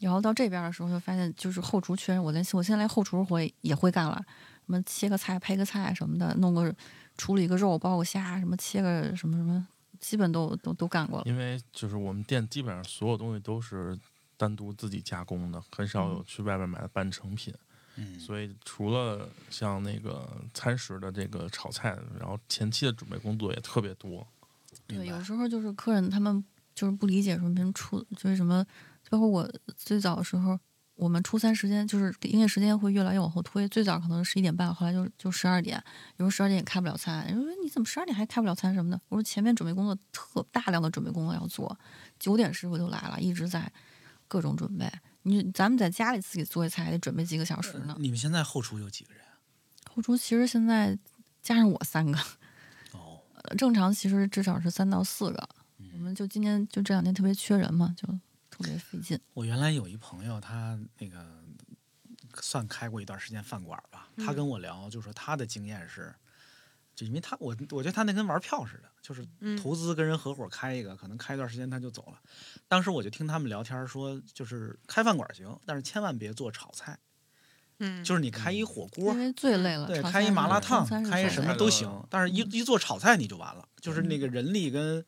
Speaker 1: 然后到这边的时候就发现，就是后厨缺人，我连我现在连后厨活也会干了，什么切个菜、配个菜什么的，弄个处理个肉、包个虾，什么切个什么什么，基本都都都干过
Speaker 4: 啊
Speaker 1: 了。
Speaker 2: 因为就是我们店基本上所有东西都是单独自己加工的，很少有去外边买的半成品。
Speaker 4: 嗯
Speaker 2: 所以除了像那个餐食的这个炒菜，然后前期的准备工作也特别多。
Speaker 1: 对，
Speaker 4: 明白
Speaker 1: 有时候就是客人他们就是不理解什么人初就是什么，包括我最早的时候，我们初三时间就是营业时间会越来越往后推，最早可能是十一点半，后来就就十二点，有时候十二点也开不了餐，人说你怎么十二点还开不了餐什么的？我说前面准备工作特大量的准备工作要做，九点师傅就来了，一直在各种准备。你咱们在家里自己做一菜还得准备几个小时呢。
Speaker 4: 你们现在后厨有几个人？
Speaker 1: 后厨其实现在加上我三个，
Speaker 4: 哦，
Speaker 1: 呃正常其实至少是三到四个。
Speaker 4: 嗯
Speaker 1: 我们就今年就这两天特别缺人嘛，就特别费劲。
Speaker 4: 我原来有一朋友，他那个算开过一段时间饭馆吧，他跟我聊，就说他的经验是，就因为他我我觉得他那跟玩票似的，就是
Speaker 3: 嗯
Speaker 4: 投资跟人合伙开一个，可能开一段时间他就走了。当时我就听他们聊天说，就是开饭馆行，但是千万别做炒菜，
Speaker 3: 嗯，
Speaker 4: 就是你开一火锅
Speaker 1: 因。为最累了，
Speaker 4: 对，
Speaker 1: 炒
Speaker 4: 开一
Speaker 1: 菜
Speaker 4: 麻
Speaker 1: 是
Speaker 4: 辣
Speaker 1: 中
Speaker 4: 烫
Speaker 1: 餐，是
Speaker 4: 开一
Speaker 1: 炒
Speaker 4: 什
Speaker 1: 菜嗯
Speaker 4: 么都行，但是一一做炒菜你就完了，就是那个人力跟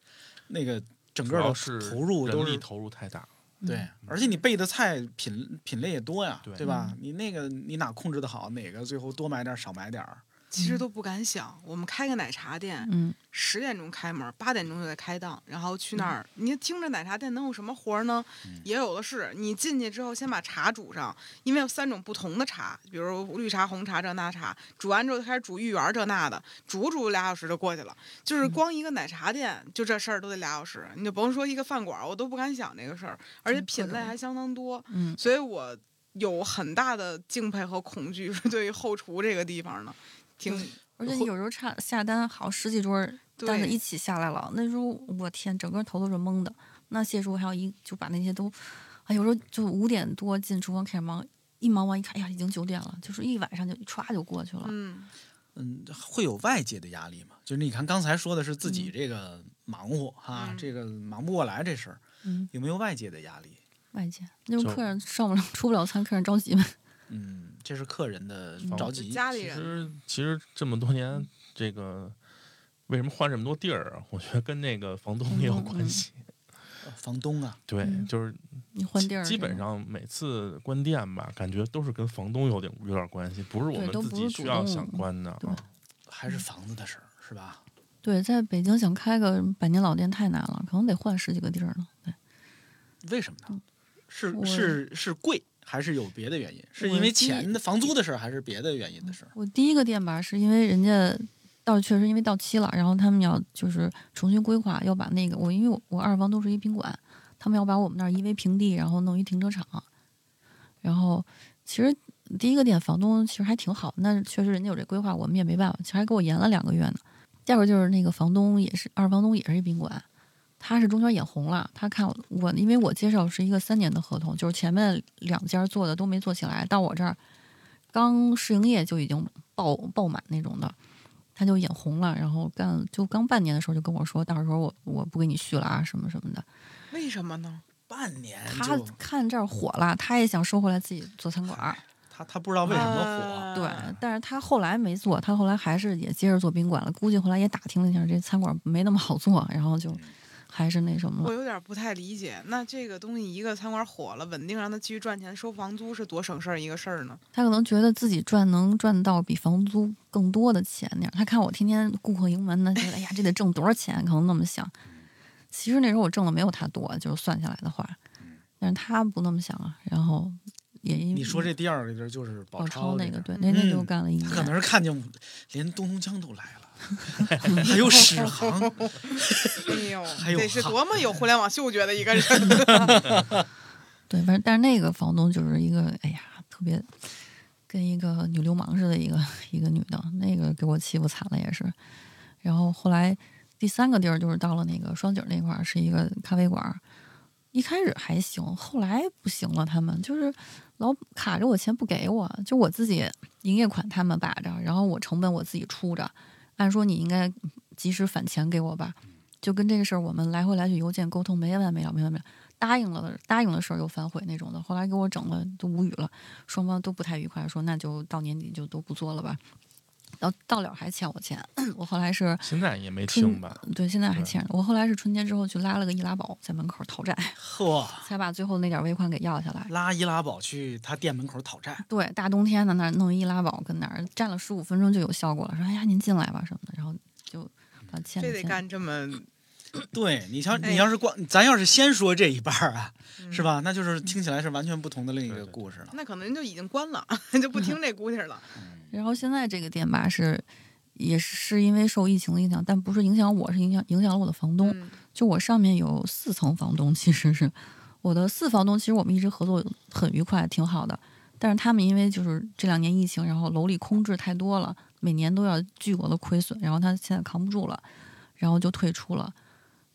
Speaker 4: 那个整
Speaker 2: 主
Speaker 4: 个
Speaker 2: 要
Speaker 4: 的
Speaker 2: 是
Speaker 4: 投入都
Speaker 2: 人
Speaker 4: 是
Speaker 2: 力投入太大，
Speaker 1: 嗯
Speaker 4: 对，而且你备的菜品品类也多呀，
Speaker 2: 对
Speaker 1: 嗯
Speaker 4: 吧？你那个你哪控制的好，哪个最后多买点儿少买点儿，
Speaker 3: 其实都不敢想。我们开个奶茶店，
Speaker 1: 嗯
Speaker 3: 十点钟开门，八点钟就得开档，然后
Speaker 2: 嗯
Speaker 3: 去那儿，你听着奶茶店能有什么活儿呢？也有的是。你进去之后，先把茶煮上，因为有三种不同的茶，比如绿茶、红茶这那茶，煮完之后就开始煮芋圆儿这那的，煮煮俩小时就过去了。
Speaker 2: 嗯
Speaker 3: 就是光一个奶茶店，就这事儿都得俩小时，你就甭说一个饭馆儿，我都不敢想这个事儿，而且
Speaker 2: 嗯
Speaker 1: 真各
Speaker 3: 品类
Speaker 1: 种
Speaker 3: 还相当多。
Speaker 1: 嗯，
Speaker 3: 所以我有很大的敬佩和恐惧， 是对于后厨这个地方呢，挺
Speaker 1: 而且你有时候差下单好十几桌儿单子
Speaker 3: 对
Speaker 1: 一起下来了，那时候我天，整个头都是懵的。那谢叔还有一就把那些都，哎，有时候就五点多进厨房开始忙，一忙完一看，哎呀，已经九点了，就是一晚上就歘就过去了。
Speaker 3: 嗯，
Speaker 4: 嗯，会有外界的压力嘛？就是你看刚才说的是自己
Speaker 1: 嗯
Speaker 4: 这个忙活哈，
Speaker 3: 嗯
Speaker 4: 这个忙不过来这事儿，
Speaker 1: 嗯，
Speaker 4: 有没有外界的压力？
Speaker 1: 外界那种
Speaker 2: 就
Speaker 1: 客人上不了出不了餐，客人着急嘛。
Speaker 4: 嗯，这是客人的
Speaker 1: 嗯
Speaker 4: 着
Speaker 3: 就
Speaker 4: 急。
Speaker 3: 家里
Speaker 2: 其
Speaker 3: 人
Speaker 2: 实其实这么多年，这个为什么换这么多地儿啊？我觉得跟那个房东也有
Speaker 1: 嗯嗯
Speaker 2: 关
Speaker 1: 嗯
Speaker 2: 系。
Speaker 4: 呃房东啊，
Speaker 2: 对，
Speaker 1: 嗯
Speaker 2: 就是
Speaker 1: 你换地儿，
Speaker 2: 基本上每次关店吧，感觉都是跟房东有点有点关系，不是我
Speaker 1: 对
Speaker 2: 们
Speaker 1: 都
Speaker 2: 自
Speaker 1: 不
Speaker 2: 己
Speaker 1: 是
Speaker 2: 需
Speaker 1: 主
Speaker 2: 要
Speaker 1: 动
Speaker 2: 想关的
Speaker 1: 对
Speaker 2: 啊。
Speaker 4: 还是房子的事儿是吧？
Speaker 1: 对，在北京想开个百年老店太难了，可能得换十几个地儿呢。对，
Speaker 4: 为什么呢？是
Speaker 1: 嗯我
Speaker 4: 是是贵，还是有别的原因？是
Speaker 1: 我
Speaker 4: 因为
Speaker 1: 第一嗯
Speaker 4: 钱的房租的事儿，还是别的原因的事儿？
Speaker 1: 我第一个店吧，是因为人家到确实因为到期了，然后他们要就是重新规划，要把那个我因为我我二房东是一宾馆，他们要把我们那儿夷为平地，然后弄一停车场。然后其实第一个店房东其实还挺好，那确实人家有这规划，我们也没办法，其实还给我延了两个月呢。第二个就是那个房东也是二房东也是一宾馆，他是中间眼红了，他看我我因为我介绍是一个三年的合同，就是前面两家做的都没做起来，到我这儿刚试营业就已经爆爆满那种的，他就眼红了，然后干就刚半年的时候就跟我说，到时候我我不给你续了啊什么什么的。
Speaker 3: 为什么呢？
Speaker 4: 半年
Speaker 1: 他
Speaker 4: 就
Speaker 1: 看这儿火了，他也想收回来自己做餐馆儿，
Speaker 4: 他他不知道为什么火，
Speaker 3: 啊
Speaker 1: 对，但是他后来没做，他后来还是也接着做宾馆了，估计后来也打听了一下，这餐馆没那么好做，然后就
Speaker 4: 嗯
Speaker 1: 还是那什么
Speaker 3: 我
Speaker 1: 了。
Speaker 3: 有点不太理解，那这个东西一个餐馆火了，稳定让他继续赚钱，收房租是多省事儿一个 事儿呢？
Speaker 1: 他可能觉得自己赚能赚到比房租更多的钱那样，他看我天天顾客盈门呢，觉得哎呀这得挣多少钱，可能那么想。其实那时候我挣的没有他多，就是算下来的话，但是他不那么想啊，然后也因为
Speaker 4: 你说这第二个地儿就是宝
Speaker 1: 宝
Speaker 4: 钞
Speaker 1: 超那
Speaker 4: 这
Speaker 1: 个，
Speaker 4: 地儿
Speaker 1: 对，那那就
Speaker 4: 嗯
Speaker 1: 干了一年
Speaker 4: 他，可能是看见我连东东江都来了， 还有史航，
Speaker 3: 哎呦，
Speaker 4: 还有
Speaker 3: 得是
Speaker 4: 哈
Speaker 3: 多么有互联网嗅觉的 一个人，啊
Speaker 1: 对，反正但是那个房东就是一个，哎呀，特别跟一个女流氓似的，一个一个女的，那个给我欺负惨了也是。然后后来第三个地儿就是到了那个双井那块儿，是一个咖啡馆儿，一开始还行，后来不行了，他们就是老卡着我钱不给我，就我自己营业款他们把着，然后我成本我自己出着，按说你应该及时返钱给我吧。就跟这个事儿，我们来回来去邮件沟通没完没了，没完没了。答应了的答应的事儿又反悔那种的，后来给我整了都无语了，双方都不太愉快，说那就到年底就都不做了吧。然后到了还欠我钱， 我后来是
Speaker 2: 现在也没
Speaker 1: 春
Speaker 2: 听吧？
Speaker 1: 对现在还
Speaker 2: 对
Speaker 1: 欠着，我后来是春节之后去拉了个易拉宝，在门口讨债，
Speaker 4: 嚯，
Speaker 1: 才把最后那点尾款给要下来。
Speaker 4: 拉伊拉宝去他店门口讨债，
Speaker 1: 对，大冬天的那儿弄一易拉宝跟那儿站了十五分钟就有效果了，说哎呀您进来吧什么的，然后就把欠
Speaker 3: 这
Speaker 1: 的
Speaker 3: 得
Speaker 1: 钱
Speaker 3: 干 这么
Speaker 4: 对你像
Speaker 3: 哎
Speaker 4: 你要是光，咱要是先说这一半儿啊，
Speaker 3: 嗯
Speaker 4: 是吧？那就是听起来是完全不同的另一
Speaker 2: 对
Speaker 4: 个
Speaker 2: 对
Speaker 4: 故事了。嗯
Speaker 3: 那可能就已经关了， 就不听这姑娘 了。
Speaker 1: 然后现在这个店吧是，也是是因为受疫情的影响，但不是影响我，是影响影响了我的房东。
Speaker 3: 嗯
Speaker 1: 就我上面有四层房东，其实是我的四房东，其实我们一直合作很愉快，挺好的。但是他们因为就是这两年疫情，然后楼里空置太多了，每年都要巨额的亏损，然后他现在扛不住了，然后就退出了。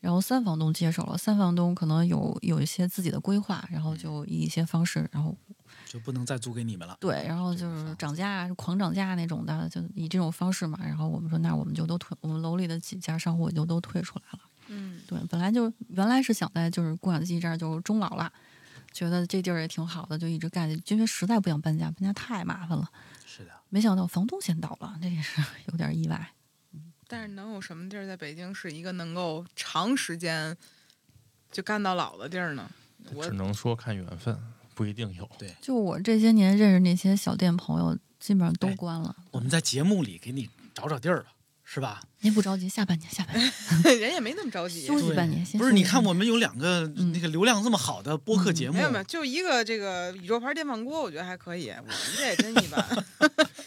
Speaker 1: 然后三房东接手了，三房东可能有有一些自己的规划，然后就以一些方式，然后
Speaker 4: 就不能再租给你们了。
Speaker 1: 对，然后就是涨价，狂涨价那种的，就以这种方式嘛。然后我们说，那我们就都退，我们楼里的几家商户就都退出来了。
Speaker 3: 嗯，
Speaker 1: 对，本来就原来是想在就是共享经济这儿就终老了，觉得这地儿也挺好的，就一直干下去，因为实在不想搬家，搬家太麻烦了。
Speaker 4: 是的，
Speaker 1: 没想到房东先倒了，这也是 有点意外。
Speaker 3: 但是能有什么地儿在北京是一个能够长时间就干到老的地儿呢？我
Speaker 2: 只能说看缘分，不一定有。
Speaker 4: 对
Speaker 1: 就我这些年认识那些小店朋友，基本上都关了。
Speaker 4: 我们在节目里给你找找地儿吧，是吧？
Speaker 1: 您不着急，下半年下半年
Speaker 3: 人也没那么着急。
Speaker 1: 休息半年，先
Speaker 4: 不是，
Speaker 1: 休息
Speaker 4: 你看
Speaker 1: 半年
Speaker 4: 我们有两个
Speaker 1: 嗯
Speaker 4: 那个流量这么好的播客节目
Speaker 3: 没，有没有，就一个这个宇宙牌电饭锅，我觉得还可以。我们这也真一般。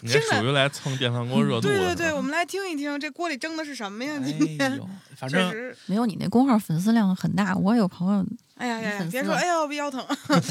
Speaker 2: 你这
Speaker 3: 听着
Speaker 2: 属于来蹭电饭锅热度
Speaker 3: 对对
Speaker 2: 的。
Speaker 3: 对，我们来听一听这锅里蒸的是什么呀？今
Speaker 4: 哎
Speaker 3: 天
Speaker 4: 呦，反
Speaker 3: 确
Speaker 4: 正
Speaker 3: 实，
Speaker 1: 没有你那公号粉丝量很大，我有朋友
Speaker 3: 哎呀
Speaker 1: 粉
Speaker 3: 呀，呀，
Speaker 1: 丝
Speaker 3: 别说，
Speaker 1: 了
Speaker 3: 哎呦，我腰疼。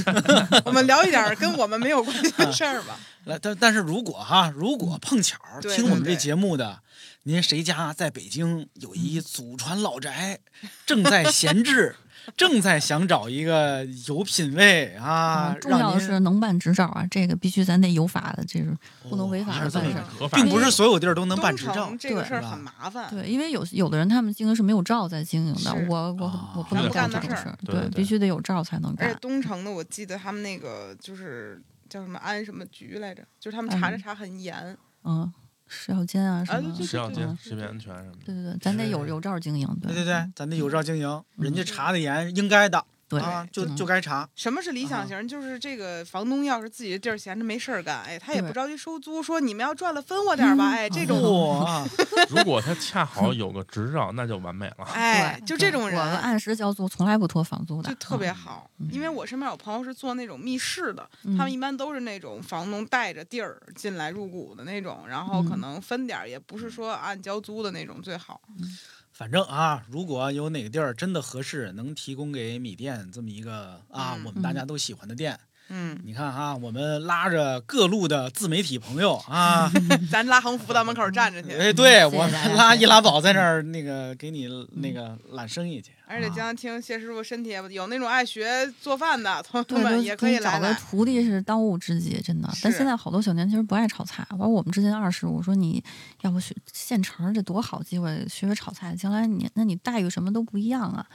Speaker 3: 我们聊一点儿跟我们没有关系的事儿吧。
Speaker 4: 来，但但是如果哈，如
Speaker 1: 嗯
Speaker 4: 果碰巧儿
Speaker 3: 对
Speaker 4: 听我们
Speaker 3: 对
Speaker 4: 这
Speaker 3: 对
Speaker 4: 节目的，您谁家在北京有一祖传 老宅，正在闲置，正在想找一个有品位啊
Speaker 1: 嗯，重要
Speaker 4: 让
Speaker 1: 的
Speaker 4: 您
Speaker 1: 是能办执照啊，这个必须咱得有法的，这是不能
Speaker 4: 哦
Speaker 1: 违法
Speaker 4: 还是
Speaker 1: 的办
Speaker 4: 这么
Speaker 1: 事
Speaker 3: 儿
Speaker 1: 儿。
Speaker 2: 合法的
Speaker 4: 并不是所有地儿都能办
Speaker 3: 东
Speaker 4: 执照
Speaker 3: 城，这个
Speaker 1: 对
Speaker 3: 事儿
Speaker 4: 是吧
Speaker 3: 很麻烦。
Speaker 1: 对，因为有有的人他们经营是没有照在经营的
Speaker 3: 啊是，
Speaker 1: 我我
Speaker 4: 啊
Speaker 1: 我不
Speaker 2: 咱
Speaker 1: 能
Speaker 2: 不
Speaker 1: 干
Speaker 3: 干
Speaker 1: 这种
Speaker 3: 的事
Speaker 1: 事
Speaker 3: 儿
Speaker 1: 儿，
Speaker 2: 对对
Speaker 1: 必须得有照才能
Speaker 3: 而且
Speaker 1: 干。
Speaker 3: 东城的，我记得他们那个就是叫什么安什么局来着，就是他们查着
Speaker 1: 嗯
Speaker 3: 查很严。
Speaker 1: 嗯，食药监啊
Speaker 3: 啊
Speaker 1: 什么，
Speaker 3: 对
Speaker 1: 对
Speaker 2: 食药监、
Speaker 1: 对
Speaker 2: 食品安全什么的。
Speaker 1: 对对，咱得有有照经营。
Speaker 4: 对对
Speaker 1: 对嗯
Speaker 4: 对，咱得有照经营，人家
Speaker 3: 嗯
Speaker 4: 查的严，应该的
Speaker 1: 对
Speaker 4: 啊，就
Speaker 1: 嗯
Speaker 4: 就该查。
Speaker 3: 什么是理
Speaker 4: 啊
Speaker 3: 想型？就是这个房东要是自己的地儿闲着没事儿干，哎，他也
Speaker 1: 对
Speaker 3: 不着急收租，说你们要赚了分我点儿吧，
Speaker 1: 嗯
Speaker 3: 哎，这种，
Speaker 4: 哇，
Speaker 2: 如果他恰好有个执照，那就完美了。
Speaker 3: 哎，
Speaker 1: 哦对
Speaker 3: 就这种
Speaker 1: 我们
Speaker 3: 人。
Speaker 1: 按时交租，从来不拖房租的，
Speaker 3: 就特别
Speaker 1: 嗯
Speaker 3: 好，
Speaker 1: 嗯
Speaker 3: 因为我身边有朋友是做那种密室的，
Speaker 1: 嗯
Speaker 3: 他们一般都是那种房东带着地儿进来入股的那种，然后可
Speaker 1: 嗯
Speaker 3: 能分点儿，也不是说按交租的那种最好。
Speaker 4: 反正啊，如果有哪个地儿真的合适，能提供给米店这么一个啊，
Speaker 3: 嗯
Speaker 4: 我们大
Speaker 1: 嗯
Speaker 4: 家都喜欢的店，
Speaker 3: 嗯，
Speaker 4: 你看哈、啊我们拉着各路的自媒体朋友啊，
Speaker 3: 咱拉横幅到门口站着去，
Speaker 2: 嗯
Speaker 4: 哎，对
Speaker 1: 谢谢
Speaker 4: 我
Speaker 1: 大家
Speaker 4: 们拉易拉宝在那儿那个给你那个揽生意去，
Speaker 3: 而且经
Speaker 4: 啊、
Speaker 3: 常听谢师傅身体也不有那种爱学做饭的 同学
Speaker 1: 对，
Speaker 3: 们
Speaker 1: 就
Speaker 3: 也
Speaker 1: 是
Speaker 3: 可
Speaker 1: 给
Speaker 3: 以
Speaker 1: 你找
Speaker 3: 来
Speaker 1: 个
Speaker 3: 来。
Speaker 1: 徒弟是当务之急，真的。但
Speaker 3: 是
Speaker 1: 现在好多小年轻儿不爱炒菜，完了我们之前二十，我说你要不学现成儿，这多好机会，学学炒菜，将来你那你待遇什么都不一样啊。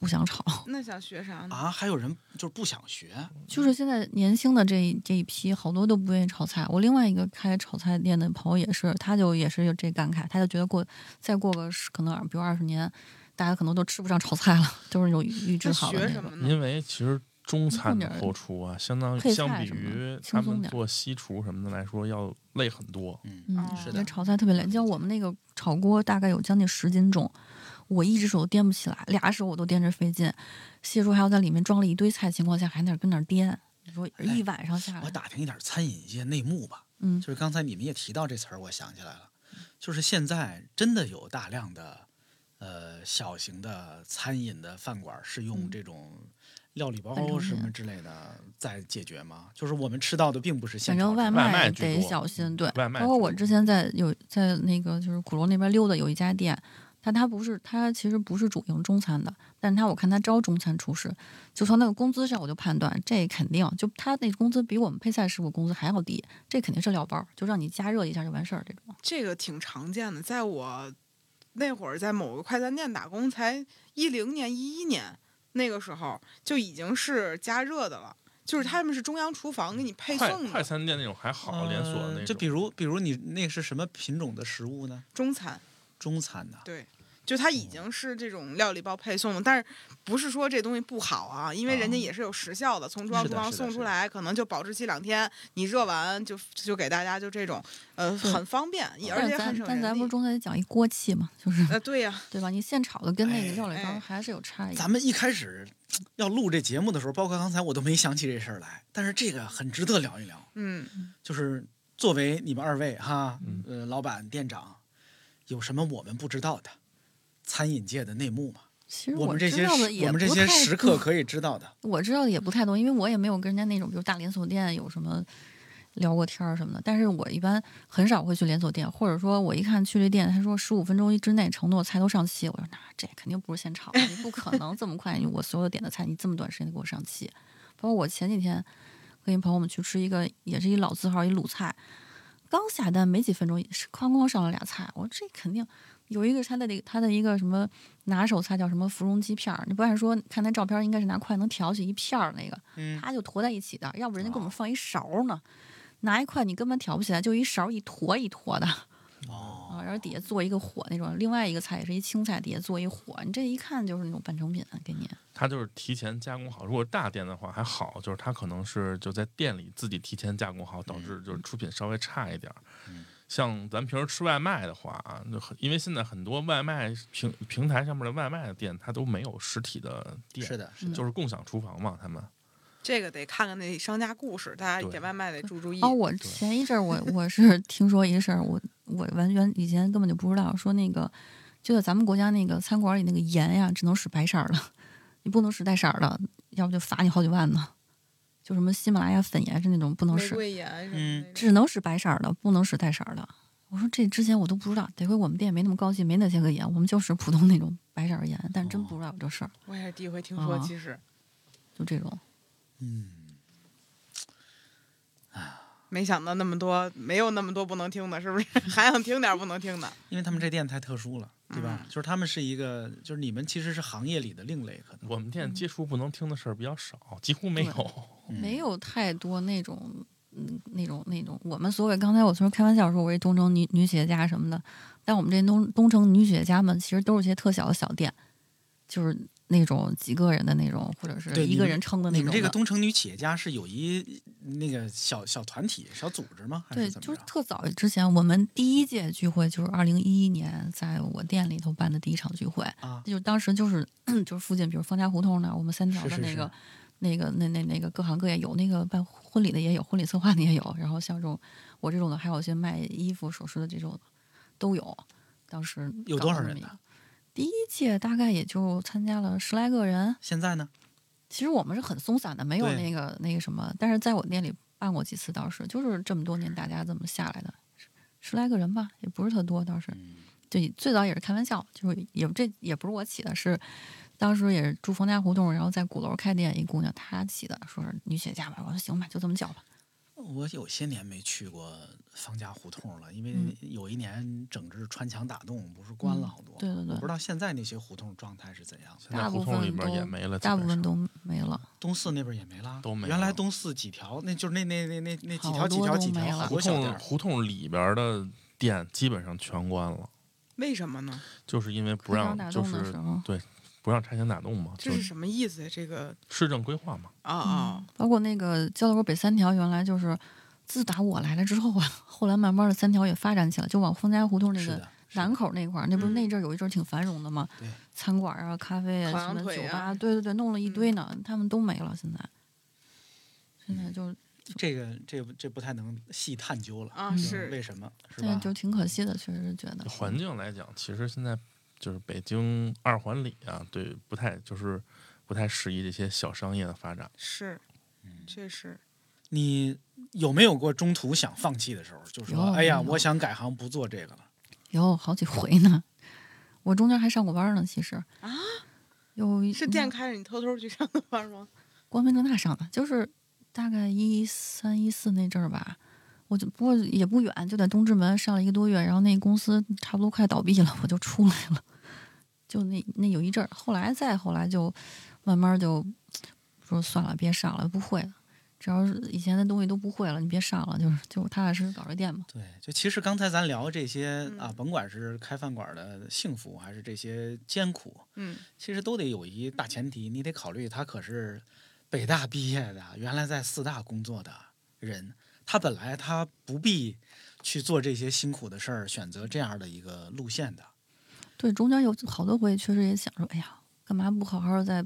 Speaker 1: 不想炒，
Speaker 3: 那想学啥呢？
Speaker 4: 啊，还有人就是不想学，
Speaker 1: 就是现在年轻的这一这一批，好多都不愿意炒菜。我另外一个开炒菜店的朋友也是，他就也是有这感慨，他就觉得过再过个十可能比如二十年，大家可能都吃不上炒菜了， 都是有预制
Speaker 3: 他
Speaker 1: 好的
Speaker 3: 学
Speaker 1: 那
Speaker 3: 什
Speaker 1: 种。嗯
Speaker 3: 么呢？
Speaker 2: 因为其实中餐的后厨啊，相当
Speaker 1: 配菜
Speaker 2: 相比
Speaker 1: 什么的
Speaker 2: 于
Speaker 1: 轻
Speaker 2: 他
Speaker 1: 松
Speaker 2: 们
Speaker 1: 点儿
Speaker 2: 做西厨什么的来说，要累很多。
Speaker 4: 嗯，
Speaker 1: 嗯
Speaker 3: 哦，
Speaker 4: 是
Speaker 1: 因
Speaker 4: 的
Speaker 1: 为炒菜特别累。像我们那个炒锅，大概有将近十斤重，我一只手都掂不起来，俩手我都掂着费劲。谢叔还要在里面装了一堆菜，情况下还在那儿跟那儿掂。你说一晚上下
Speaker 4: 哎我
Speaker 1: 来，
Speaker 4: 打听一点餐饮界内幕吧，
Speaker 1: 嗯
Speaker 4: 就是刚才你们也提到这词儿，我想起来了，就是现在真的有大量的呃小型的餐饮的饭馆是用
Speaker 1: 嗯
Speaker 4: 这种。料理包
Speaker 1: 半成
Speaker 4: 什么
Speaker 1: 品
Speaker 4: 之类的在解决吗？就是我们吃到的并不是现
Speaker 1: 反正
Speaker 4: 成的
Speaker 1: 外
Speaker 2: 外卖居
Speaker 1: 得
Speaker 2: 多
Speaker 1: 小
Speaker 4: 嗯
Speaker 1: 心，对。
Speaker 2: 外卖
Speaker 1: 包括
Speaker 2: 居
Speaker 1: 我
Speaker 2: 多
Speaker 1: 之前在有在那个就是鼓楼那边溜达，有一家店，但它不是它其实不是主营中餐的，但是它我看它招中餐厨师，就从那个工资上我就判断，这肯定就他那工资比我们配菜师傅工资还要低，这肯定是料包，就让你加热一下就完事儿这种。
Speaker 3: 这个挺常见的，在我那会儿在某个快餐店打工，才一零年、一一年那个时候就已经是加热的了，
Speaker 1: 嗯
Speaker 3: 就是他们是中央厨房给你配
Speaker 2: 快
Speaker 3: 送
Speaker 2: 快
Speaker 3: 的
Speaker 2: 餐店那种还好，连锁的
Speaker 4: 呃
Speaker 2: 那
Speaker 4: 就比
Speaker 2: 种。
Speaker 4: 如，比如你那是什么品种的食物呢？
Speaker 3: 中餐，
Speaker 4: 中餐呐，
Speaker 3: 对。就它已经是这种料理包配送的，但是不是说这东西不好啊？因为人家
Speaker 4: 啊
Speaker 3: 也是有时效的，从中央
Speaker 4: 是
Speaker 3: 厨
Speaker 4: 的
Speaker 3: 房
Speaker 4: 是的
Speaker 3: 送
Speaker 4: 是
Speaker 3: 出
Speaker 4: 的
Speaker 3: 来，可能就保质期两天，你热完就就给大家就这种，呃，
Speaker 1: 对
Speaker 3: 很方便，也而
Speaker 1: 但
Speaker 3: 且很
Speaker 1: 咱
Speaker 3: 省
Speaker 1: 但
Speaker 3: 人
Speaker 1: 咱不是
Speaker 3: 力。
Speaker 1: 中间讲一锅气嘛，就是
Speaker 3: 呃，对呀、
Speaker 1: 对吧？你现炒的跟那个
Speaker 4: 哎
Speaker 1: 料理包
Speaker 3: 哎
Speaker 1: 还是有差异。
Speaker 4: 咱们一开始要录这节目的时候，包括刚才我都没想起这事儿来，但是这个很值得聊一聊。
Speaker 3: 嗯，
Speaker 4: 就是作为你们二位哈，
Speaker 2: 嗯
Speaker 4: 呃，老板、店长，有什么我们不知道的餐饮界的内幕吗？
Speaker 1: 其实
Speaker 4: 我们这
Speaker 1: 知
Speaker 4: 些
Speaker 1: 道的
Speaker 4: 食
Speaker 1: 也
Speaker 4: 我们这
Speaker 1: 不
Speaker 4: 些
Speaker 1: 太
Speaker 4: 食
Speaker 1: 多
Speaker 4: 客可以知道的，
Speaker 1: 我知道的也不太多，因为我也没有跟人家那种，比如大连锁店有什么聊过天儿什么的。但是我一般很少会去连锁店，或者说我一看去这店，他说十五分钟之内承诺菜都上齐，我说那这肯定不是现炒的，你不可能这么快，我所有点的菜你这么短时间给我上齐。包括我前几天跟一朋友们去吃一个，也是一老字号一鲁菜，刚下单没几分钟，哐哐上了俩菜，我说这肯定。有一个是他的那个他的一个什么拿手菜叫什么芙蓉鸡片儿，你不按说看他照片儿应该是拿筷能挑起一片儿那个，
Speaker 4: 嗯，哦
Speaker 1: 他就坨在一起的，要不人家给我们放一勺儿呢，拿一筷你根本挑不起来，就一勺儿一坨一坨的。
Speaker 4: 哦，
Speaker 1: 啊，然后底下做一个火那种，另外一个菜也是一青菜，底下做一火，你这一看就是那种半成品啊给你。
Speaker 2: 它就是提前加工好。如果大店的话还好，就是它可能是就在店里自己提前加工好，导致就是出品稍微差一点儿。
Speaker 4: 嗯
Speaker 2: 像咱平时吃外卖的话啊，就很因为现在很多外卖平平台上面的外卖的店，它都没有实体的店，
Speaker 4: 是的，
Speaker 1: 嗯
Speaker 2: 就是共享厨房嘛，他们
Speaker 3: 这个得看看那商家故事，大家
Speaker 2: 对
Speaker 3: 点外卖得注注意。
Speaker 1: 哦，我前一阵儿我我是听说一个事儿，我我完全以前根本就不知道，说那个就在咱们国家那个餐馆里那个盐呀，只能使白色儿的，你不能使带色儿的，要不就罚你好几万呢。就什么喜马拉雅粉盐是那种不能
Speaker 3: 玫
Speaker 1: 使，
Speaker 3: 瑰盐什么
Speaker 4: 嗯
Speaker 3: 那种
Speaker 1: 只能使白色儿的，不能使带色儿的。我说这之前我都不知道，得亏我们店没那么高级，没那些个盐，我们就使普通那种白色儿盐，但是真
Speaker 3: 哦
Speaker 1: 不知道有这事儿，
Speaker 3: 我也是第一回听说，
Speaker 1: 哦
Speaker 3: 其实
Speaker 1: 就这种。
Speaker 4: 嗯，
Speaker 3: 没想到那么多，没有那么多不能听的，是 不是？还想听点不能听的？
Speaker 4: 因为他们这店太特殊了，对吧？
Speaker 1: 嗯
Speaker 4: 就是他们是一个，就是你们其实是行业里的另类，可能
Speaker 2: 我们
Speaker 1: 嗯
Speaker 2: 店接触不能听的事儿比较少，几乎没有。
Speaker 4: 嗯
Speaker 1: 没有太多那种，嗯，那种那种。我们所谓刚才我说开玩笑说，我是东城女女企业家什么的，但我们这东东城女企业家们其实都是些特小的小店，就是那种几个人的那种，或者
Speaker 4: 对
Speaker 1: 是
Speaker 4: 你
Speaker 1: 一个
Speaker 4: 们
Speaker 1: 人撑的那
Speaker 4: 你
Speaker 1: 种
Speaker 4: 们
Speaker 1: 的。
Speaker 4: 这个东城女企业家是有一那个小小团体、小组织吗？还
Speaker 1: 对，
Speaker 4: 是怎
Speaker 1: 就
Speaker 4: 么
Speaker 1: 是
Speaker 4: 着？
Speaker 1: 特早之前，我们第一届聚会就是二零一一年在我店里头办的第一场聚会，
Speaker 4: 啊，
Speaker 1: 就是当时就是 就是附近，比如方家胡同那儿，我们三条
Speaker 4: 是
Speaker 1: 的
Speaker 4: 是
Speaker 1: 那
Speaker 4: 是
Speaker 1: 个那个那那那个各行各业有那个办婚礼的也有，婚礼策划的也有，然后像这种我这种的，还有一些卖衣服、首饰的这种都有。当时
Speaker 4: 有
Speaker 1: 搞
Speaker 4: 多
Speaker 1: 了
Speaker 4: 少
Speaker 1: 那
Speaker 4: 人
Speaker 1: 么一
Speaker 4: 呢
Speaker 1: 个？第一届大概也就参加了十来个人。
Speaker 4: 现在呢？
Speaker 1: 其实我们是很松散的，没有
Speaker 4: 对
Speaker 1: 那个那个什么，但是在我店里办过几次，倒是就是这么多年大家这么下来的，十十来个人吧，也不是特多，倒是。
Speaker 4: 嗯
Speaker 1: 对，最早也是开玩笑，就是也这也不是我起的，是当时也是住冯家胡同，然后在鼓楼开店一姑娘她起的，说是女企业家吧，我说行吧，就这么叫吧。
Speaker 4: 我有些年没去过方家胡同了，因为
Speaker 1: 嗯
Speaker 4: 有一年整治穿墙打洞，不是关了好多。
Speaker 1: 对对
Speaker 4: 我不知
Speaker 1: 对，
Speaker 4: 道现在那些胡同状态是怎样的。
Speaker 2: 现在
Speaker 1: 大
Speaker 2: 胡
Speaker 1: 部
Speaker 2: 同里
Speaker 1: 分
Speaker 2: 边也
Speaker 1: 都
Speaker 2: 没了，
Speaker 1: 大
Speaker 2: 基
Speaker 1: 部分
Speaker 2: 本上
Speaker 1: 都没了。
Speaker 4: 东四那边也没了，
Speaker 2: 都没
Speaker 4: 原来
Speaker 2: 了
Speaker 4: 东四几条，那就是那那那那那几
Speaker 1: 好
Speaker 4: 条几
Speaker 1: 多
Speaker 4: 条
Speaker 1: 都
Speaker 4: 几
Speaker 1: 没
Speaker 4: 条，
Speaker 1: 了
Speaker 4: 好
Speaker 2: 胡
Speaker 4: 多小店
Speaker 2: 同
Speaker 4: 儿。
Speaker 2: 胡同里边的店基本上全关了，
Speaker 3: 为什么呢？
Speaker 2: 就是因为不
Speaker 1: 开张
Speaker 2: 让
Speaker 1: 打
Speaker 2: 就
Speaker 1: 洞的
Speaker 2: 是
Speaker 1: 时候，
Speaker 2: 不让拆迁打洞嘛，
Speaker 3: 这
Speaker 2: 就是
Speaker 3: 什么意思呀？这个
Speaker 2: 市政规划嘛。
Speaker 3: 啊啊
Speaker 1: 嗯，，包括那个交道口北三条，原来就是自打我来了之后啊，后来慢慢的三条也发展起来，就往丰家胡同那
Speaker 4: 是
Speaker 1: 个
Speaker 4: 的，是
Speaker 1: 南
Speaker 4: 的
Speaker 1: 口那块儿，那不是
Speaker 3: 嗯
Speaker 1: 那阵儿有一阵儿挺繁荣的嘛，
Speaker 4: 对
Speaker 1: 餐馆啊、咖啡啊、
Speaker 3: 烤
Speaker 1: 什
Speaker 3: 羊
Speaker 1: 么
Speaker 3: 腿
Speaker 1: 酒吧，
Speaker 3: 啊
Speaker 1: 对对对，弄了一堆呢，他们都没了，现在，现在
Speaker 4: 嗯
Speaker 1: 就
Speaker 4: 这个这不这不太能细探究了
Speaker 3: 啊
Speaker 4: 嗯
Speaker 3: 是
Speaker 4: 为什么是
Speaker 1: 但
Speaker 4: 吧
Speaker 1: 是？就挺可惜的，确实是觉得
Speaker 2: 环境来讲，其实现在就是北京二环里啊，对，不太就是不太适宜这些小商业的发展。
Speaker 3: 是
Speaker 4: 嗯
Speaker 3: 确实，
Speaker 4: 你有没有过中途想放弃的时候？就说
Speaker 1: 有
Speaker 4: 哎呀，
Speaker 1: 有
Speaker 4: 我想改行不做这个了。
Speaker 1: 有好几回呢。我中间还上过班呢，其实
Speaker 3: 啊，
Speaker 1: 有一
Speaker 3: 是店开着你偷偷去上的班吗？
Speaker 1: 光明正大上的，就是大概一三一四那阵儿吧。我就不过也不远，就在东直门上了一个多月，然后那公司差不多快倒闭了，我就出来了。就那那有一阵儿，后来再后来就慢慢就说算了，别上了，不会了。只要是以前的东西都不会了，你别上了，就是就踏踏实实搞这店吧。
Speaker 4: 对，就其实刚才咱聊这些啊，
Speaker 3: 嗯
Speaker 4: 甭管是开饭馆的幸福，还是这些艰苦，
Speaker 3: 嗯，
Speaker 4: 其实都得有一大前提，你得考虑他可是北大毕业的，原来在四大工作的人，他本来他不必去做这些辛苦的事儿，选择这样的一个路线的。
Speaker 1: 对，中间有好多回确实也想说，哎呀，干嘛不好好在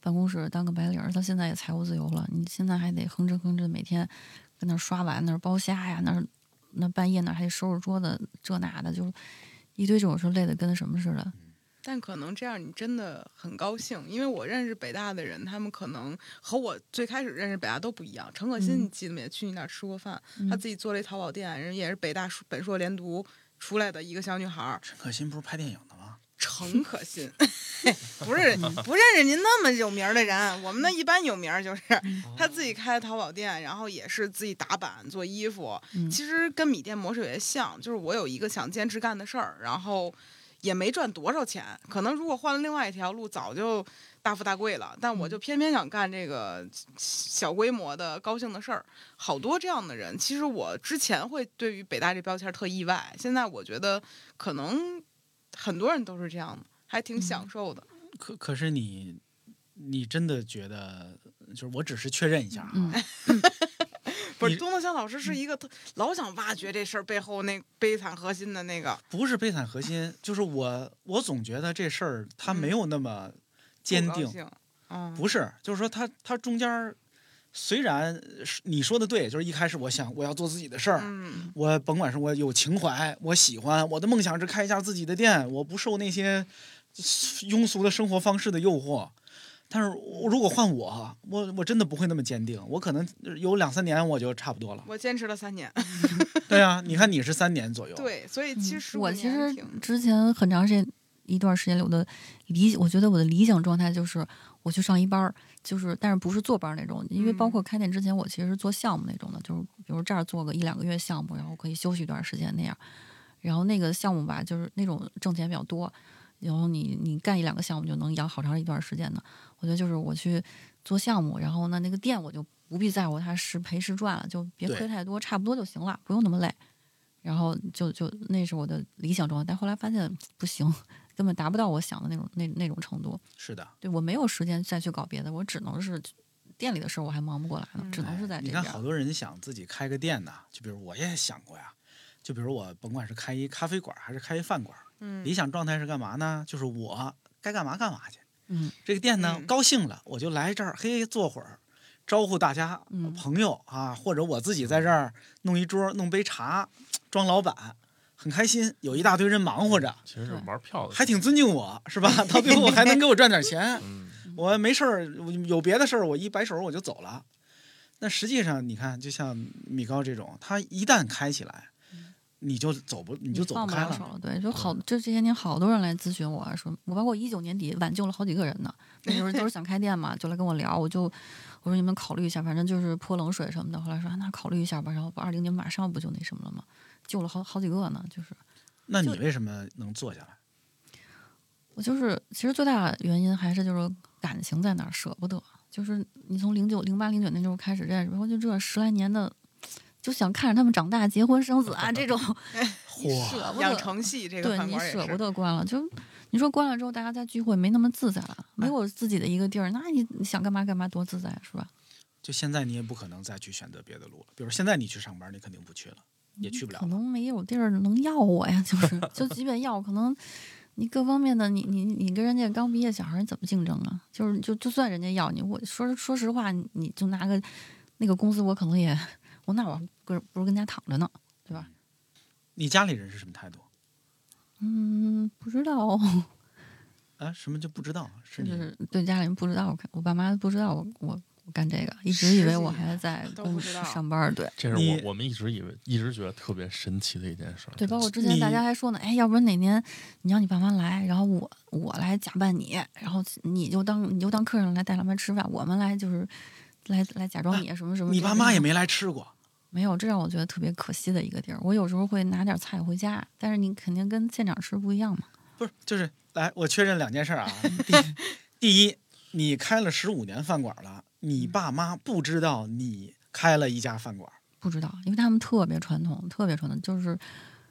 Speaker 1: 办公室当个白领儿？到现在也财务自由了，你现在还得哼哧哼哧每天跟那儿刷碗、那儿剥虾呀，那儿那半夜那儿还得收拾桌子，这那的，就是一堆这种事儿，累得跟什么似的。
Speaker 3: 但可能这样你真的很高兴，因为我认识北大的人，他们可能和我最开始认识北大都不一样。陈可辛，
Speaker 1: 嗯
Speaker 3: 你记得没？去你那儿吃过饭，
Speaker 1: 嗯
Speaker 3: 她自己做了一淘宝店，人也是北大硕本硕连读出来的一个小女孩儿，
Speaker 4: 陈可辛不是拍电影的吗？
Speaker 3: 陈可辛， 不是不认识您那么有名儿的人，我们那一般有名儿就是她自己开的淘宝店，然后也是自己打版做衣服，
Speaker 1: 嗯
Speaker 3: 其实跟米店模式有些像，就是我有一个想坚持干的事儿，然后也没赚多少钱，可能如果换了另外一条路，早就大富大贵了。但我就偏偏想干这个小规模的高兴的事儿，好多这样的人。其实我之前会对于北大这标签儿特意外，现在我觉得可能很多人都是这样的，还挺享受的。
Speaker 4: 可可是你，你真的觉得，就是我只是确认一下啊，
Speaker 1: 嗯，
Speaker 3: 不是
Speaker 4: 你
Speaker 3: 东东强老师是一个特老想挖掘这事儿背后那悲惨核心的那个，
Speaker 4: 不是悲惨核心，就是我我总觉得这事儿它没有那么坚定，，
Speaker 3: 嗯，
Speaker 4: 不是，就是说它它中间儿虽然是你说的对，就是一开始我想我要做自己的事儿。
Speaker 3: 嗯，
Speaker 4: 我甭管是我有情怀，我喜欢，我的梦想是开一家自己的店，我不受那些庸俗的生活方式的诱惑。但是我如果换我，我我真的不会那么坚定，我可能有两三年我就差不多了。
Speaker 3: 我坚持了三年，
Speaker 4: 对啊，你看你是三年 左右，，
Speaker 3: 对，所以
Speaker 1: 嗯
Speaker 3: 其实
Speaker 1: 我其实
Speaker 3: 挺
Speaker 1: 之前很长时间一段时间里，我的理我觉得我的理想状态就是我去上一班儿，就是但是不是坐班儿那种，因为包
Speaker 3: 嗯
Speaker 1: 括开店之前，我其实是做项目那种的，就是比如这儿做个一两个月项目，然后可以休息一段时间那样。然后那个项目吧，就是那种挣钱比较多，然后你你干一两个项目就能养好长一段时间呢。我觉得就是我去做项目，然后呢那个店我就不必在乎它是赔是赚了，就别
Speaker 4: 对
Speaker 1: 亏太多，差不多就行了，不用那么累。然后就就那是我的理想状态，但后来发现不行，根本达不到我想的那种那那种程度。
Speaker 4: 是的，
Speaker 1: 对我没有时间再去搞别的，我只能是店里的事儿我还忙不过来呢，
Speaker 3: 嗯
Speaker 1: 只能是在
Speaker 4: 哎
Speaker 1: 这
Speaker 4: 你
Speaker 1: 边
Speaker 4: 看，。好多人想自己开个店呐，就比如我也想过呀，就比如我甭管是开一咖啡馆还是开一饭馆，
Speaker 3: 嗯
Speaker 4: 理想状态是干嘛呢？就是我该干嘛干嘛去。
Speaker 1: 嗯，
Speaker 4: 这个店呢，
Speaker 3: 嗯
Speaker 4: 高兴了我就来这儿，嘿，坐会儿，招呼大家、
Speaker 1: 嗯
Speaker 4: 朋友啊，或者我自己在这儿弄一桌，弄杯茶，装老板，很开心，有一大堆人忙活着，
Speaker 2: 其实是
Speaker 1: 对
Speaker 2: 玩票的，
Speaker 4: 还挺尊敬我，是吧？ 到最后还能给我赚 点钱，
Speaker 2: 嗯，
Speaker 4: 我没事儿，我有别的事儿，我一摆手我就走了。那实际上，你看，就像米高这种，他一旦开起来，你就走不，你就走
Speaker 1: 嗯放不
Speaker 4: 开
Speaker 1: 了手了，对，就好，就这些年好多人来咨询我啊说，我包括一九年底挽救了好几个人呢，那时候都是想开店嘛，就来跟我聊，我就我说你们考虑一下，反正就是泼冷水什么的。后来说、啊那考虑一下吧，然后不二零年马上不就那什么了吗？救了好好几个呢，就是
Speaker 4: 那你
Speaker 1: 就
Speaker 4: 为什么能坐下来？
Speaker 1: 我就是，其实最大的原因还是就是感情在那儿舍不得，就是你从零九零八零九那时候开始认识，然后就这十来年的，就想看着他们长大、结婚生子啊，这种
Speaker 4: 嚯，
Speaker 1: 舍不
Speaker 3: 养
Speaker 1: 得，
Speaker 3: 成系这个
Speaker 1: 对
Speaker 3: 饭
Speaker 1: 你
Speaker 3: 馆也
Speaker 1: 舍不
Speaker 3: 是，
Speaker 1: 得关了。就你说关了之后，大家在聚会没那么自在了，
Speaker 3: 哎
Speaker 1: 没有自己的一个地儿，那你你想干嘛干嘛多自在是吧？
Speaker 4: 就现在你也不可能再去选择别的路了。比如现在你去上班，你肯定不去了，也去不
Speaker 1: 嗯
Speaker 4: 了
Speaker 1: 可
Speaker 4: 了。
Speaker 1: 能没有地儿能要我呀，就是就即便要，可能你各方面的，你你你跟人家刚毕业小孩儿你怎么竞争啊？就是就就算人家要你，我说说实话，你你就拿个那个公司，我可能也我那我不是不如跟家躺着呢，对吧？
Speaker 4: 你家里人是什么态度
Speaker 1: 嗯，不知道，
Speaker 4: 啊？什么就不知道？是
Speaker 1: 就
Speaker 4: 你
Speaker 1: 是对家里人不知道，我看我爸妈不知道我我我干这个，一直以为我还在
Speaker 3: 都
Speaker 1: 公
Speaker 3: 不知道
Speaker 1: 上班儿，对。
Speaker 2: 这是
Speaker 4: 你
Speaker 2: 我我们一直以为一直觉得特别神奇的一件事儿。
Speaker 1: 对，包括之前大家还说呢，哎，要不然哪年你让你爸妈来，然后我我来假扮你，然后你就当你就当客人来带他们吃饭，我们来就是来来假装你什么什么。
Speaker 4: 啊你爸妈也没来吃过，
Speaker 1: 没有，这让我觉得特别可惜的一个地儿。我有时候会拿点菜回家，但是你肯定跟现场吃不一样嘛。
Speaker 4: 不是？就是来，我确认两件 事啊。第第一，你开了十五年饭馆了，你
Speaker 1: 嗯
Speaker 4: 爸妈不知道你开了一家饭馆，
Speaker 1: 不知道，因为他们特别传统，特别传统，就是。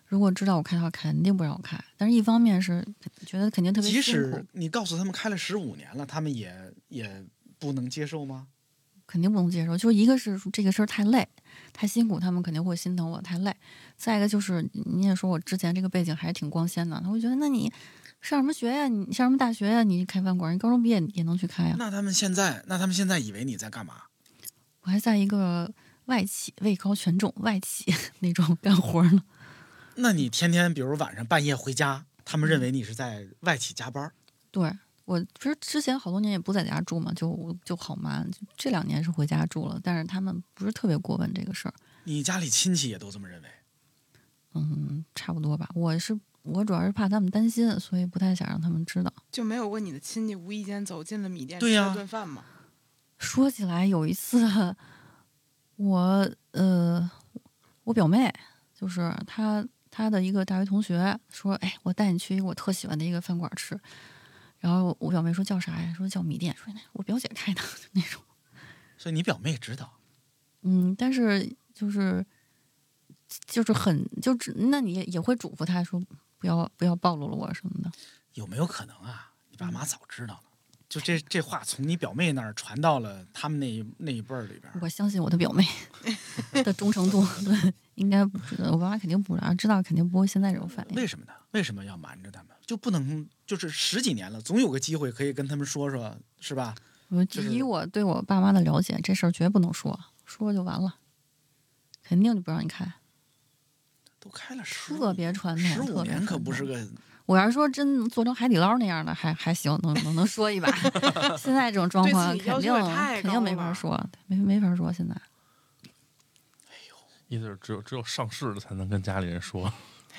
Speaker 1: 如果知道我开的话，肯定不让我开。但是一方面是觉得肯定特别
Speaker 4: 即
Speaker 1: 辛苦
Speaker 4: 使，你告诉他们开了十五年了，他们也也不能接受吗？
Speaker 1: 肯定不能接受。就一个是这个事儿太累，太辛苦，他们肯定会心疼我太累。再一个就是你也说我之前这个背景还是挺光鲜的，他会觉得那你上什么学呀？你上什么大学呀？你开饭馆，你高中毕业也能去开呀？啊
Speaker 4: 那他们现在，那他们现在以为你在干嘛？
Speaker 1: 我还在一个外企，位高权重外企 那种干活呢。
Speaker 4: 那你天天比如晚上半夜回家，他们
Speaker 1: 嗯
Speaker 4: 认为你是在外企加班儿。
Speaker 1: 对我不是之前好多年也不在家住嘛，就就好忙。这两年是回家住了，但是他们不是特别过问这个事儿。
Speaker 4: 你家里亲戚也都这么认为，
Speaker 1: 嗯，差不多吧。我是我主要是怕他们担心，所以不太想让他们知道。
Speaker 3: 就没有过你的亲戚无意间走进了米店
Speaker 4: 对
Speaker 3: 吃
Speaker 4: 呀
Speaker 3: 了顿饭吗？
Speaker 1: 说起来，有一次，我呃，我表妹就是她他的一个大学同学说：“哎，我带你去一个我特喜欢的一个饭馆吃。”然后我表妹说叫啥呀？说叫米店。说那我表姐开的就那种。
Speaker 4: 所以你表妹知道，
Speaker 1: 嗯，但是就是就是很就只那你也也会嘱咐他说不要不要暴露了我什么的。
Speaker 4: 有没有可能啊？你爸
Speaker 1: 嗯
Speaker 4: 妈早知道了，就这这话从你表妹那儿传到了他们那一那一辈儿里边儿。
Speaker 1: 我相信我的表妹的忠诚度，对，应该不知道，我爸妈肯定不知道，知道肯定不会现在这种反应。
Speaker 4: 为什么呢？为什么要瞒着他们？就不能就是十几年了，总有个机会可以跟他们说说，是吧？
Speaker 1: 我
Speaker 4: 就是
Speaker 1: 以我对我爸妈的了解，这事儿绝不能说，说就完了，肯定就不让你开，
Speaker 4: 都开了十
Speaker 1: 特别传统。
Speaker 4: 十
Speaker 1: 特
Speaker 4: 五
Speaker 1: 别
Speaker 4: 年，可
Speaker 1: 传
Speaker 4: 不是
Speaker 1: 统
Speaker 4: 个
Speaker 1: 我要是说真做成海底捞那样的，还还行，能能能说一把。 现在这种状
Speaker 3: 对自
Speaker 1: 况，
Speaker 3: 己要
Speaker 1: 肯
Speaker 3: 求
Speaker 1: 定
Speaker 3: 也太
Speaker 1: 肯定
Speaker 3: 高
Speaker 1: 没
Speaker 3: 了
Speaker 1: 法
Speaker 3: 吧
Speaker 1: 说，没没法说。现在
Speaker 2: 意思是只有只有上市了才能跟家里人 说。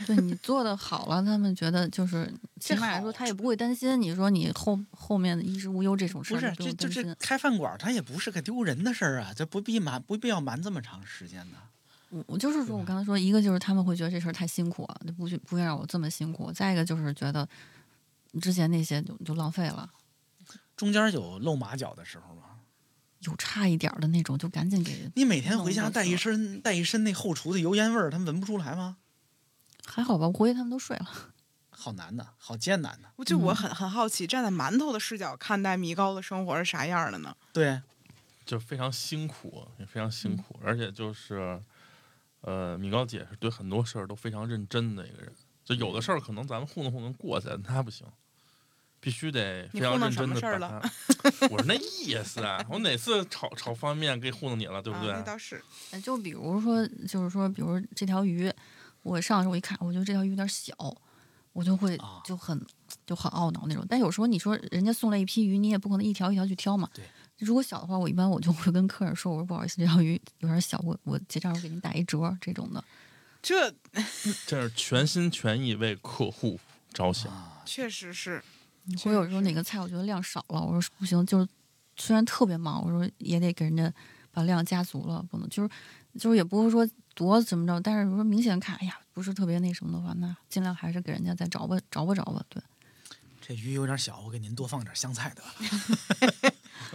Speaker 1: 对你做的好了，他们觉得就是起
Speaker 4: 这
Speaker 1: 码来
Speaker 4: 好
Speaker 1: 说，他也不会担心你说你后后面衣食无忧这种事
Speaker 4: 不
Speaker 1: 儿，
Speaker 4: 是
Speaker 1: 你不
Speaker 4: 这
Speaker 1: 用
Speaker 4: 就
Speaker 1: 担
Speaker 4: 这
Speaker 1: 心。
Speaker 4: 开饭馆儿，它也不是个丢人的事儿啊，这不必瞒不必要瞒这么长时间呢。
Speaker 1: 我我就是说，我刚才说，一个就是他们会觉得这事儿太辛苦了，就不去不愿让我这么辛苦；再一个就是觉得之前那些就就浪费了，
Speaker 4: 中间有露马脚的时候吗？
Speaker 1: 有差一点儿的那种就赶紧给。
Speaker 4: 你每天
Speaker 1: 弄
Speaker 4: 回家
Speaker 1: 到
Speaker 4: 带
Speaker 1: 手
Speaker 4: 一身带一身那后厨的油烟味儿，他们闻不出来吗？
Speaker 1: 还好吧，我回去他们都睡了。
Speaker 4: 好难呐，好艰难呐。
Speaker 3: 我就我
Speaker 1: 嗯
Speaker 3: 很很好奇，站在馒头的视角看待米糕的生活是啥样儿的呢？
Speaker 4: 对，
Speaker 2: 就非常辛苦，也非常辛
Speaker 1: 嗯
Speaker 2: 苦，而且就是，呃，米高姐是对很多事儿都非常认真的一个人。就有
Speaker 3: 嗯
Speaker 2: 的事儿可能咱们糊弄糊弄过去，但她不行，必须得非
Speaker 3: 你
Speaker 2: 常
Speaker 3: 糊弄
Speaker 2: 认
Speaker 3: 什
Speaker 2: 真
Speaker 3: 么
Speaker 2: 的
Speaker 3: 事儿
Speaker 2: 把它。 我是那意思啊，我哪次炒炒方便面给糊弄你了，对不对？
Speaker 3: 啊，那倒是，
Speaker 1: 呃就比如说，就是说，比如这条鱼，我上的时候我一看，我觉得这条鱼有点小，我就会
Speaker 4: 啊
Speaker 1: 就很就很懊恼那种。但有时候你说人家送来一批鱼，你也不可能一条一条去挑嘛。
Speaker 4: 对。
Speaker 1: 如果小的话，我一般我就会跟客人说，我说不好意思，这条鱼有点小，我我结账我给您打一折这种的。
Speaker 3: 这
Speaker 2: 这是全心全意为客户着想。
Speaker 4: 啊，
Speaker 3: 确实是。
Speaker 1: 你
Speaker 3: 确
Speaker 1: 会有时候
Speaker 3: 实
Speaker 1: 哪个菜我觉得量少了，我说不行，就是虽然特别忙，我说也得给人家把量加足了，不能就是就是也不会说多怎么着，但是如果明显看，哎呀，不是特别那什么的话，那尽量还是给人家再找吧找吧找吧，对，
Speaker 4: 这鱼有点小，我给您多放点香菜得了。，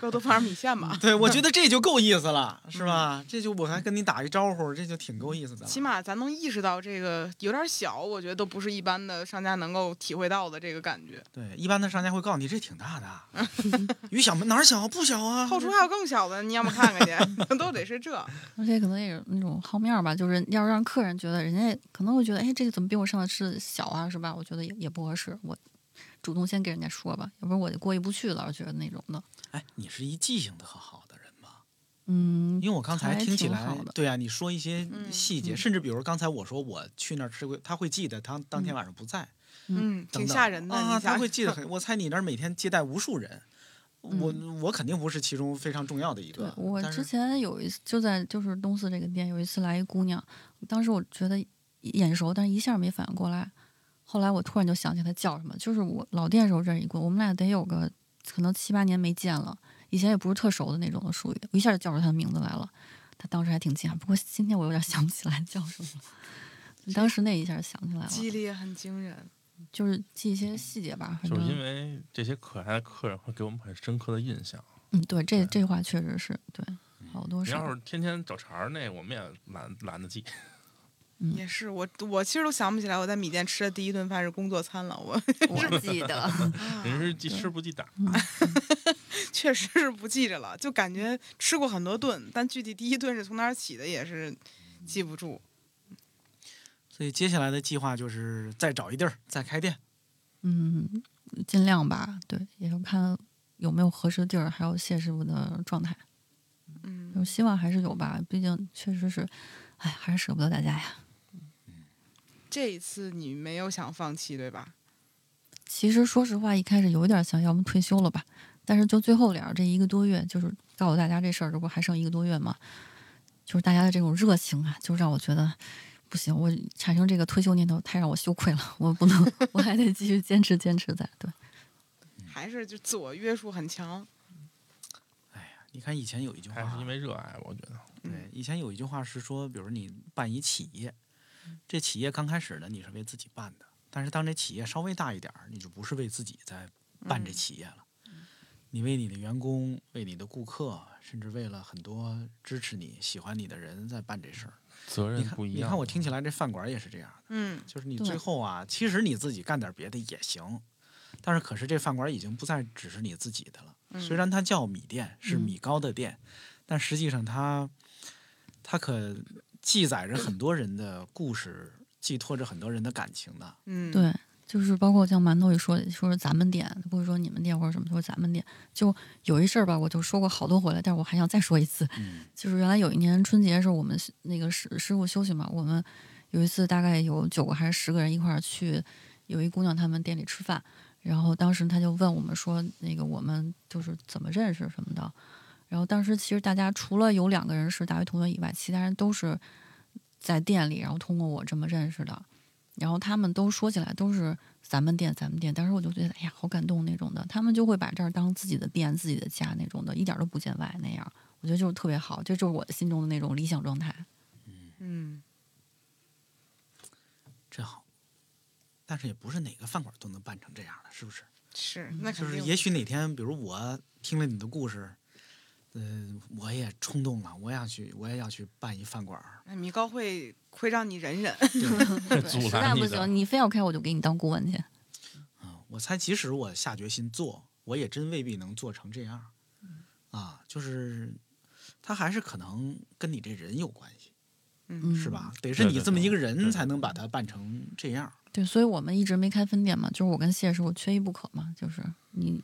Speaker 3: 给我多放点米线吧
Speaker 4: 对，我觉得这就够意思了，是吧？这就我还跟你打一招呼，这就挺够意思的了。
Speaker 3: 起码咱能意识到这个有点小，我觉得都不是一般的商家能够体会到的这个感觉。
Speaker 4: 对，一般的商家会告诉你这挺大 的，鱼小吗？哪儿小？不小啊。
Speaker 3: 后厨还有更小的，你要么看看 去，都得是这。
Speaker 1: 而且可能也有那种好面儿吧，就是要让客人觉得人家可能会觉得，哎，这个怎么比我上的吃的小啊，是吧？我觉得也也不合适，我主动先给人家说吧，要不然我就过意不去了，我觉得那种的，
Speaker 4: 哎，你是一记性特好的人吗？
Speaker 1: 嗯，
Speaker 4: 因为我刚才
Speaker 1: 还
Speaker 4: 听起
Speaker 1: 挺
Speaker 4: 来
Speaker 1: 好的，
Speaker 4: 对啊，你说一些
Speaker 3: 嗯
Speaker 4: 细节，
Speaker 1: 嗯
Speaker 4: 甚至比如刚才我说我去那儿吃过，他会记得他当天
Speaker 1: 嗯
Speaker 4: 晚上不在，
Speaker 3: 嗯，
Speaker 4: 等等
Speaker 3: 挺吓人的。
Speaker 4: 啊，
Speaker 3: 你
Speaker 4: 他
Speaker 3: 想
Speaker 4: 会，记得很。我猜你那儿每天接待无数人，我
Speaker 3: 嗯
Speaker 4: 我肯定不是其中非常重要的一
Speaker 1: 对
Speaker 4: 个。
Speaker 1: 我
Speaker 4: 但
Speaker 1: 之
Speaker 4: 是
Speaker 1: 前有一次就在就是东四这个店有一次来一姑娘，当时我觉得眼熟，但是一下没反应过来。后来我突然就想起她叫什么，就是我老店时候认识一姑，我们俩得有个可能七八年没见了，以前也不是特熟的那种的，属于我一下就叫出她的名字来了。她当时还挺惊讶，不过今天我有点想不起来叫什么了。当时那一下想起来
Speaker 3: 记忆
Speaker 1: 了，
Speaker 3: 力也很惊人。
Speaker 1: 就是记一些细节吧，反
Speaker 2: 就是因
Speaker 1: 正
Speaker 2: 为这些可爱的客人会给我们很深刻的印象。
Speaker 1: 嗯，对，这这话确实是对，好多
Speaker 2: 嗯你
Speaker 1: 事
Speaker 2: 要
Speaker 1: 儿，
Speaker 2: 是天天找茬儿，那我们也懒懒得记。
Speaker 1: 嗯
Speaker 3: 也是，我我其实都想不起来我在米店吃的第一顿饭是工作餐了。我
Speaker 1: 我记得。
Speaker 3: 啊
Speaker 4: 啊
Speaker 2: 人是记吃不记打。
Speaker 3: 确实是不记着了，就感觉吃过很多顿，但具体第一顿是从哪儿起的也是记不住。
Speaker 4: 所以接下来的计划就是再找一地儿再开店。
Speaker 1: 嗯，尽量吧，对，也要看有没有合适的地儿，还有谢师傅的状态。
Speaker 3: 嗯，
Speaker 1: 有希望还是有吧，毕竟确实是，哎，还是舍不得大家呀。
Speaker 3: 这一次你没有想放弃对吧？
Speaker 1: 其实说实话，一开始有点想要么退休了吧，但是就最后点儿这一个多月，就是告诉大家这事儿，这不还剩一个多月吗？就是大家的这种热情啊，就让我觉得不行，我产生这个退休念头太让我羞愧了，我不能， 我还得继续坚持坚持在。对，
Speaker 3: 还是就自我约束很强。
Speaker 4: 你看以前有一句话，嗯
Speaker 2: 还是因为热爱，我觉得
Speaker 4: 对，以前有一句话是说，比如你办一企业，
Speaker 3: 嗯
Speaker 4: 这企业刚开始呢，你是为自己办的，但是当这企业稍微大一点儿，你就不是为自己在办这
Speaker 3: 嗯
Speaker 4: 企业了，你为你的员工、为你的顾客，甚至为了很多支持你、喜欢你的人在办这事儿。
Speaker 2: 责
Speaker 4: 你
Speaker 2: 任
Speaker 4: 看
Speaker 2: 不，一
Speaker 4: 你
Speaker 2: 样。
Speaker 4: 看我听起来这饭馆也是这样的，
Speaker 3: 嗯
Speaker 4: 就是你
Speaker 1: 对
Speaker 4: 最后啊，其实你自己干点别的也行，但是可是这饭馆已经不再只是你自己的了。
Speaker 3: 嗯
Speaker 4: 虽然它叫米店，是
Speaker 1: 嗯
Speaker 4: 米糕的店，但实际上它它可记载着很多人的故事，寄托着很多人的感情的。
Speaker 3: 嗯，
Speaker 1: 对，就是包括像馒头也说说是咱们店，他不会说你们店或者什么，说咱们店。就有一事儿吧，我就说过好多回了，但是我还想再说一次。
Speaker 4: 嗯
Speaker 1: 就是原来有一年春节的时候，我们是那个师师傅休息嘛，我们有一次大概有九个还是十个人一块儿去，有一姑娘他们店里吃饭，然后当时她就问我们说，那个我们就是怎么认识什么的。然后当时其实大家除了有两个人是大学同学以外，其他人都是在店里，然后通过我这么认识的。然后他们都说起来都是咱们店，咱们店。当时我就觉得，哎呀，好感动那种的。他们就会把这儿当自己的店、自己的家那种的，一点都不见外那样。我觉得就是特别好，这就是我心中的那种理想状态。
Speaker 3: 嗯
Speaker 4: 真好。但是也不是哪个饭馆都能办成这样的，是不是？
Speaker 3: 是，
Speaker 1: 嗯
Speaker 3: 那
Speaker 4: 就
Speaker 3: 肯
Speaker 4: 是
Speaker 3: 定，
Speaker 4: 也许哪天，比如我听了你的故事，嗯、我也冲动了，我也要去，我也要去办一饭馆儿。
Speaker 3: 那米糕会会让你忍忍，
Speaker 2: 阻
Speaker 1: 实在
Speaker 2: 拦你
Speaker 1: 不
Speaker 2: 的
Speaker 1: 行，你非要开，我就给你当顾问去。
Speaker 4: 啊，我猜即使我下决心做，我也真未必能做成这样。
Speaker 1: 嗯
Speaker 4: 啊，就是他还是可能跟你这人有关系，
Speaker 1: 嗯，
Speaker 4: 是吧？？得
Speaker 2: 对
Speaker 4: 是你
Speaker 2: 对
Speaker 4: 这么
Speaker 2: 对
Speaker 4: 一个
Speaker 2: 对
Speaker 4: 人
Speaker 2: 对
Speaker 4: 才能把它办成这样。
Speaker 1: 对，所以我们一直没开分店嘛，就是我跟谢师傅缺一不可嘛，就是你，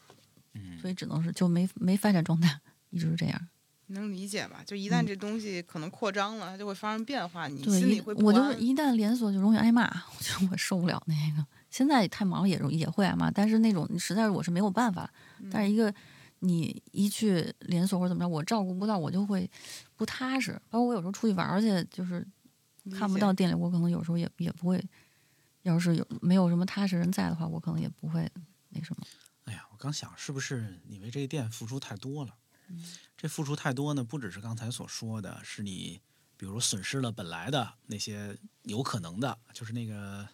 Speaker 4: 嗯
Speaker 1: 所，以只能是就没没发展壮大，一直是这样。
Speaker 3: 能理解吧？就一旦
Speaker 1: 嗯
Speaker 3: 这东西可能扩张了，它就会发生变化，你
Speaker 1: 对，
Speaker 3: 心
Speaker 1: 一
Speaker 3: 里会不
Speaker 1: 我就
Speaker 3: 安。
Speaker 1: 一旦连锁就容易挨骂，我觉得我受不了那个。现在太忙也容也会挨骂，但是那种实在是我是没有办法。
Speaker 3: 嗯
Speaker 1: 但是一个你一去连锁或者怎么着，我照顾不到，我就会不踏实。包括我有时候出去玩儿去，就是
Speaker 3: 理
Speaker 1: 看不
Speaker 3: 解
Speaker 1: 到店里，我可能有时候也也不会。要是有没有什么踏实人在的话，我可能也不会那什么。
Speaker 4: 哎呀，我刚想是不是你为这店付出太多了？这付出太多呢，不只是刚才所说的，是你比如损失了本来的那些有可能的，就是那个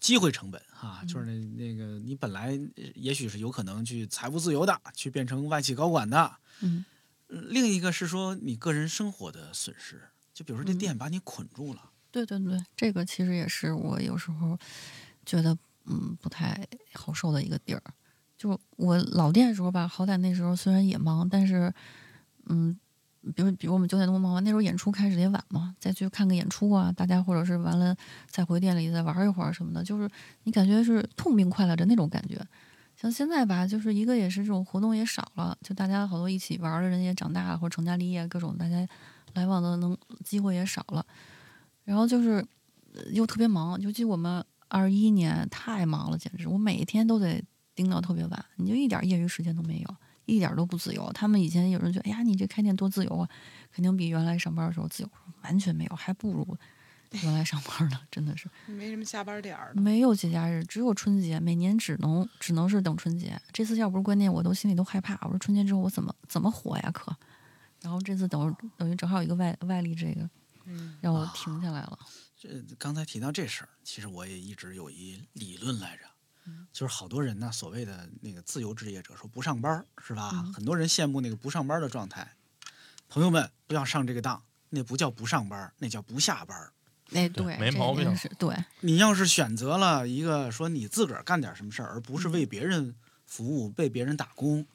Speaker 4: 机会成本哈、就是那那个你本来呃也许是有可能去财务自由的，去变成外企高管的。
Speaker 1: 嗯
Speaker 4: 呃另一个是说你个人生活的损失，就比如说这
Speaker 1: 嗯
Speaker 4: 店把你捆住了。
Speaker 1: 对对对，这个其实也是我有时候觉得嗯不太好受的一个地儿。就我老店的时候吧，好歹那时候虽然也忙，但是嗯，比如比如我们九点多忙完，那时候演出开始也晚嘛，再去看个演出啊，大家或者是完了再回店里再玩一会儿什么的，就是你感觉是痛并快乐着那种感觉。像现在吧，就是一个也是这种活动也少了，就大家好多一起玩儿的人也长大了，或者成家立业，各种大家来往的能机会也少了。然后就是呃又特别忙，尤其我们二一年太忙了，简直我每天都得盯到特别晚，你就一点业余时间都没有，一点都不自由。他们以前有人觉得，哎呀，你这开店多自由啊，肯定比原来上班的时候自由，完全没有，还不如原来上班呢，真的是。
Speaker 3: 没什么下班点儿了。
Speaker 1: 没有节假日，只有春节，每年只能只能是等春节。这次要不是关键，我都心里都害怕。我说春节之后我怎么怎么活呀？可，然后这次等等于正好有一个外外力，这个
Speaker 3: 嗯
Speaker 1: 让我停下来了。
Speaker 4: 这刚才提到这事儿，其实我也一直有一理论来着，就是好多人呢，所谓的那个自由职业者说不上班儿是吧？
Speaker 1: 嗯
Speaker 4: 很多人羡慕那个不上班儿的状态。朋友们，不要上这个当，那不叫不上班儿，那叫不下班儿。
Speaker 1: 哎，
Speaker 2: 对
Speaker 1: 对，
Speaker 2: 没
Speaker 1: 这
Speaker 2: 毛
Speaker 1: 真
Speaker 2: 病
Speaker 1: 是对，
Speaker 4: 你要是选择了一个说你自个儿干点什么事儿，而不是为别人服务、为别人打工，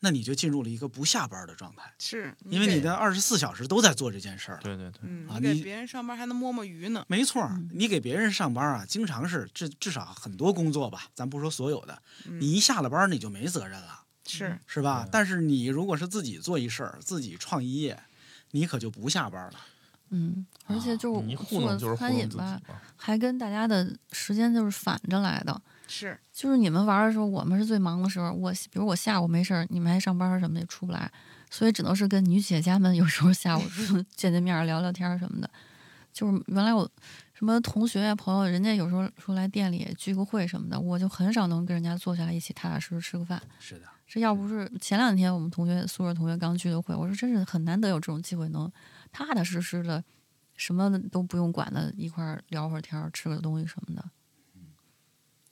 Speaker 4: 那你就进入了一个不下班儿的状态，
Speaker 3: 是
Speaker 4: 因为你
Speaker 3: 给
Speaker 4: 的二十四小时都在做这件事儿了。
Speaker 2: 对对对，
Speaker 3: 嗯，
Speaker 4: 啊
Speaker 3: 你给
Speaker 4: 你
Speaker 3: 别人上班还能摸摸鱼呢。
Speaker 4: 没错儿
Speaker 1: 嗯，
Speaker 4: 你给别人上班啊，经常是至至少很多工作吧，咱不说所有的，
Speaker 3: 嗯
Speaker 4: 你一下了班你就没责任了，
Speaker 3: 是
Speaker 1: 嗯
Speaker 4: 是吧
Speaker 2: 对？
Speaker 4: 但是你如果是自己做一事儿，自己创一业，你可就不下班了。
Speaker 1: 嗯，而且就
Speaker 2: 啊你一
Speaker 1: 是
Speaker 2: 糊弄就
Speaker 1: 做
Speaker 2: 是糊
Speaker 1: 餐
Speaker 2: 弄
Speaker 1: 饮
Speaker 2: 自己
Speaker 1: 吧
Speaker 2: 嘛，。
Speaker 1: 还跟大家的时间就是反着来的。
Speaker 3: 是，
Speaker 1: 就是你们玩儿的时候，我们是最忙的时候。我比如我下午没事儿，你们还上班儿什么的也出不来，所以只能是跟女企业家们有 时候下午见见面儿聊聊天儿什么的。就是原来我什么同学呀、朋友，人家有时候说来店里聚个会什么的，我就很少能跟人家坐下来一起踏踏实实吃个饭。
Speaker 4: 是的，
Speaker 1: 这要不是前两天我们同学宿舍同学刚聚的会，我说真是很难得有这种机会能踏踏实实的什么都不用管的，一块儿聊会儿天儿，吃个东西什么的，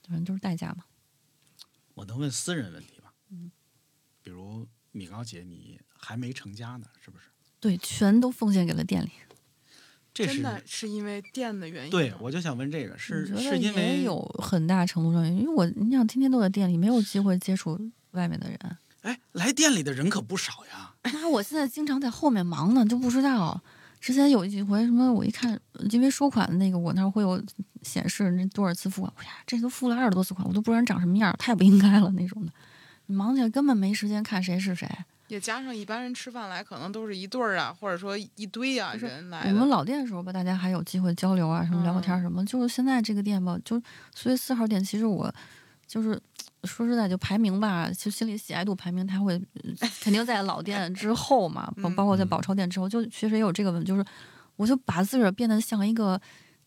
Speaker 1: 反正就是代价嘛。
Speaker 4: 我能问私人问题吧？
Speaker 1: 嗯，
Speaker 4: 比如米高姐，你还没成家呢，是不是？
Speaker 1: 对，全都奉献给了店里。
Speaker 4: 这是
Speaker 3: 真的是因为电的原因吗。啊
Speaker 4: 对，我就想问这个，是
Speaker 1: 我觉
Speaker 4: 是
Speaker 1: 得
Speaker 4: 因
Speaker 1: 也
Speaker 4: 为
Speaker 1: 有很大程度上，因为我你想天天都在店里，没有机会接触外面的人。
Speaker 4: 哎，来店里的人可不少呀。
Speaker 1: 那我现在经常在后面忙呢，都不知道。之前有一回什么，我一看，因为收款的那个我那儿会有显示那多少次付款，哎我呀，这都付了二十多次款，我都不知道人长什么样，太不应该了那种的。你忙起来根本没时间看谁是谁。
Speaker 3: 也加上一般人吃饭来，可能都是一对儿啊，或者说一堆啊
Speaker 1: 不是
Speaker 3: 人来
Speaker 1: 我
Speaker 3: 的。嗯
Speaker 1: 们老店的时候吧，大家还有机会交流啊，什么聊个天儿什么。就是现在这个店吧，就所以四号店其实我就是说实在，就排名吧，就心里喜爱度排名，它会呃肯定在老店之后嘛，包
Speaker 3: 嗯
Speaker 1: 包括在
Speaker 4: 嗯
Speaker 1: 宝钞店之后，就确实也有这个问题，就是我就把自个儿变得像一个。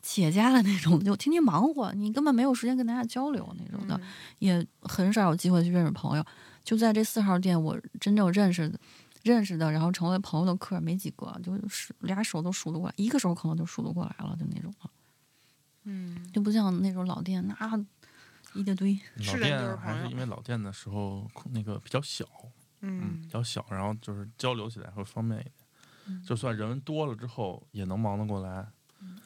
Speaker 1: 企业家的那种，就天天忙活，你根本没有时间跟大家交流那种的，
Speaker 3: 嗯
Speaker 1: 也很少有机会去认识朋友。就在这四号店，我真正认识的认识的，然后成为朋友的客人没几个，就是俩手都数得过来，一个手可能就数得过来了，就那种了，
Speaker 3: 嗯，
Speaker 1: 就不像那种老店那一大堆。
Speaker 2: 老
Speaker 3: 是人就是
Speaker 2: 店
Speaker 3: 朋友
Speaker 2: 还是因为老店的时候空那个比较小，嗯，比
Speaker 3: 嗯，
Speaker 2: 较小，然后就是交流起来会方便一点。
Speaker 1: 嗯
Speaker 2: 就算人多了之后，也能忙得过来。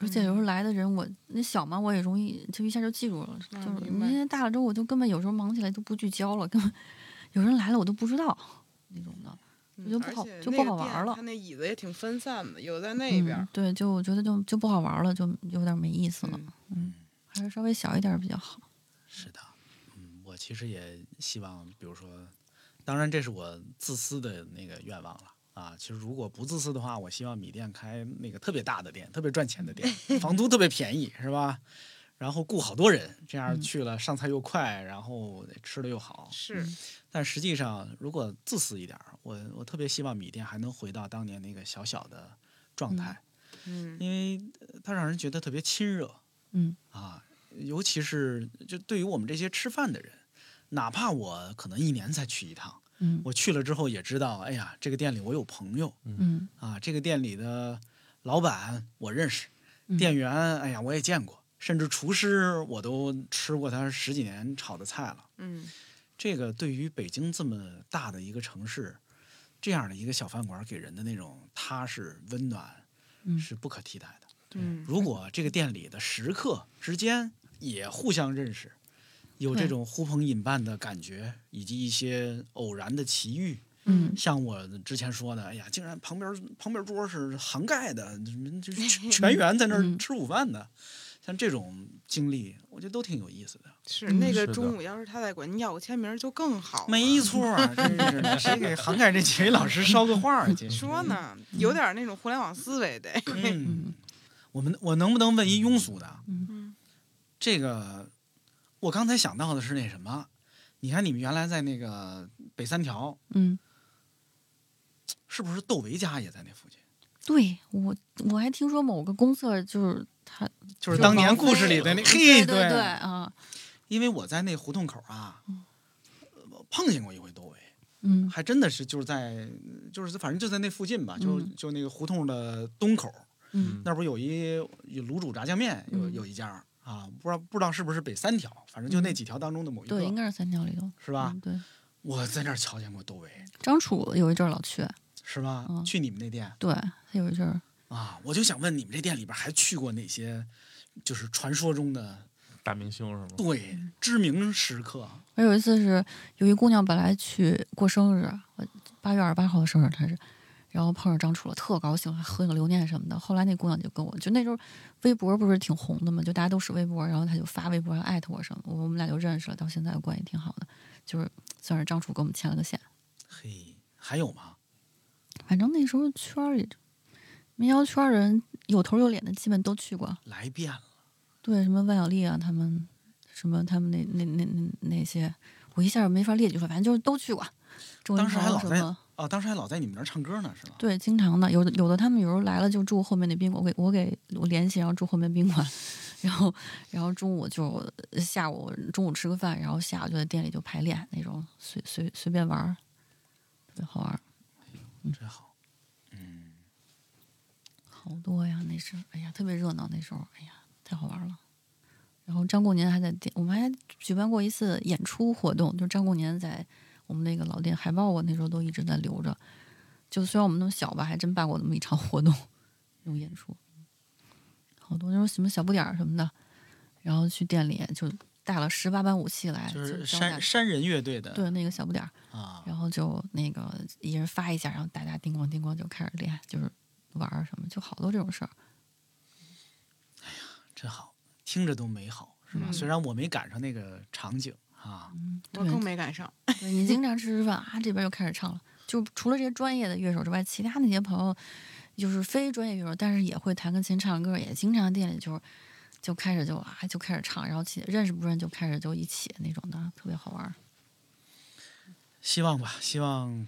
Speaker 1: 而且有时候来的人，我那小嘛，我也容易就一下就记住了。
Speaker 3: 嗯
Speaker 1: 就是
Speaker 3: 明
Speaker 1: 你
Speaker 3: 白
Speaker 1: 现在大了之后，我就根本有时候忙起来都不聚焦了，根本有人来了我都不知道那种的。
Speaker 3: 嗯
Speaker 1: 就不
Speaker 3: 而
Speaker 1: 好
Speaker 3: 且
Speaker 1: 就
Speaker 3: 那
Speaker 1: 不
Speaker 3: 个
Speaker 1: 好玩
Speaker 3: 店
Speaker 1: 了
Speaker 3: 他那椅子也挺分散的，有在那边
Speaker 1: 嗯
Speaker 3: 儿，，
Speaker 1: 对，就我觉得就就不好玩了，就有点没意思了，
Speaker 3: 嗯
Speaker 1: 还是稍微小一点比较好。
Speaker 4: 是的，嗯，我其实也希望，比如说，当然这是我自私的那个愿望了啊。其实如果不自私的话，我希望米店开那个特别大的店，特别赚钱的店，房租特别便宜，是吧？然后雇好多人，这样
Speaker 1: 嗯
Speaker 4: 去了上菜又快，然后吃的又好。
Speaker 3: 是
Speaker 4: 但实际上，如果自私一点儿，我我特别希望米店还能回到当年那个小小的状态。
Speaker 3: 嗯
Speaker 4: 因为呃它让人觉得特别亲热。
Speaker 1: 嗯
Speaker 4: 啊，尤其是就对于我们这些吃饭的人，哪怕我可能一年才去一趟，
Speaker 1: 嗯
Speaker 4: 我去了之后也知道，哎呀，这个店里我有朋友
Speaker 1: 嗯
Speaker 4: 啊，这个店里的老板我认识，
Speaker 1: 嗯
Speaker 4: 店员哎呀我也见过，甚至厨师我都吃过他十几年炒的菜了。
Speaker 3: 嗯，
Speaker 4: 这个对于北京这么大的一个城市，这样的一个小饭馆给人的那种踏实温暖
Speaker 1: 嗯
Speaker 4: 是不可替代的。
Speaker 3: 嗯
Speaker 4: 如果这个店里的食客之间也互相认识，有这
Speaker 1: 对
Speaker 4: 种呼朋引伴的感觉，以及一些偶然的奇遇，
Speaker 1: 嗯
Speaker 4: 像我之前说的，哎呀，竟然旁边旁边桌是涵盖的，就是全员在那儿
Speaker 1: 嗯
Speaker 4: 吃午饭的，像这种经历，我觉得都挺有意思的。
Speaker 3: 是
Speaker 1: 嗯
Speaker 3: 那
Speaker 2: 是
Speaker 3: 个
Speaker 2: 的
Speaker 3: 中午要是他再管你要个签名儿就更好
Speaker 1: 哦
Speaker 3: 了。
Speaker 4: 没错儿，啊 真是的，谁给涵盖这几位老师捎个话儿去？
Speaker 3: 说呢，
Speaker 2: 嗯
Speaker 3: 有点儿那种互联网思维得。
Speaker 4: 嗯
Speaker 1: 嗯，
Speaker 4: 我们我能不能问一庸俗的？啊
Speaker 3: 嗯
Speaker 4: 这个，我刚才想到的是那什么，你看你们原来在那个北三条，
Speaker 1: 嗯，
Speaker 4: 是不是窦唯家也在那附近？
Speaker 1: 对我我还听说某个公社就是他，
Speaker 4: 就是是当
Speaker 1: 王
Speaker 4: 年
Speaker 1: 菲
Speaker 4: 故事里的那，嘿，
Speaker 1: 对对嗯啊，
Speaker 4: 因为我在那胡同口啊，呃碰见过一回窦唯，
Speaker 1: 嗯
Speaker 4: 还真的是就是在，就是反正就在那附近吧，就
Speaker 1: 嗯
Speaker 4: 就那个胡同的东口
Speaker 1: 嗯
Speaker 4: 那儿不有一有卤煮炸酱面，有
Speaker 1: 嗯
Speaker 4: 有一家儿啊，不知道不知道是不是北三条，反正就那几条当中的某一
Speaker 1: 对，应
Speaker 4: 个，
Speaker 1: 该是三条里头
Speaker 4: 是吧
Speaker 1: 嗯？对，
Speaker 4: 我在那儿瞧见过窦唯，
Speaker 1: 张楚有一阵儿老去，
Speaker 4: 是吧？
Speaker 1: 嗯
Speaker 4: 去你们那店。
Speaker 1: 对他有一阵儿，
Speaker 4: 啊，我就想问你们这店里边还去过哪些，就是传说中的
Speaker 2: 大明星是
Speaker 1: 嗯
Speaker 2: 吗？
Speaker 4: 对知名食客？啊
Speaker 1: 我有一次是有一姑娘本来去过生日，我八月二十八号的生日她是。然后碰上张楚了，特高兴，还合影留念什么的。后来那姑娘就跟我，就那时候微博不是挺红的嘛，就大家都使微博，然后她就发微博然后艾特我什么，我们俩就认识了，到现在关系挺好的，就是算是张楚给我们牵了个线。
Speaker 4: 嘿，还有吗？
Speaker 1: 反正那时候圈儿里，民谣圈儿人有头有脸的，基本都去过。
Speaker 4: 来遍了，
Speaker 1: 对，什么万晓利啊，他们，什么他们那那那那那些，我一下没法列举出来，反正就是都去过。周云
Speaker 4: 当时还
Speaker 1: 鹏
Speaker 4: 老
Speaker 1: 什
Speaker 4: 在
Speaker 1: 么？
Speaker 4: 啊，当时还老在你们那儿唱歌呢，是吗？
Speaker 1: 对，经常的，有的有的他们有时候来了就住后面那宾馆，我给我给我联系，然后住后面宾馆， 然后然后中午就下午中午吃个饭，然后下午就在店里就排练那种，随随随便玩儿，特别好玩儿。
Speaker 4: 真好。嗯，
Speaker 1: 好多呀，那是，哎呀，特别热闹，那时候，哎呀，太好玩了。然后张过年还在店，我们还举办过一次演出活动，就张过年在我们那个老店海报，啊我那时候都一直在留着。就虽然我们那么小吧，还真办过那么一场活动， 那种演出，好多那种什么小不点儿什么的，然后去店里就带了十八般武器来，
Speaker 4: 就是
Speaker 1: 教大
Speaker 4: 山
Speaker 1: 家
Speaker 4: 山人乐队的
Speaker 1: 对那个小不点儿，
Speaker 4: 啊，
Speaker 1: 然后就那个一人发一下，然后大家叮咣叮咣就开始练，就是玩儿什么，就好多这种事儿。
Speaker 4: 真好，听着都美好，是吧？
Speaker 3: 嗯
Speaker 4: 虽然我没赶上那个场景啊，
Speaker 1: 嗯，
Speaker 3: 我
Speaker 1: 对
Speaker 3: 更没赶上。
Speaker 1: 对你经常吃吃饭啊，这边又开始唱了。就除了这些专业的乐手之外，其他那些朋友就是非专业乐手，但是也会弹个琴、唱歌，也经常店里就是就开始就啊就开始唱，然后起认识不认识就开始就一起那种的，特别好玩儿。
Speaker 4: 希望吧，希望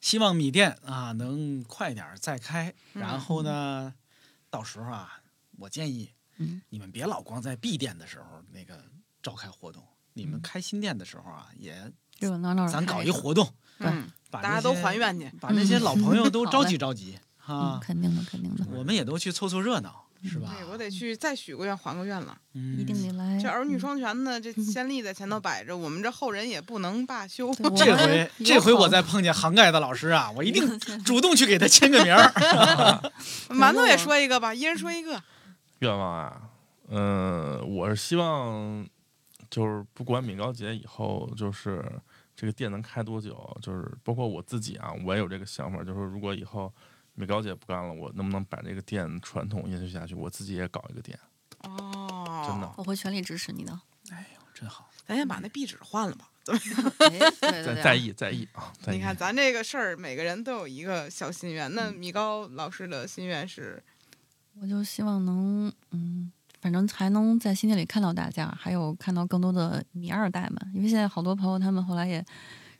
Speaker 4: 希望米店啊能快点儿再开，
Speaker 1: 嗯
Speaker 4: 然后呢，到时候啊，我建议
Speaker 1: 嗯，
Speaker 4: 你们别老光在闭店的时候那个召开活动，你们
Speaker 1: 嗯
Speaker 4: 开新店的时候啊，也
Speaker 1: 热热闹闹的。
Speaker 4: 咱搞一，活动，
Speaker 1: 对
Speaker 3: 嗯，
Speaker 4: 把
Speaker 3: 大家
Speaker 4: 那
Speaker 3: 都
Speaker 4: 些
Speaker 3: 还，愿去。
Speaker 4: 把那些老朋友 都
Speaker 1: 嗯
Speaker 4: 召集召集
Speaker 1: 嗯，
Speaker 4: 啊，
Speaker 1: 肯定的，肯定的，
Speaker 4: 我们也都去凑凑热闹，是吧？
Speaker 3: 对，我得去再许个愿，还个愿了。
Speaker 4: 嗯
Speaker 1: 嗯一定得来。
Speaker 3: 这儿女
Speaker 1: 嗯
Speaker 3: 双全呢，这先例在前头摆着，我们这后人也不能罢休。
Speaker 1: 对我
Speaker 4: 这
Speaker 1: 们
Speaker 4: 回
Speaker 1: 有
Speaker 4: 这回
Speaker 1: 好嗯
Speaker 4: 我再碰见杭盖的老师啊，我一定 主动去给他签个名 儿。
Speaker 3: 馒头也嗯说一个吧，一人说一个。
Speaker 2: 愿望啊，嗯、我是希望就是不管米高节以后，就是这个店能开多久，就是包括我自己啊，我也有这个想法，就是如果以后米高节不干了，我能不能把这个店传统延续下去，我自己也搞一个店，
Speaker 3: 哦，
Speaker 2: 真的，
Speaker 1: 我会全力支持你的。
Speaker 4: 真好，
Speaker 3: 咱先把那壁纸换了吧。怎么样？
Speaker 1: 哎，对
Speaker 2: 在
Speaker 1: 对
Speaker 2: 在
Speaker 1: 对，
Speaker 2: 意在意啊，在意
Speaker 3: 你看咱这个事儿，每个人都有一个小心愿。那米高老师的心愿是，
Speaker 1: 我就希望能，嗯，反正还能在新店里看到大家，还有看到更多的米二代们，因为现在好多朋友他们后来也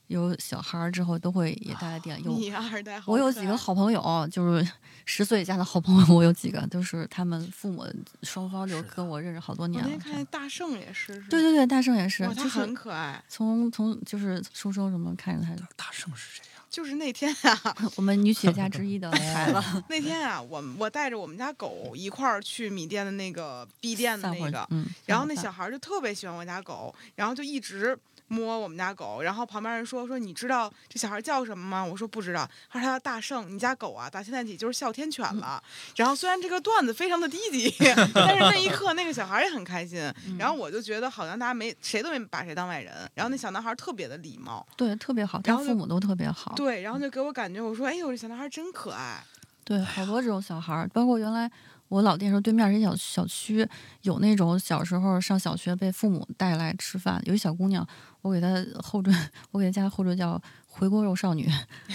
Speaker 1: 有小孩儿之后，都会也待在店里。有
Speaker 3: 你二代好可爱，
Speaker 1: 我有几个好朋友，就是 十岁以下的好朋友，我有几个，就是他们父母双方就是
Speaker 4: 的
Speaker 1: 跟我认识好多
Speaker 3: 我
Speaker 1: 年
Speaker 3: 那
Speaker 1: 了
Speaker 3: 天。看见大圣也是，是
Speaker 1: 对
Speaker 3: 吧
Speaker 1: 对对，大圣也是
Speaker 3: 哇，
Speaker 1: 就
Speaker 3: 他很
Speaker 1: 是
Speaker 3: 可爱。
Speaker 1: 从从就是叔叔什么看着他，
Speaker 4: 大圣是谁呀？
Speaker 3: 就是那天啊，
Speaker 1: 我们女企业家之 一的孩子，
Speaker 3: 那天啊，我我带着我们家狗一块儿去米店的那个 B 店的
Speaker 1: 散
Speaker 3: 那
Speaker 1: 伙
Speaker 3: 个，，
Speaker 1: 嗯，
Speaker 3: 然后那
Speaker 1: 散
Speaker 3: 小
Speaker 1: 伙
Speaker 3: 孩儿就特别喜欢我家狗，然后就一直摸我们家狗。然后旁边人说说你知道这小孩儿叫什么吗？我说不知道。他说他叫大圣，你家狗啊，打现在起就是哮天犬了。
Speaker 1: 嗯
Speaker 3: 然后虽然这个段子非常的低级， 但是那一刻那个小孩儿也很开心。
Speaker 1: 嗯
Speaker 3: 然后我就觉得好像大家没谁都没把谁当外人。然后那小男孩儿特别的礼貌，
Speaker 1: 对特别好，
Speaker 3: 然
Speaker 1: 他
Speaker 3: 后
Speaker 1: 父
Speaker 3: 就
Speaker 1: 母都特别好，
Speaker 3: 对，然后就给我感觉我说哎呦这小男孩儿真可爱。
Speaker 1: 对，好多这种小孩儿，包括原来我老店时候对面是一小小区，有那种小时候上小学被父母带来吃饭，有一小姑娘，我给她后缀，我给她家后缀叫“回锅肉少女”，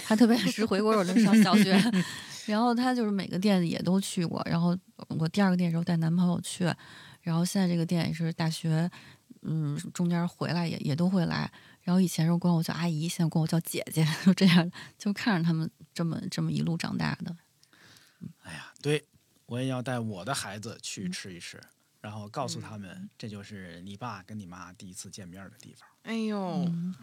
Speaker 1: 她特别爱吃回锅肉，就上小学，然后她就是每个店也都去过，然后我第二个店的时候带男朋友去，然后现在这个店也是大学，嗯，中间回来也也都会来。然后以前时候管我叫阿姨，现在管我叫姐姐，就这样，就看着他们这么这么一路长大的。
Speaker 4: 哎呀，对，我也要带我的孩子
Speaker 1: 嗯
Speaker 4: 去吃一吃，然后告诉他们，这就是你爸跟你妈第一次见面的地方。
Speaker 3: 哎呦，
Speaker 1: 嗯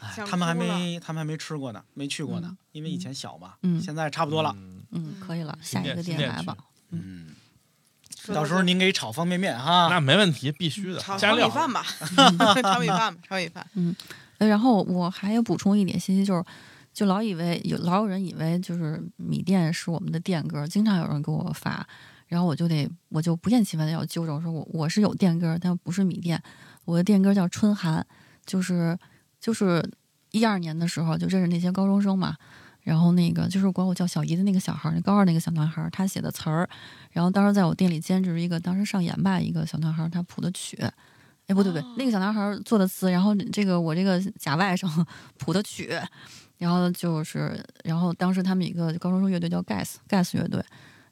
Speaker 4: 哎
Speaker 3: 想，
Speaker 4: 他们还
Speaker 3: 哭
Speaker 4: 没他们还没吃过呢，没去过呢
Speaker 1: 嗯，
Speaker 4: 因为以前小嘛。
Speaker 1: 嗯
Speaker 4: 现在差不多了。
Speaker 2: 嗯
Speaker 1: 嗯，可以了，下
Speaker 2: 新
Speaker 1: 一
Speaker 2: 店
Speaker 1: 个
Speaker 2: 新
Speaker 1: 店
Speaker 2: 店
Speaker 1: 来
Speaker 2: 去
Speaker 1: 吧。
Speaker 4: 嗯，
Speaker 3: 说
Speaker 4: 到
Speaker 3: 得
Speaker 4: 时候
Speaker 3: 对
Speaker 4: 您给炒方便面哈
Speaker 2: 那。没问题，必须的，
Speaker 3: 炒
Speaker 2: 加
Speaker 3: 炒米
Speaker 2: 料。
Speaker 3: 饭吧，炒米饭吧，炒米饭。
Speaker 1: 呃然后我还要补充一点信息，就是就老以为有老有人以为就是米店是我们的店歌，经常有人给我发，然后我就得我就不厌其烦的要纠正，说我我是有店歌，但不是米店，我的店歌叫春寒，就是就是一二年的时候就认识那些高中生嘛。然后那个就是管我叫小姨的那个小孩儿，那高二那个小男孩儿，他写的词儿，然后当时在我店里兼职一个，当时上演吧一个小男孩儿，他谱的曲，哎不对不对，那个小男孩儿做的词，然后这个我这个假外甥谱的曲，然后就是，然后当时他们有一个高中生乐队叫 Gas Gas 乐队，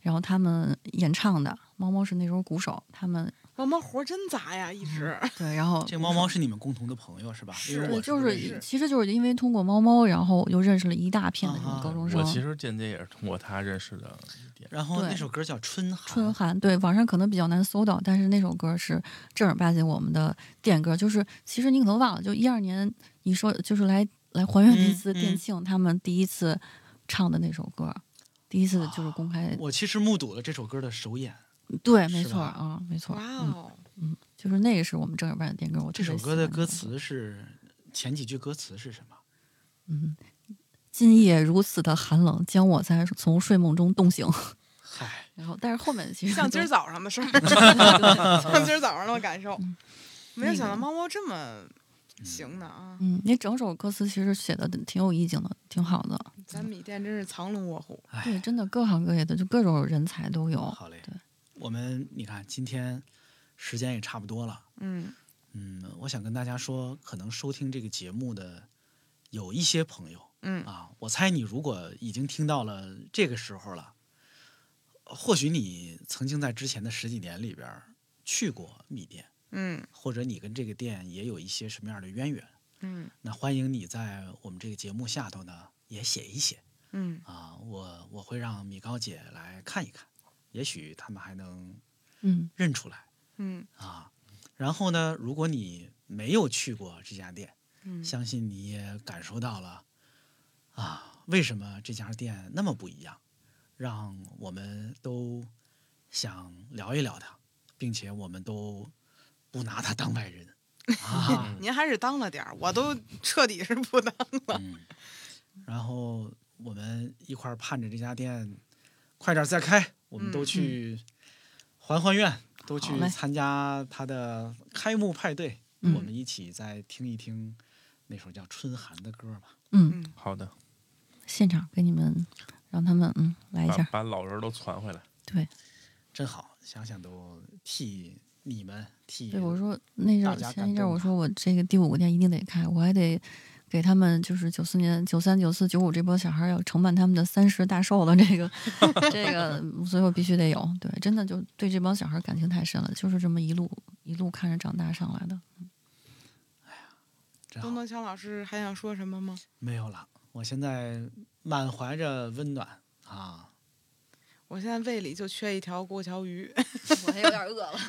Speaker 1: 然后他们演唱的，猫猫是那时候鼓手，他们
Speaker 3: 猫猫活儿真杂呀，一直。
Speaker 1: 对，然后
Speaker 4: 这个猫猫是你们共同的朋友是吧？
Speaker 3: 是
Speaker 4: 因为
Speaker 1: 对，
Speaker 4: 我
Speaker 1: 嗯就
Speaker 4: 不认
Speaker 1: 是
Speaker 4: 识
Speaker 1: 其实就是因为通过猫猫，然后我又认识了一大片的这种
Speaker 4: 啊
Speaker 1: 高中生。
Speaker 2: 我其实间接也是通过他认识的一点，
Speaker 4: 然后那
Speaker 1: 对
Speaker 4: 首歌叫《春寒》。
Speaker 1: 春寒，对网上可能比较难搜到，但是那首歌是正儿八经我们的电歌。就是其实你可能忘了，就一二年你说就是来来还原那次
Speaker 4: 嗯嗯
Speaker 1: 店庆、他们第一次唱的那首歌，第一次就是公开，
Speaker 4: 我其实目睹了这首歌的首演，
Speaker 1: 对，
Speaker 4: 是
Speaker 1: 没错
Speaker 4: 吧
Speaker 1: 啊，没错，
Speaker 3: 哇
Speaker 1: 嗯
Speaker 3: 哦，
Speaker 1: 嗯，就是那个是我们正儿八经电歌，我
Speaker 4: 这
Speaker 1: 特
Speaker 4: 首
Speaker 1: 别
Speaker 4: 歌
Speaker 1: 喜
Speaker 4: 的
Speaker 1: 欢
Speaker 4: 歌词是前几句歌词是什么？
Speaker 1: 嗯，今夜如此的寒冷，将我在从睡梦中冻醒。
Speaker 4: 嗨，
Speaker 1: 然后，但是后面其实
Speaker 3: 像今儿
Speaker 1: 都
Speaker 3: 早上的 事儿，像今儿早上的感受，没有想到猫猫这么行的啊！
Speaker 1: 嗯，那整首歌词其实写的挺有意境的，挺好的。
Speaker 3: 咱米店真是藏龙卧虎，
Speaker 1: 对，
Speaker 4: 哎，
Speaker 1: 真的各行各业的，就各种人才都有。
Speaker 4: 好嘞
Speaker 1: 嗯对，
Speaker 4: 我们你看今天时间也差不多了，
Speaker 3: 嗯
Speaker 4: 嗯，我想跟大家说，可能收听这个节目的有一些朋友
Speaker 3: 嗯，
Speaker 4: 啊，我猜你如果已经听到了这个时候了，或许你曾经在之前的十几年里边儿去过米店，
Speaker 3: 嗯
Speaker 4: 或者你跟这个店也有一些什么样的渊源。
Speaker 3: 嗯
Speaker 4: 那欢迎你在我们这个节目下头呢也写一写
Speaker 3: 嗯，
Speaker 4: 啊，我我会让米高姐来看一看，也许他们还能
Speaker 1: 嗯，
Speaker 4: 认出来
Speaker 3: 嗯
Speaker 4: 啊。然后呢，如果你没有去过这家店，
Speaker 3: 嗯，
Speaker 4: 相信你也感受到了啊，为什么这家店那么不一样，让我们都想聊一聊它，并且我们都不拿它当外人啊。
Speaker 2: 嗯
Speaker 3: 您还是当了点儿，我都彻底是不当。
Speaker 4: 嗯，然后我们一块儿盼着这家店快点儿再开，我们都
Speaker 3: 嗯
Speaker 4: 去还还愿，都去
Speaker 1: 好嘞
Speaker 4: 参加它的开幕派对，
Speaker 1: 嗯
Speaker 4: 我们一起再听一听那首叫《春寒》的歌吧。
Speaker 1: 嗯，
Speaker 3: 嗯，
Speaker 2: 好的，
Speaker 1: 现场给你们，让他们嗯来一
Speaker 2: 把
Speaker 1: 下。
Speaker 2: 把老人都传回来。
Speaker 4: 真好，想想都替你们替
Speaker 1: 对，我说那阵
Speaker 4: 大
Speaker 1: 儿
Speaker 4: 家
Speaker 1: 前
Speaker 4: 感
Speaker 1: 一阵儿
Speaker 4: 动
Speaker 1: 我
Speaker 4: 吧
Speaker 1: 说我这个第五个店一定得开，我还得给他们就是九四年、九三、九四、九五这波小孩儿要承办他们的三十大寿的这 个这个，所以我必须得有。对，真的就对这帮小孩儿感情太深了，就是这么一路一路看着长大上来的。
Speaker 4: 真
Speaker 3: 东
Speaker 4: 好
Speaker 3: 东强老师还想说什么吗？
Speaker 4: 没有了，我现在满怀着温暖啊，
Speaker 3: 我现在胃里就缺一条过桥 鱼。
Speaker 1: 我还有点饿了。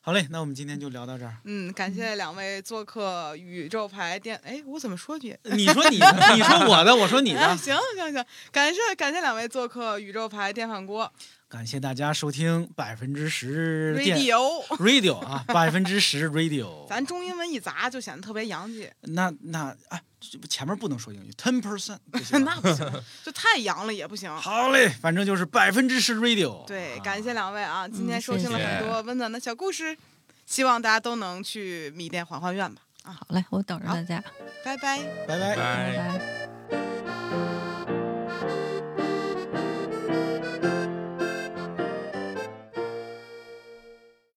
Speaker 4: 好嘞，那我们今天就聊到这儿。
Speaker 3: 嗯，感谢两位做客宇宙牌店。哎，我怎么说去？
Speaker 4: 你说你的，你说我的，我 说你
Speaker 3: 哎，
Speaker 4: 的。
Speaker 3: 行行行，感谢感谢两位做客宇宙牌电饭锅
Speaker 4: 感谢大家收听百分之十电
Speaker 3: Radio，
Speaker 4: radio 啊，百分之十 radio。
Speaker 3: 咱中英文一砸就显得特别洋 气，
Speaker 4: 那那啊，这不前面不能说英语，ten percent 不行吧
Speaker 3: 那不行，就太洋了也不行。
Speaker 4: 好嘞，反正就是百分之十 radio。
Speaker 3: 对，
Speaker 4: 啊
Speaker 3: 感谢两位啊，今
Speaker 1: 嗯
Speaker 3: 天收
Speaker 1: 谢
Speaker 3: 听了
Speaker 2: 谢
Speaker 3: 很多温暖的小故事，希望大家都能去米店还还愿吧。
Speaker 1: 好嘞，我等着
Speaker 3: 好
Speaker 1: 大家，
Speaker 3: 拜拜。
Speaker 4: 拜
Speaker 1: 拜
Speaker 4: 拜。
Speaker 1: 拜。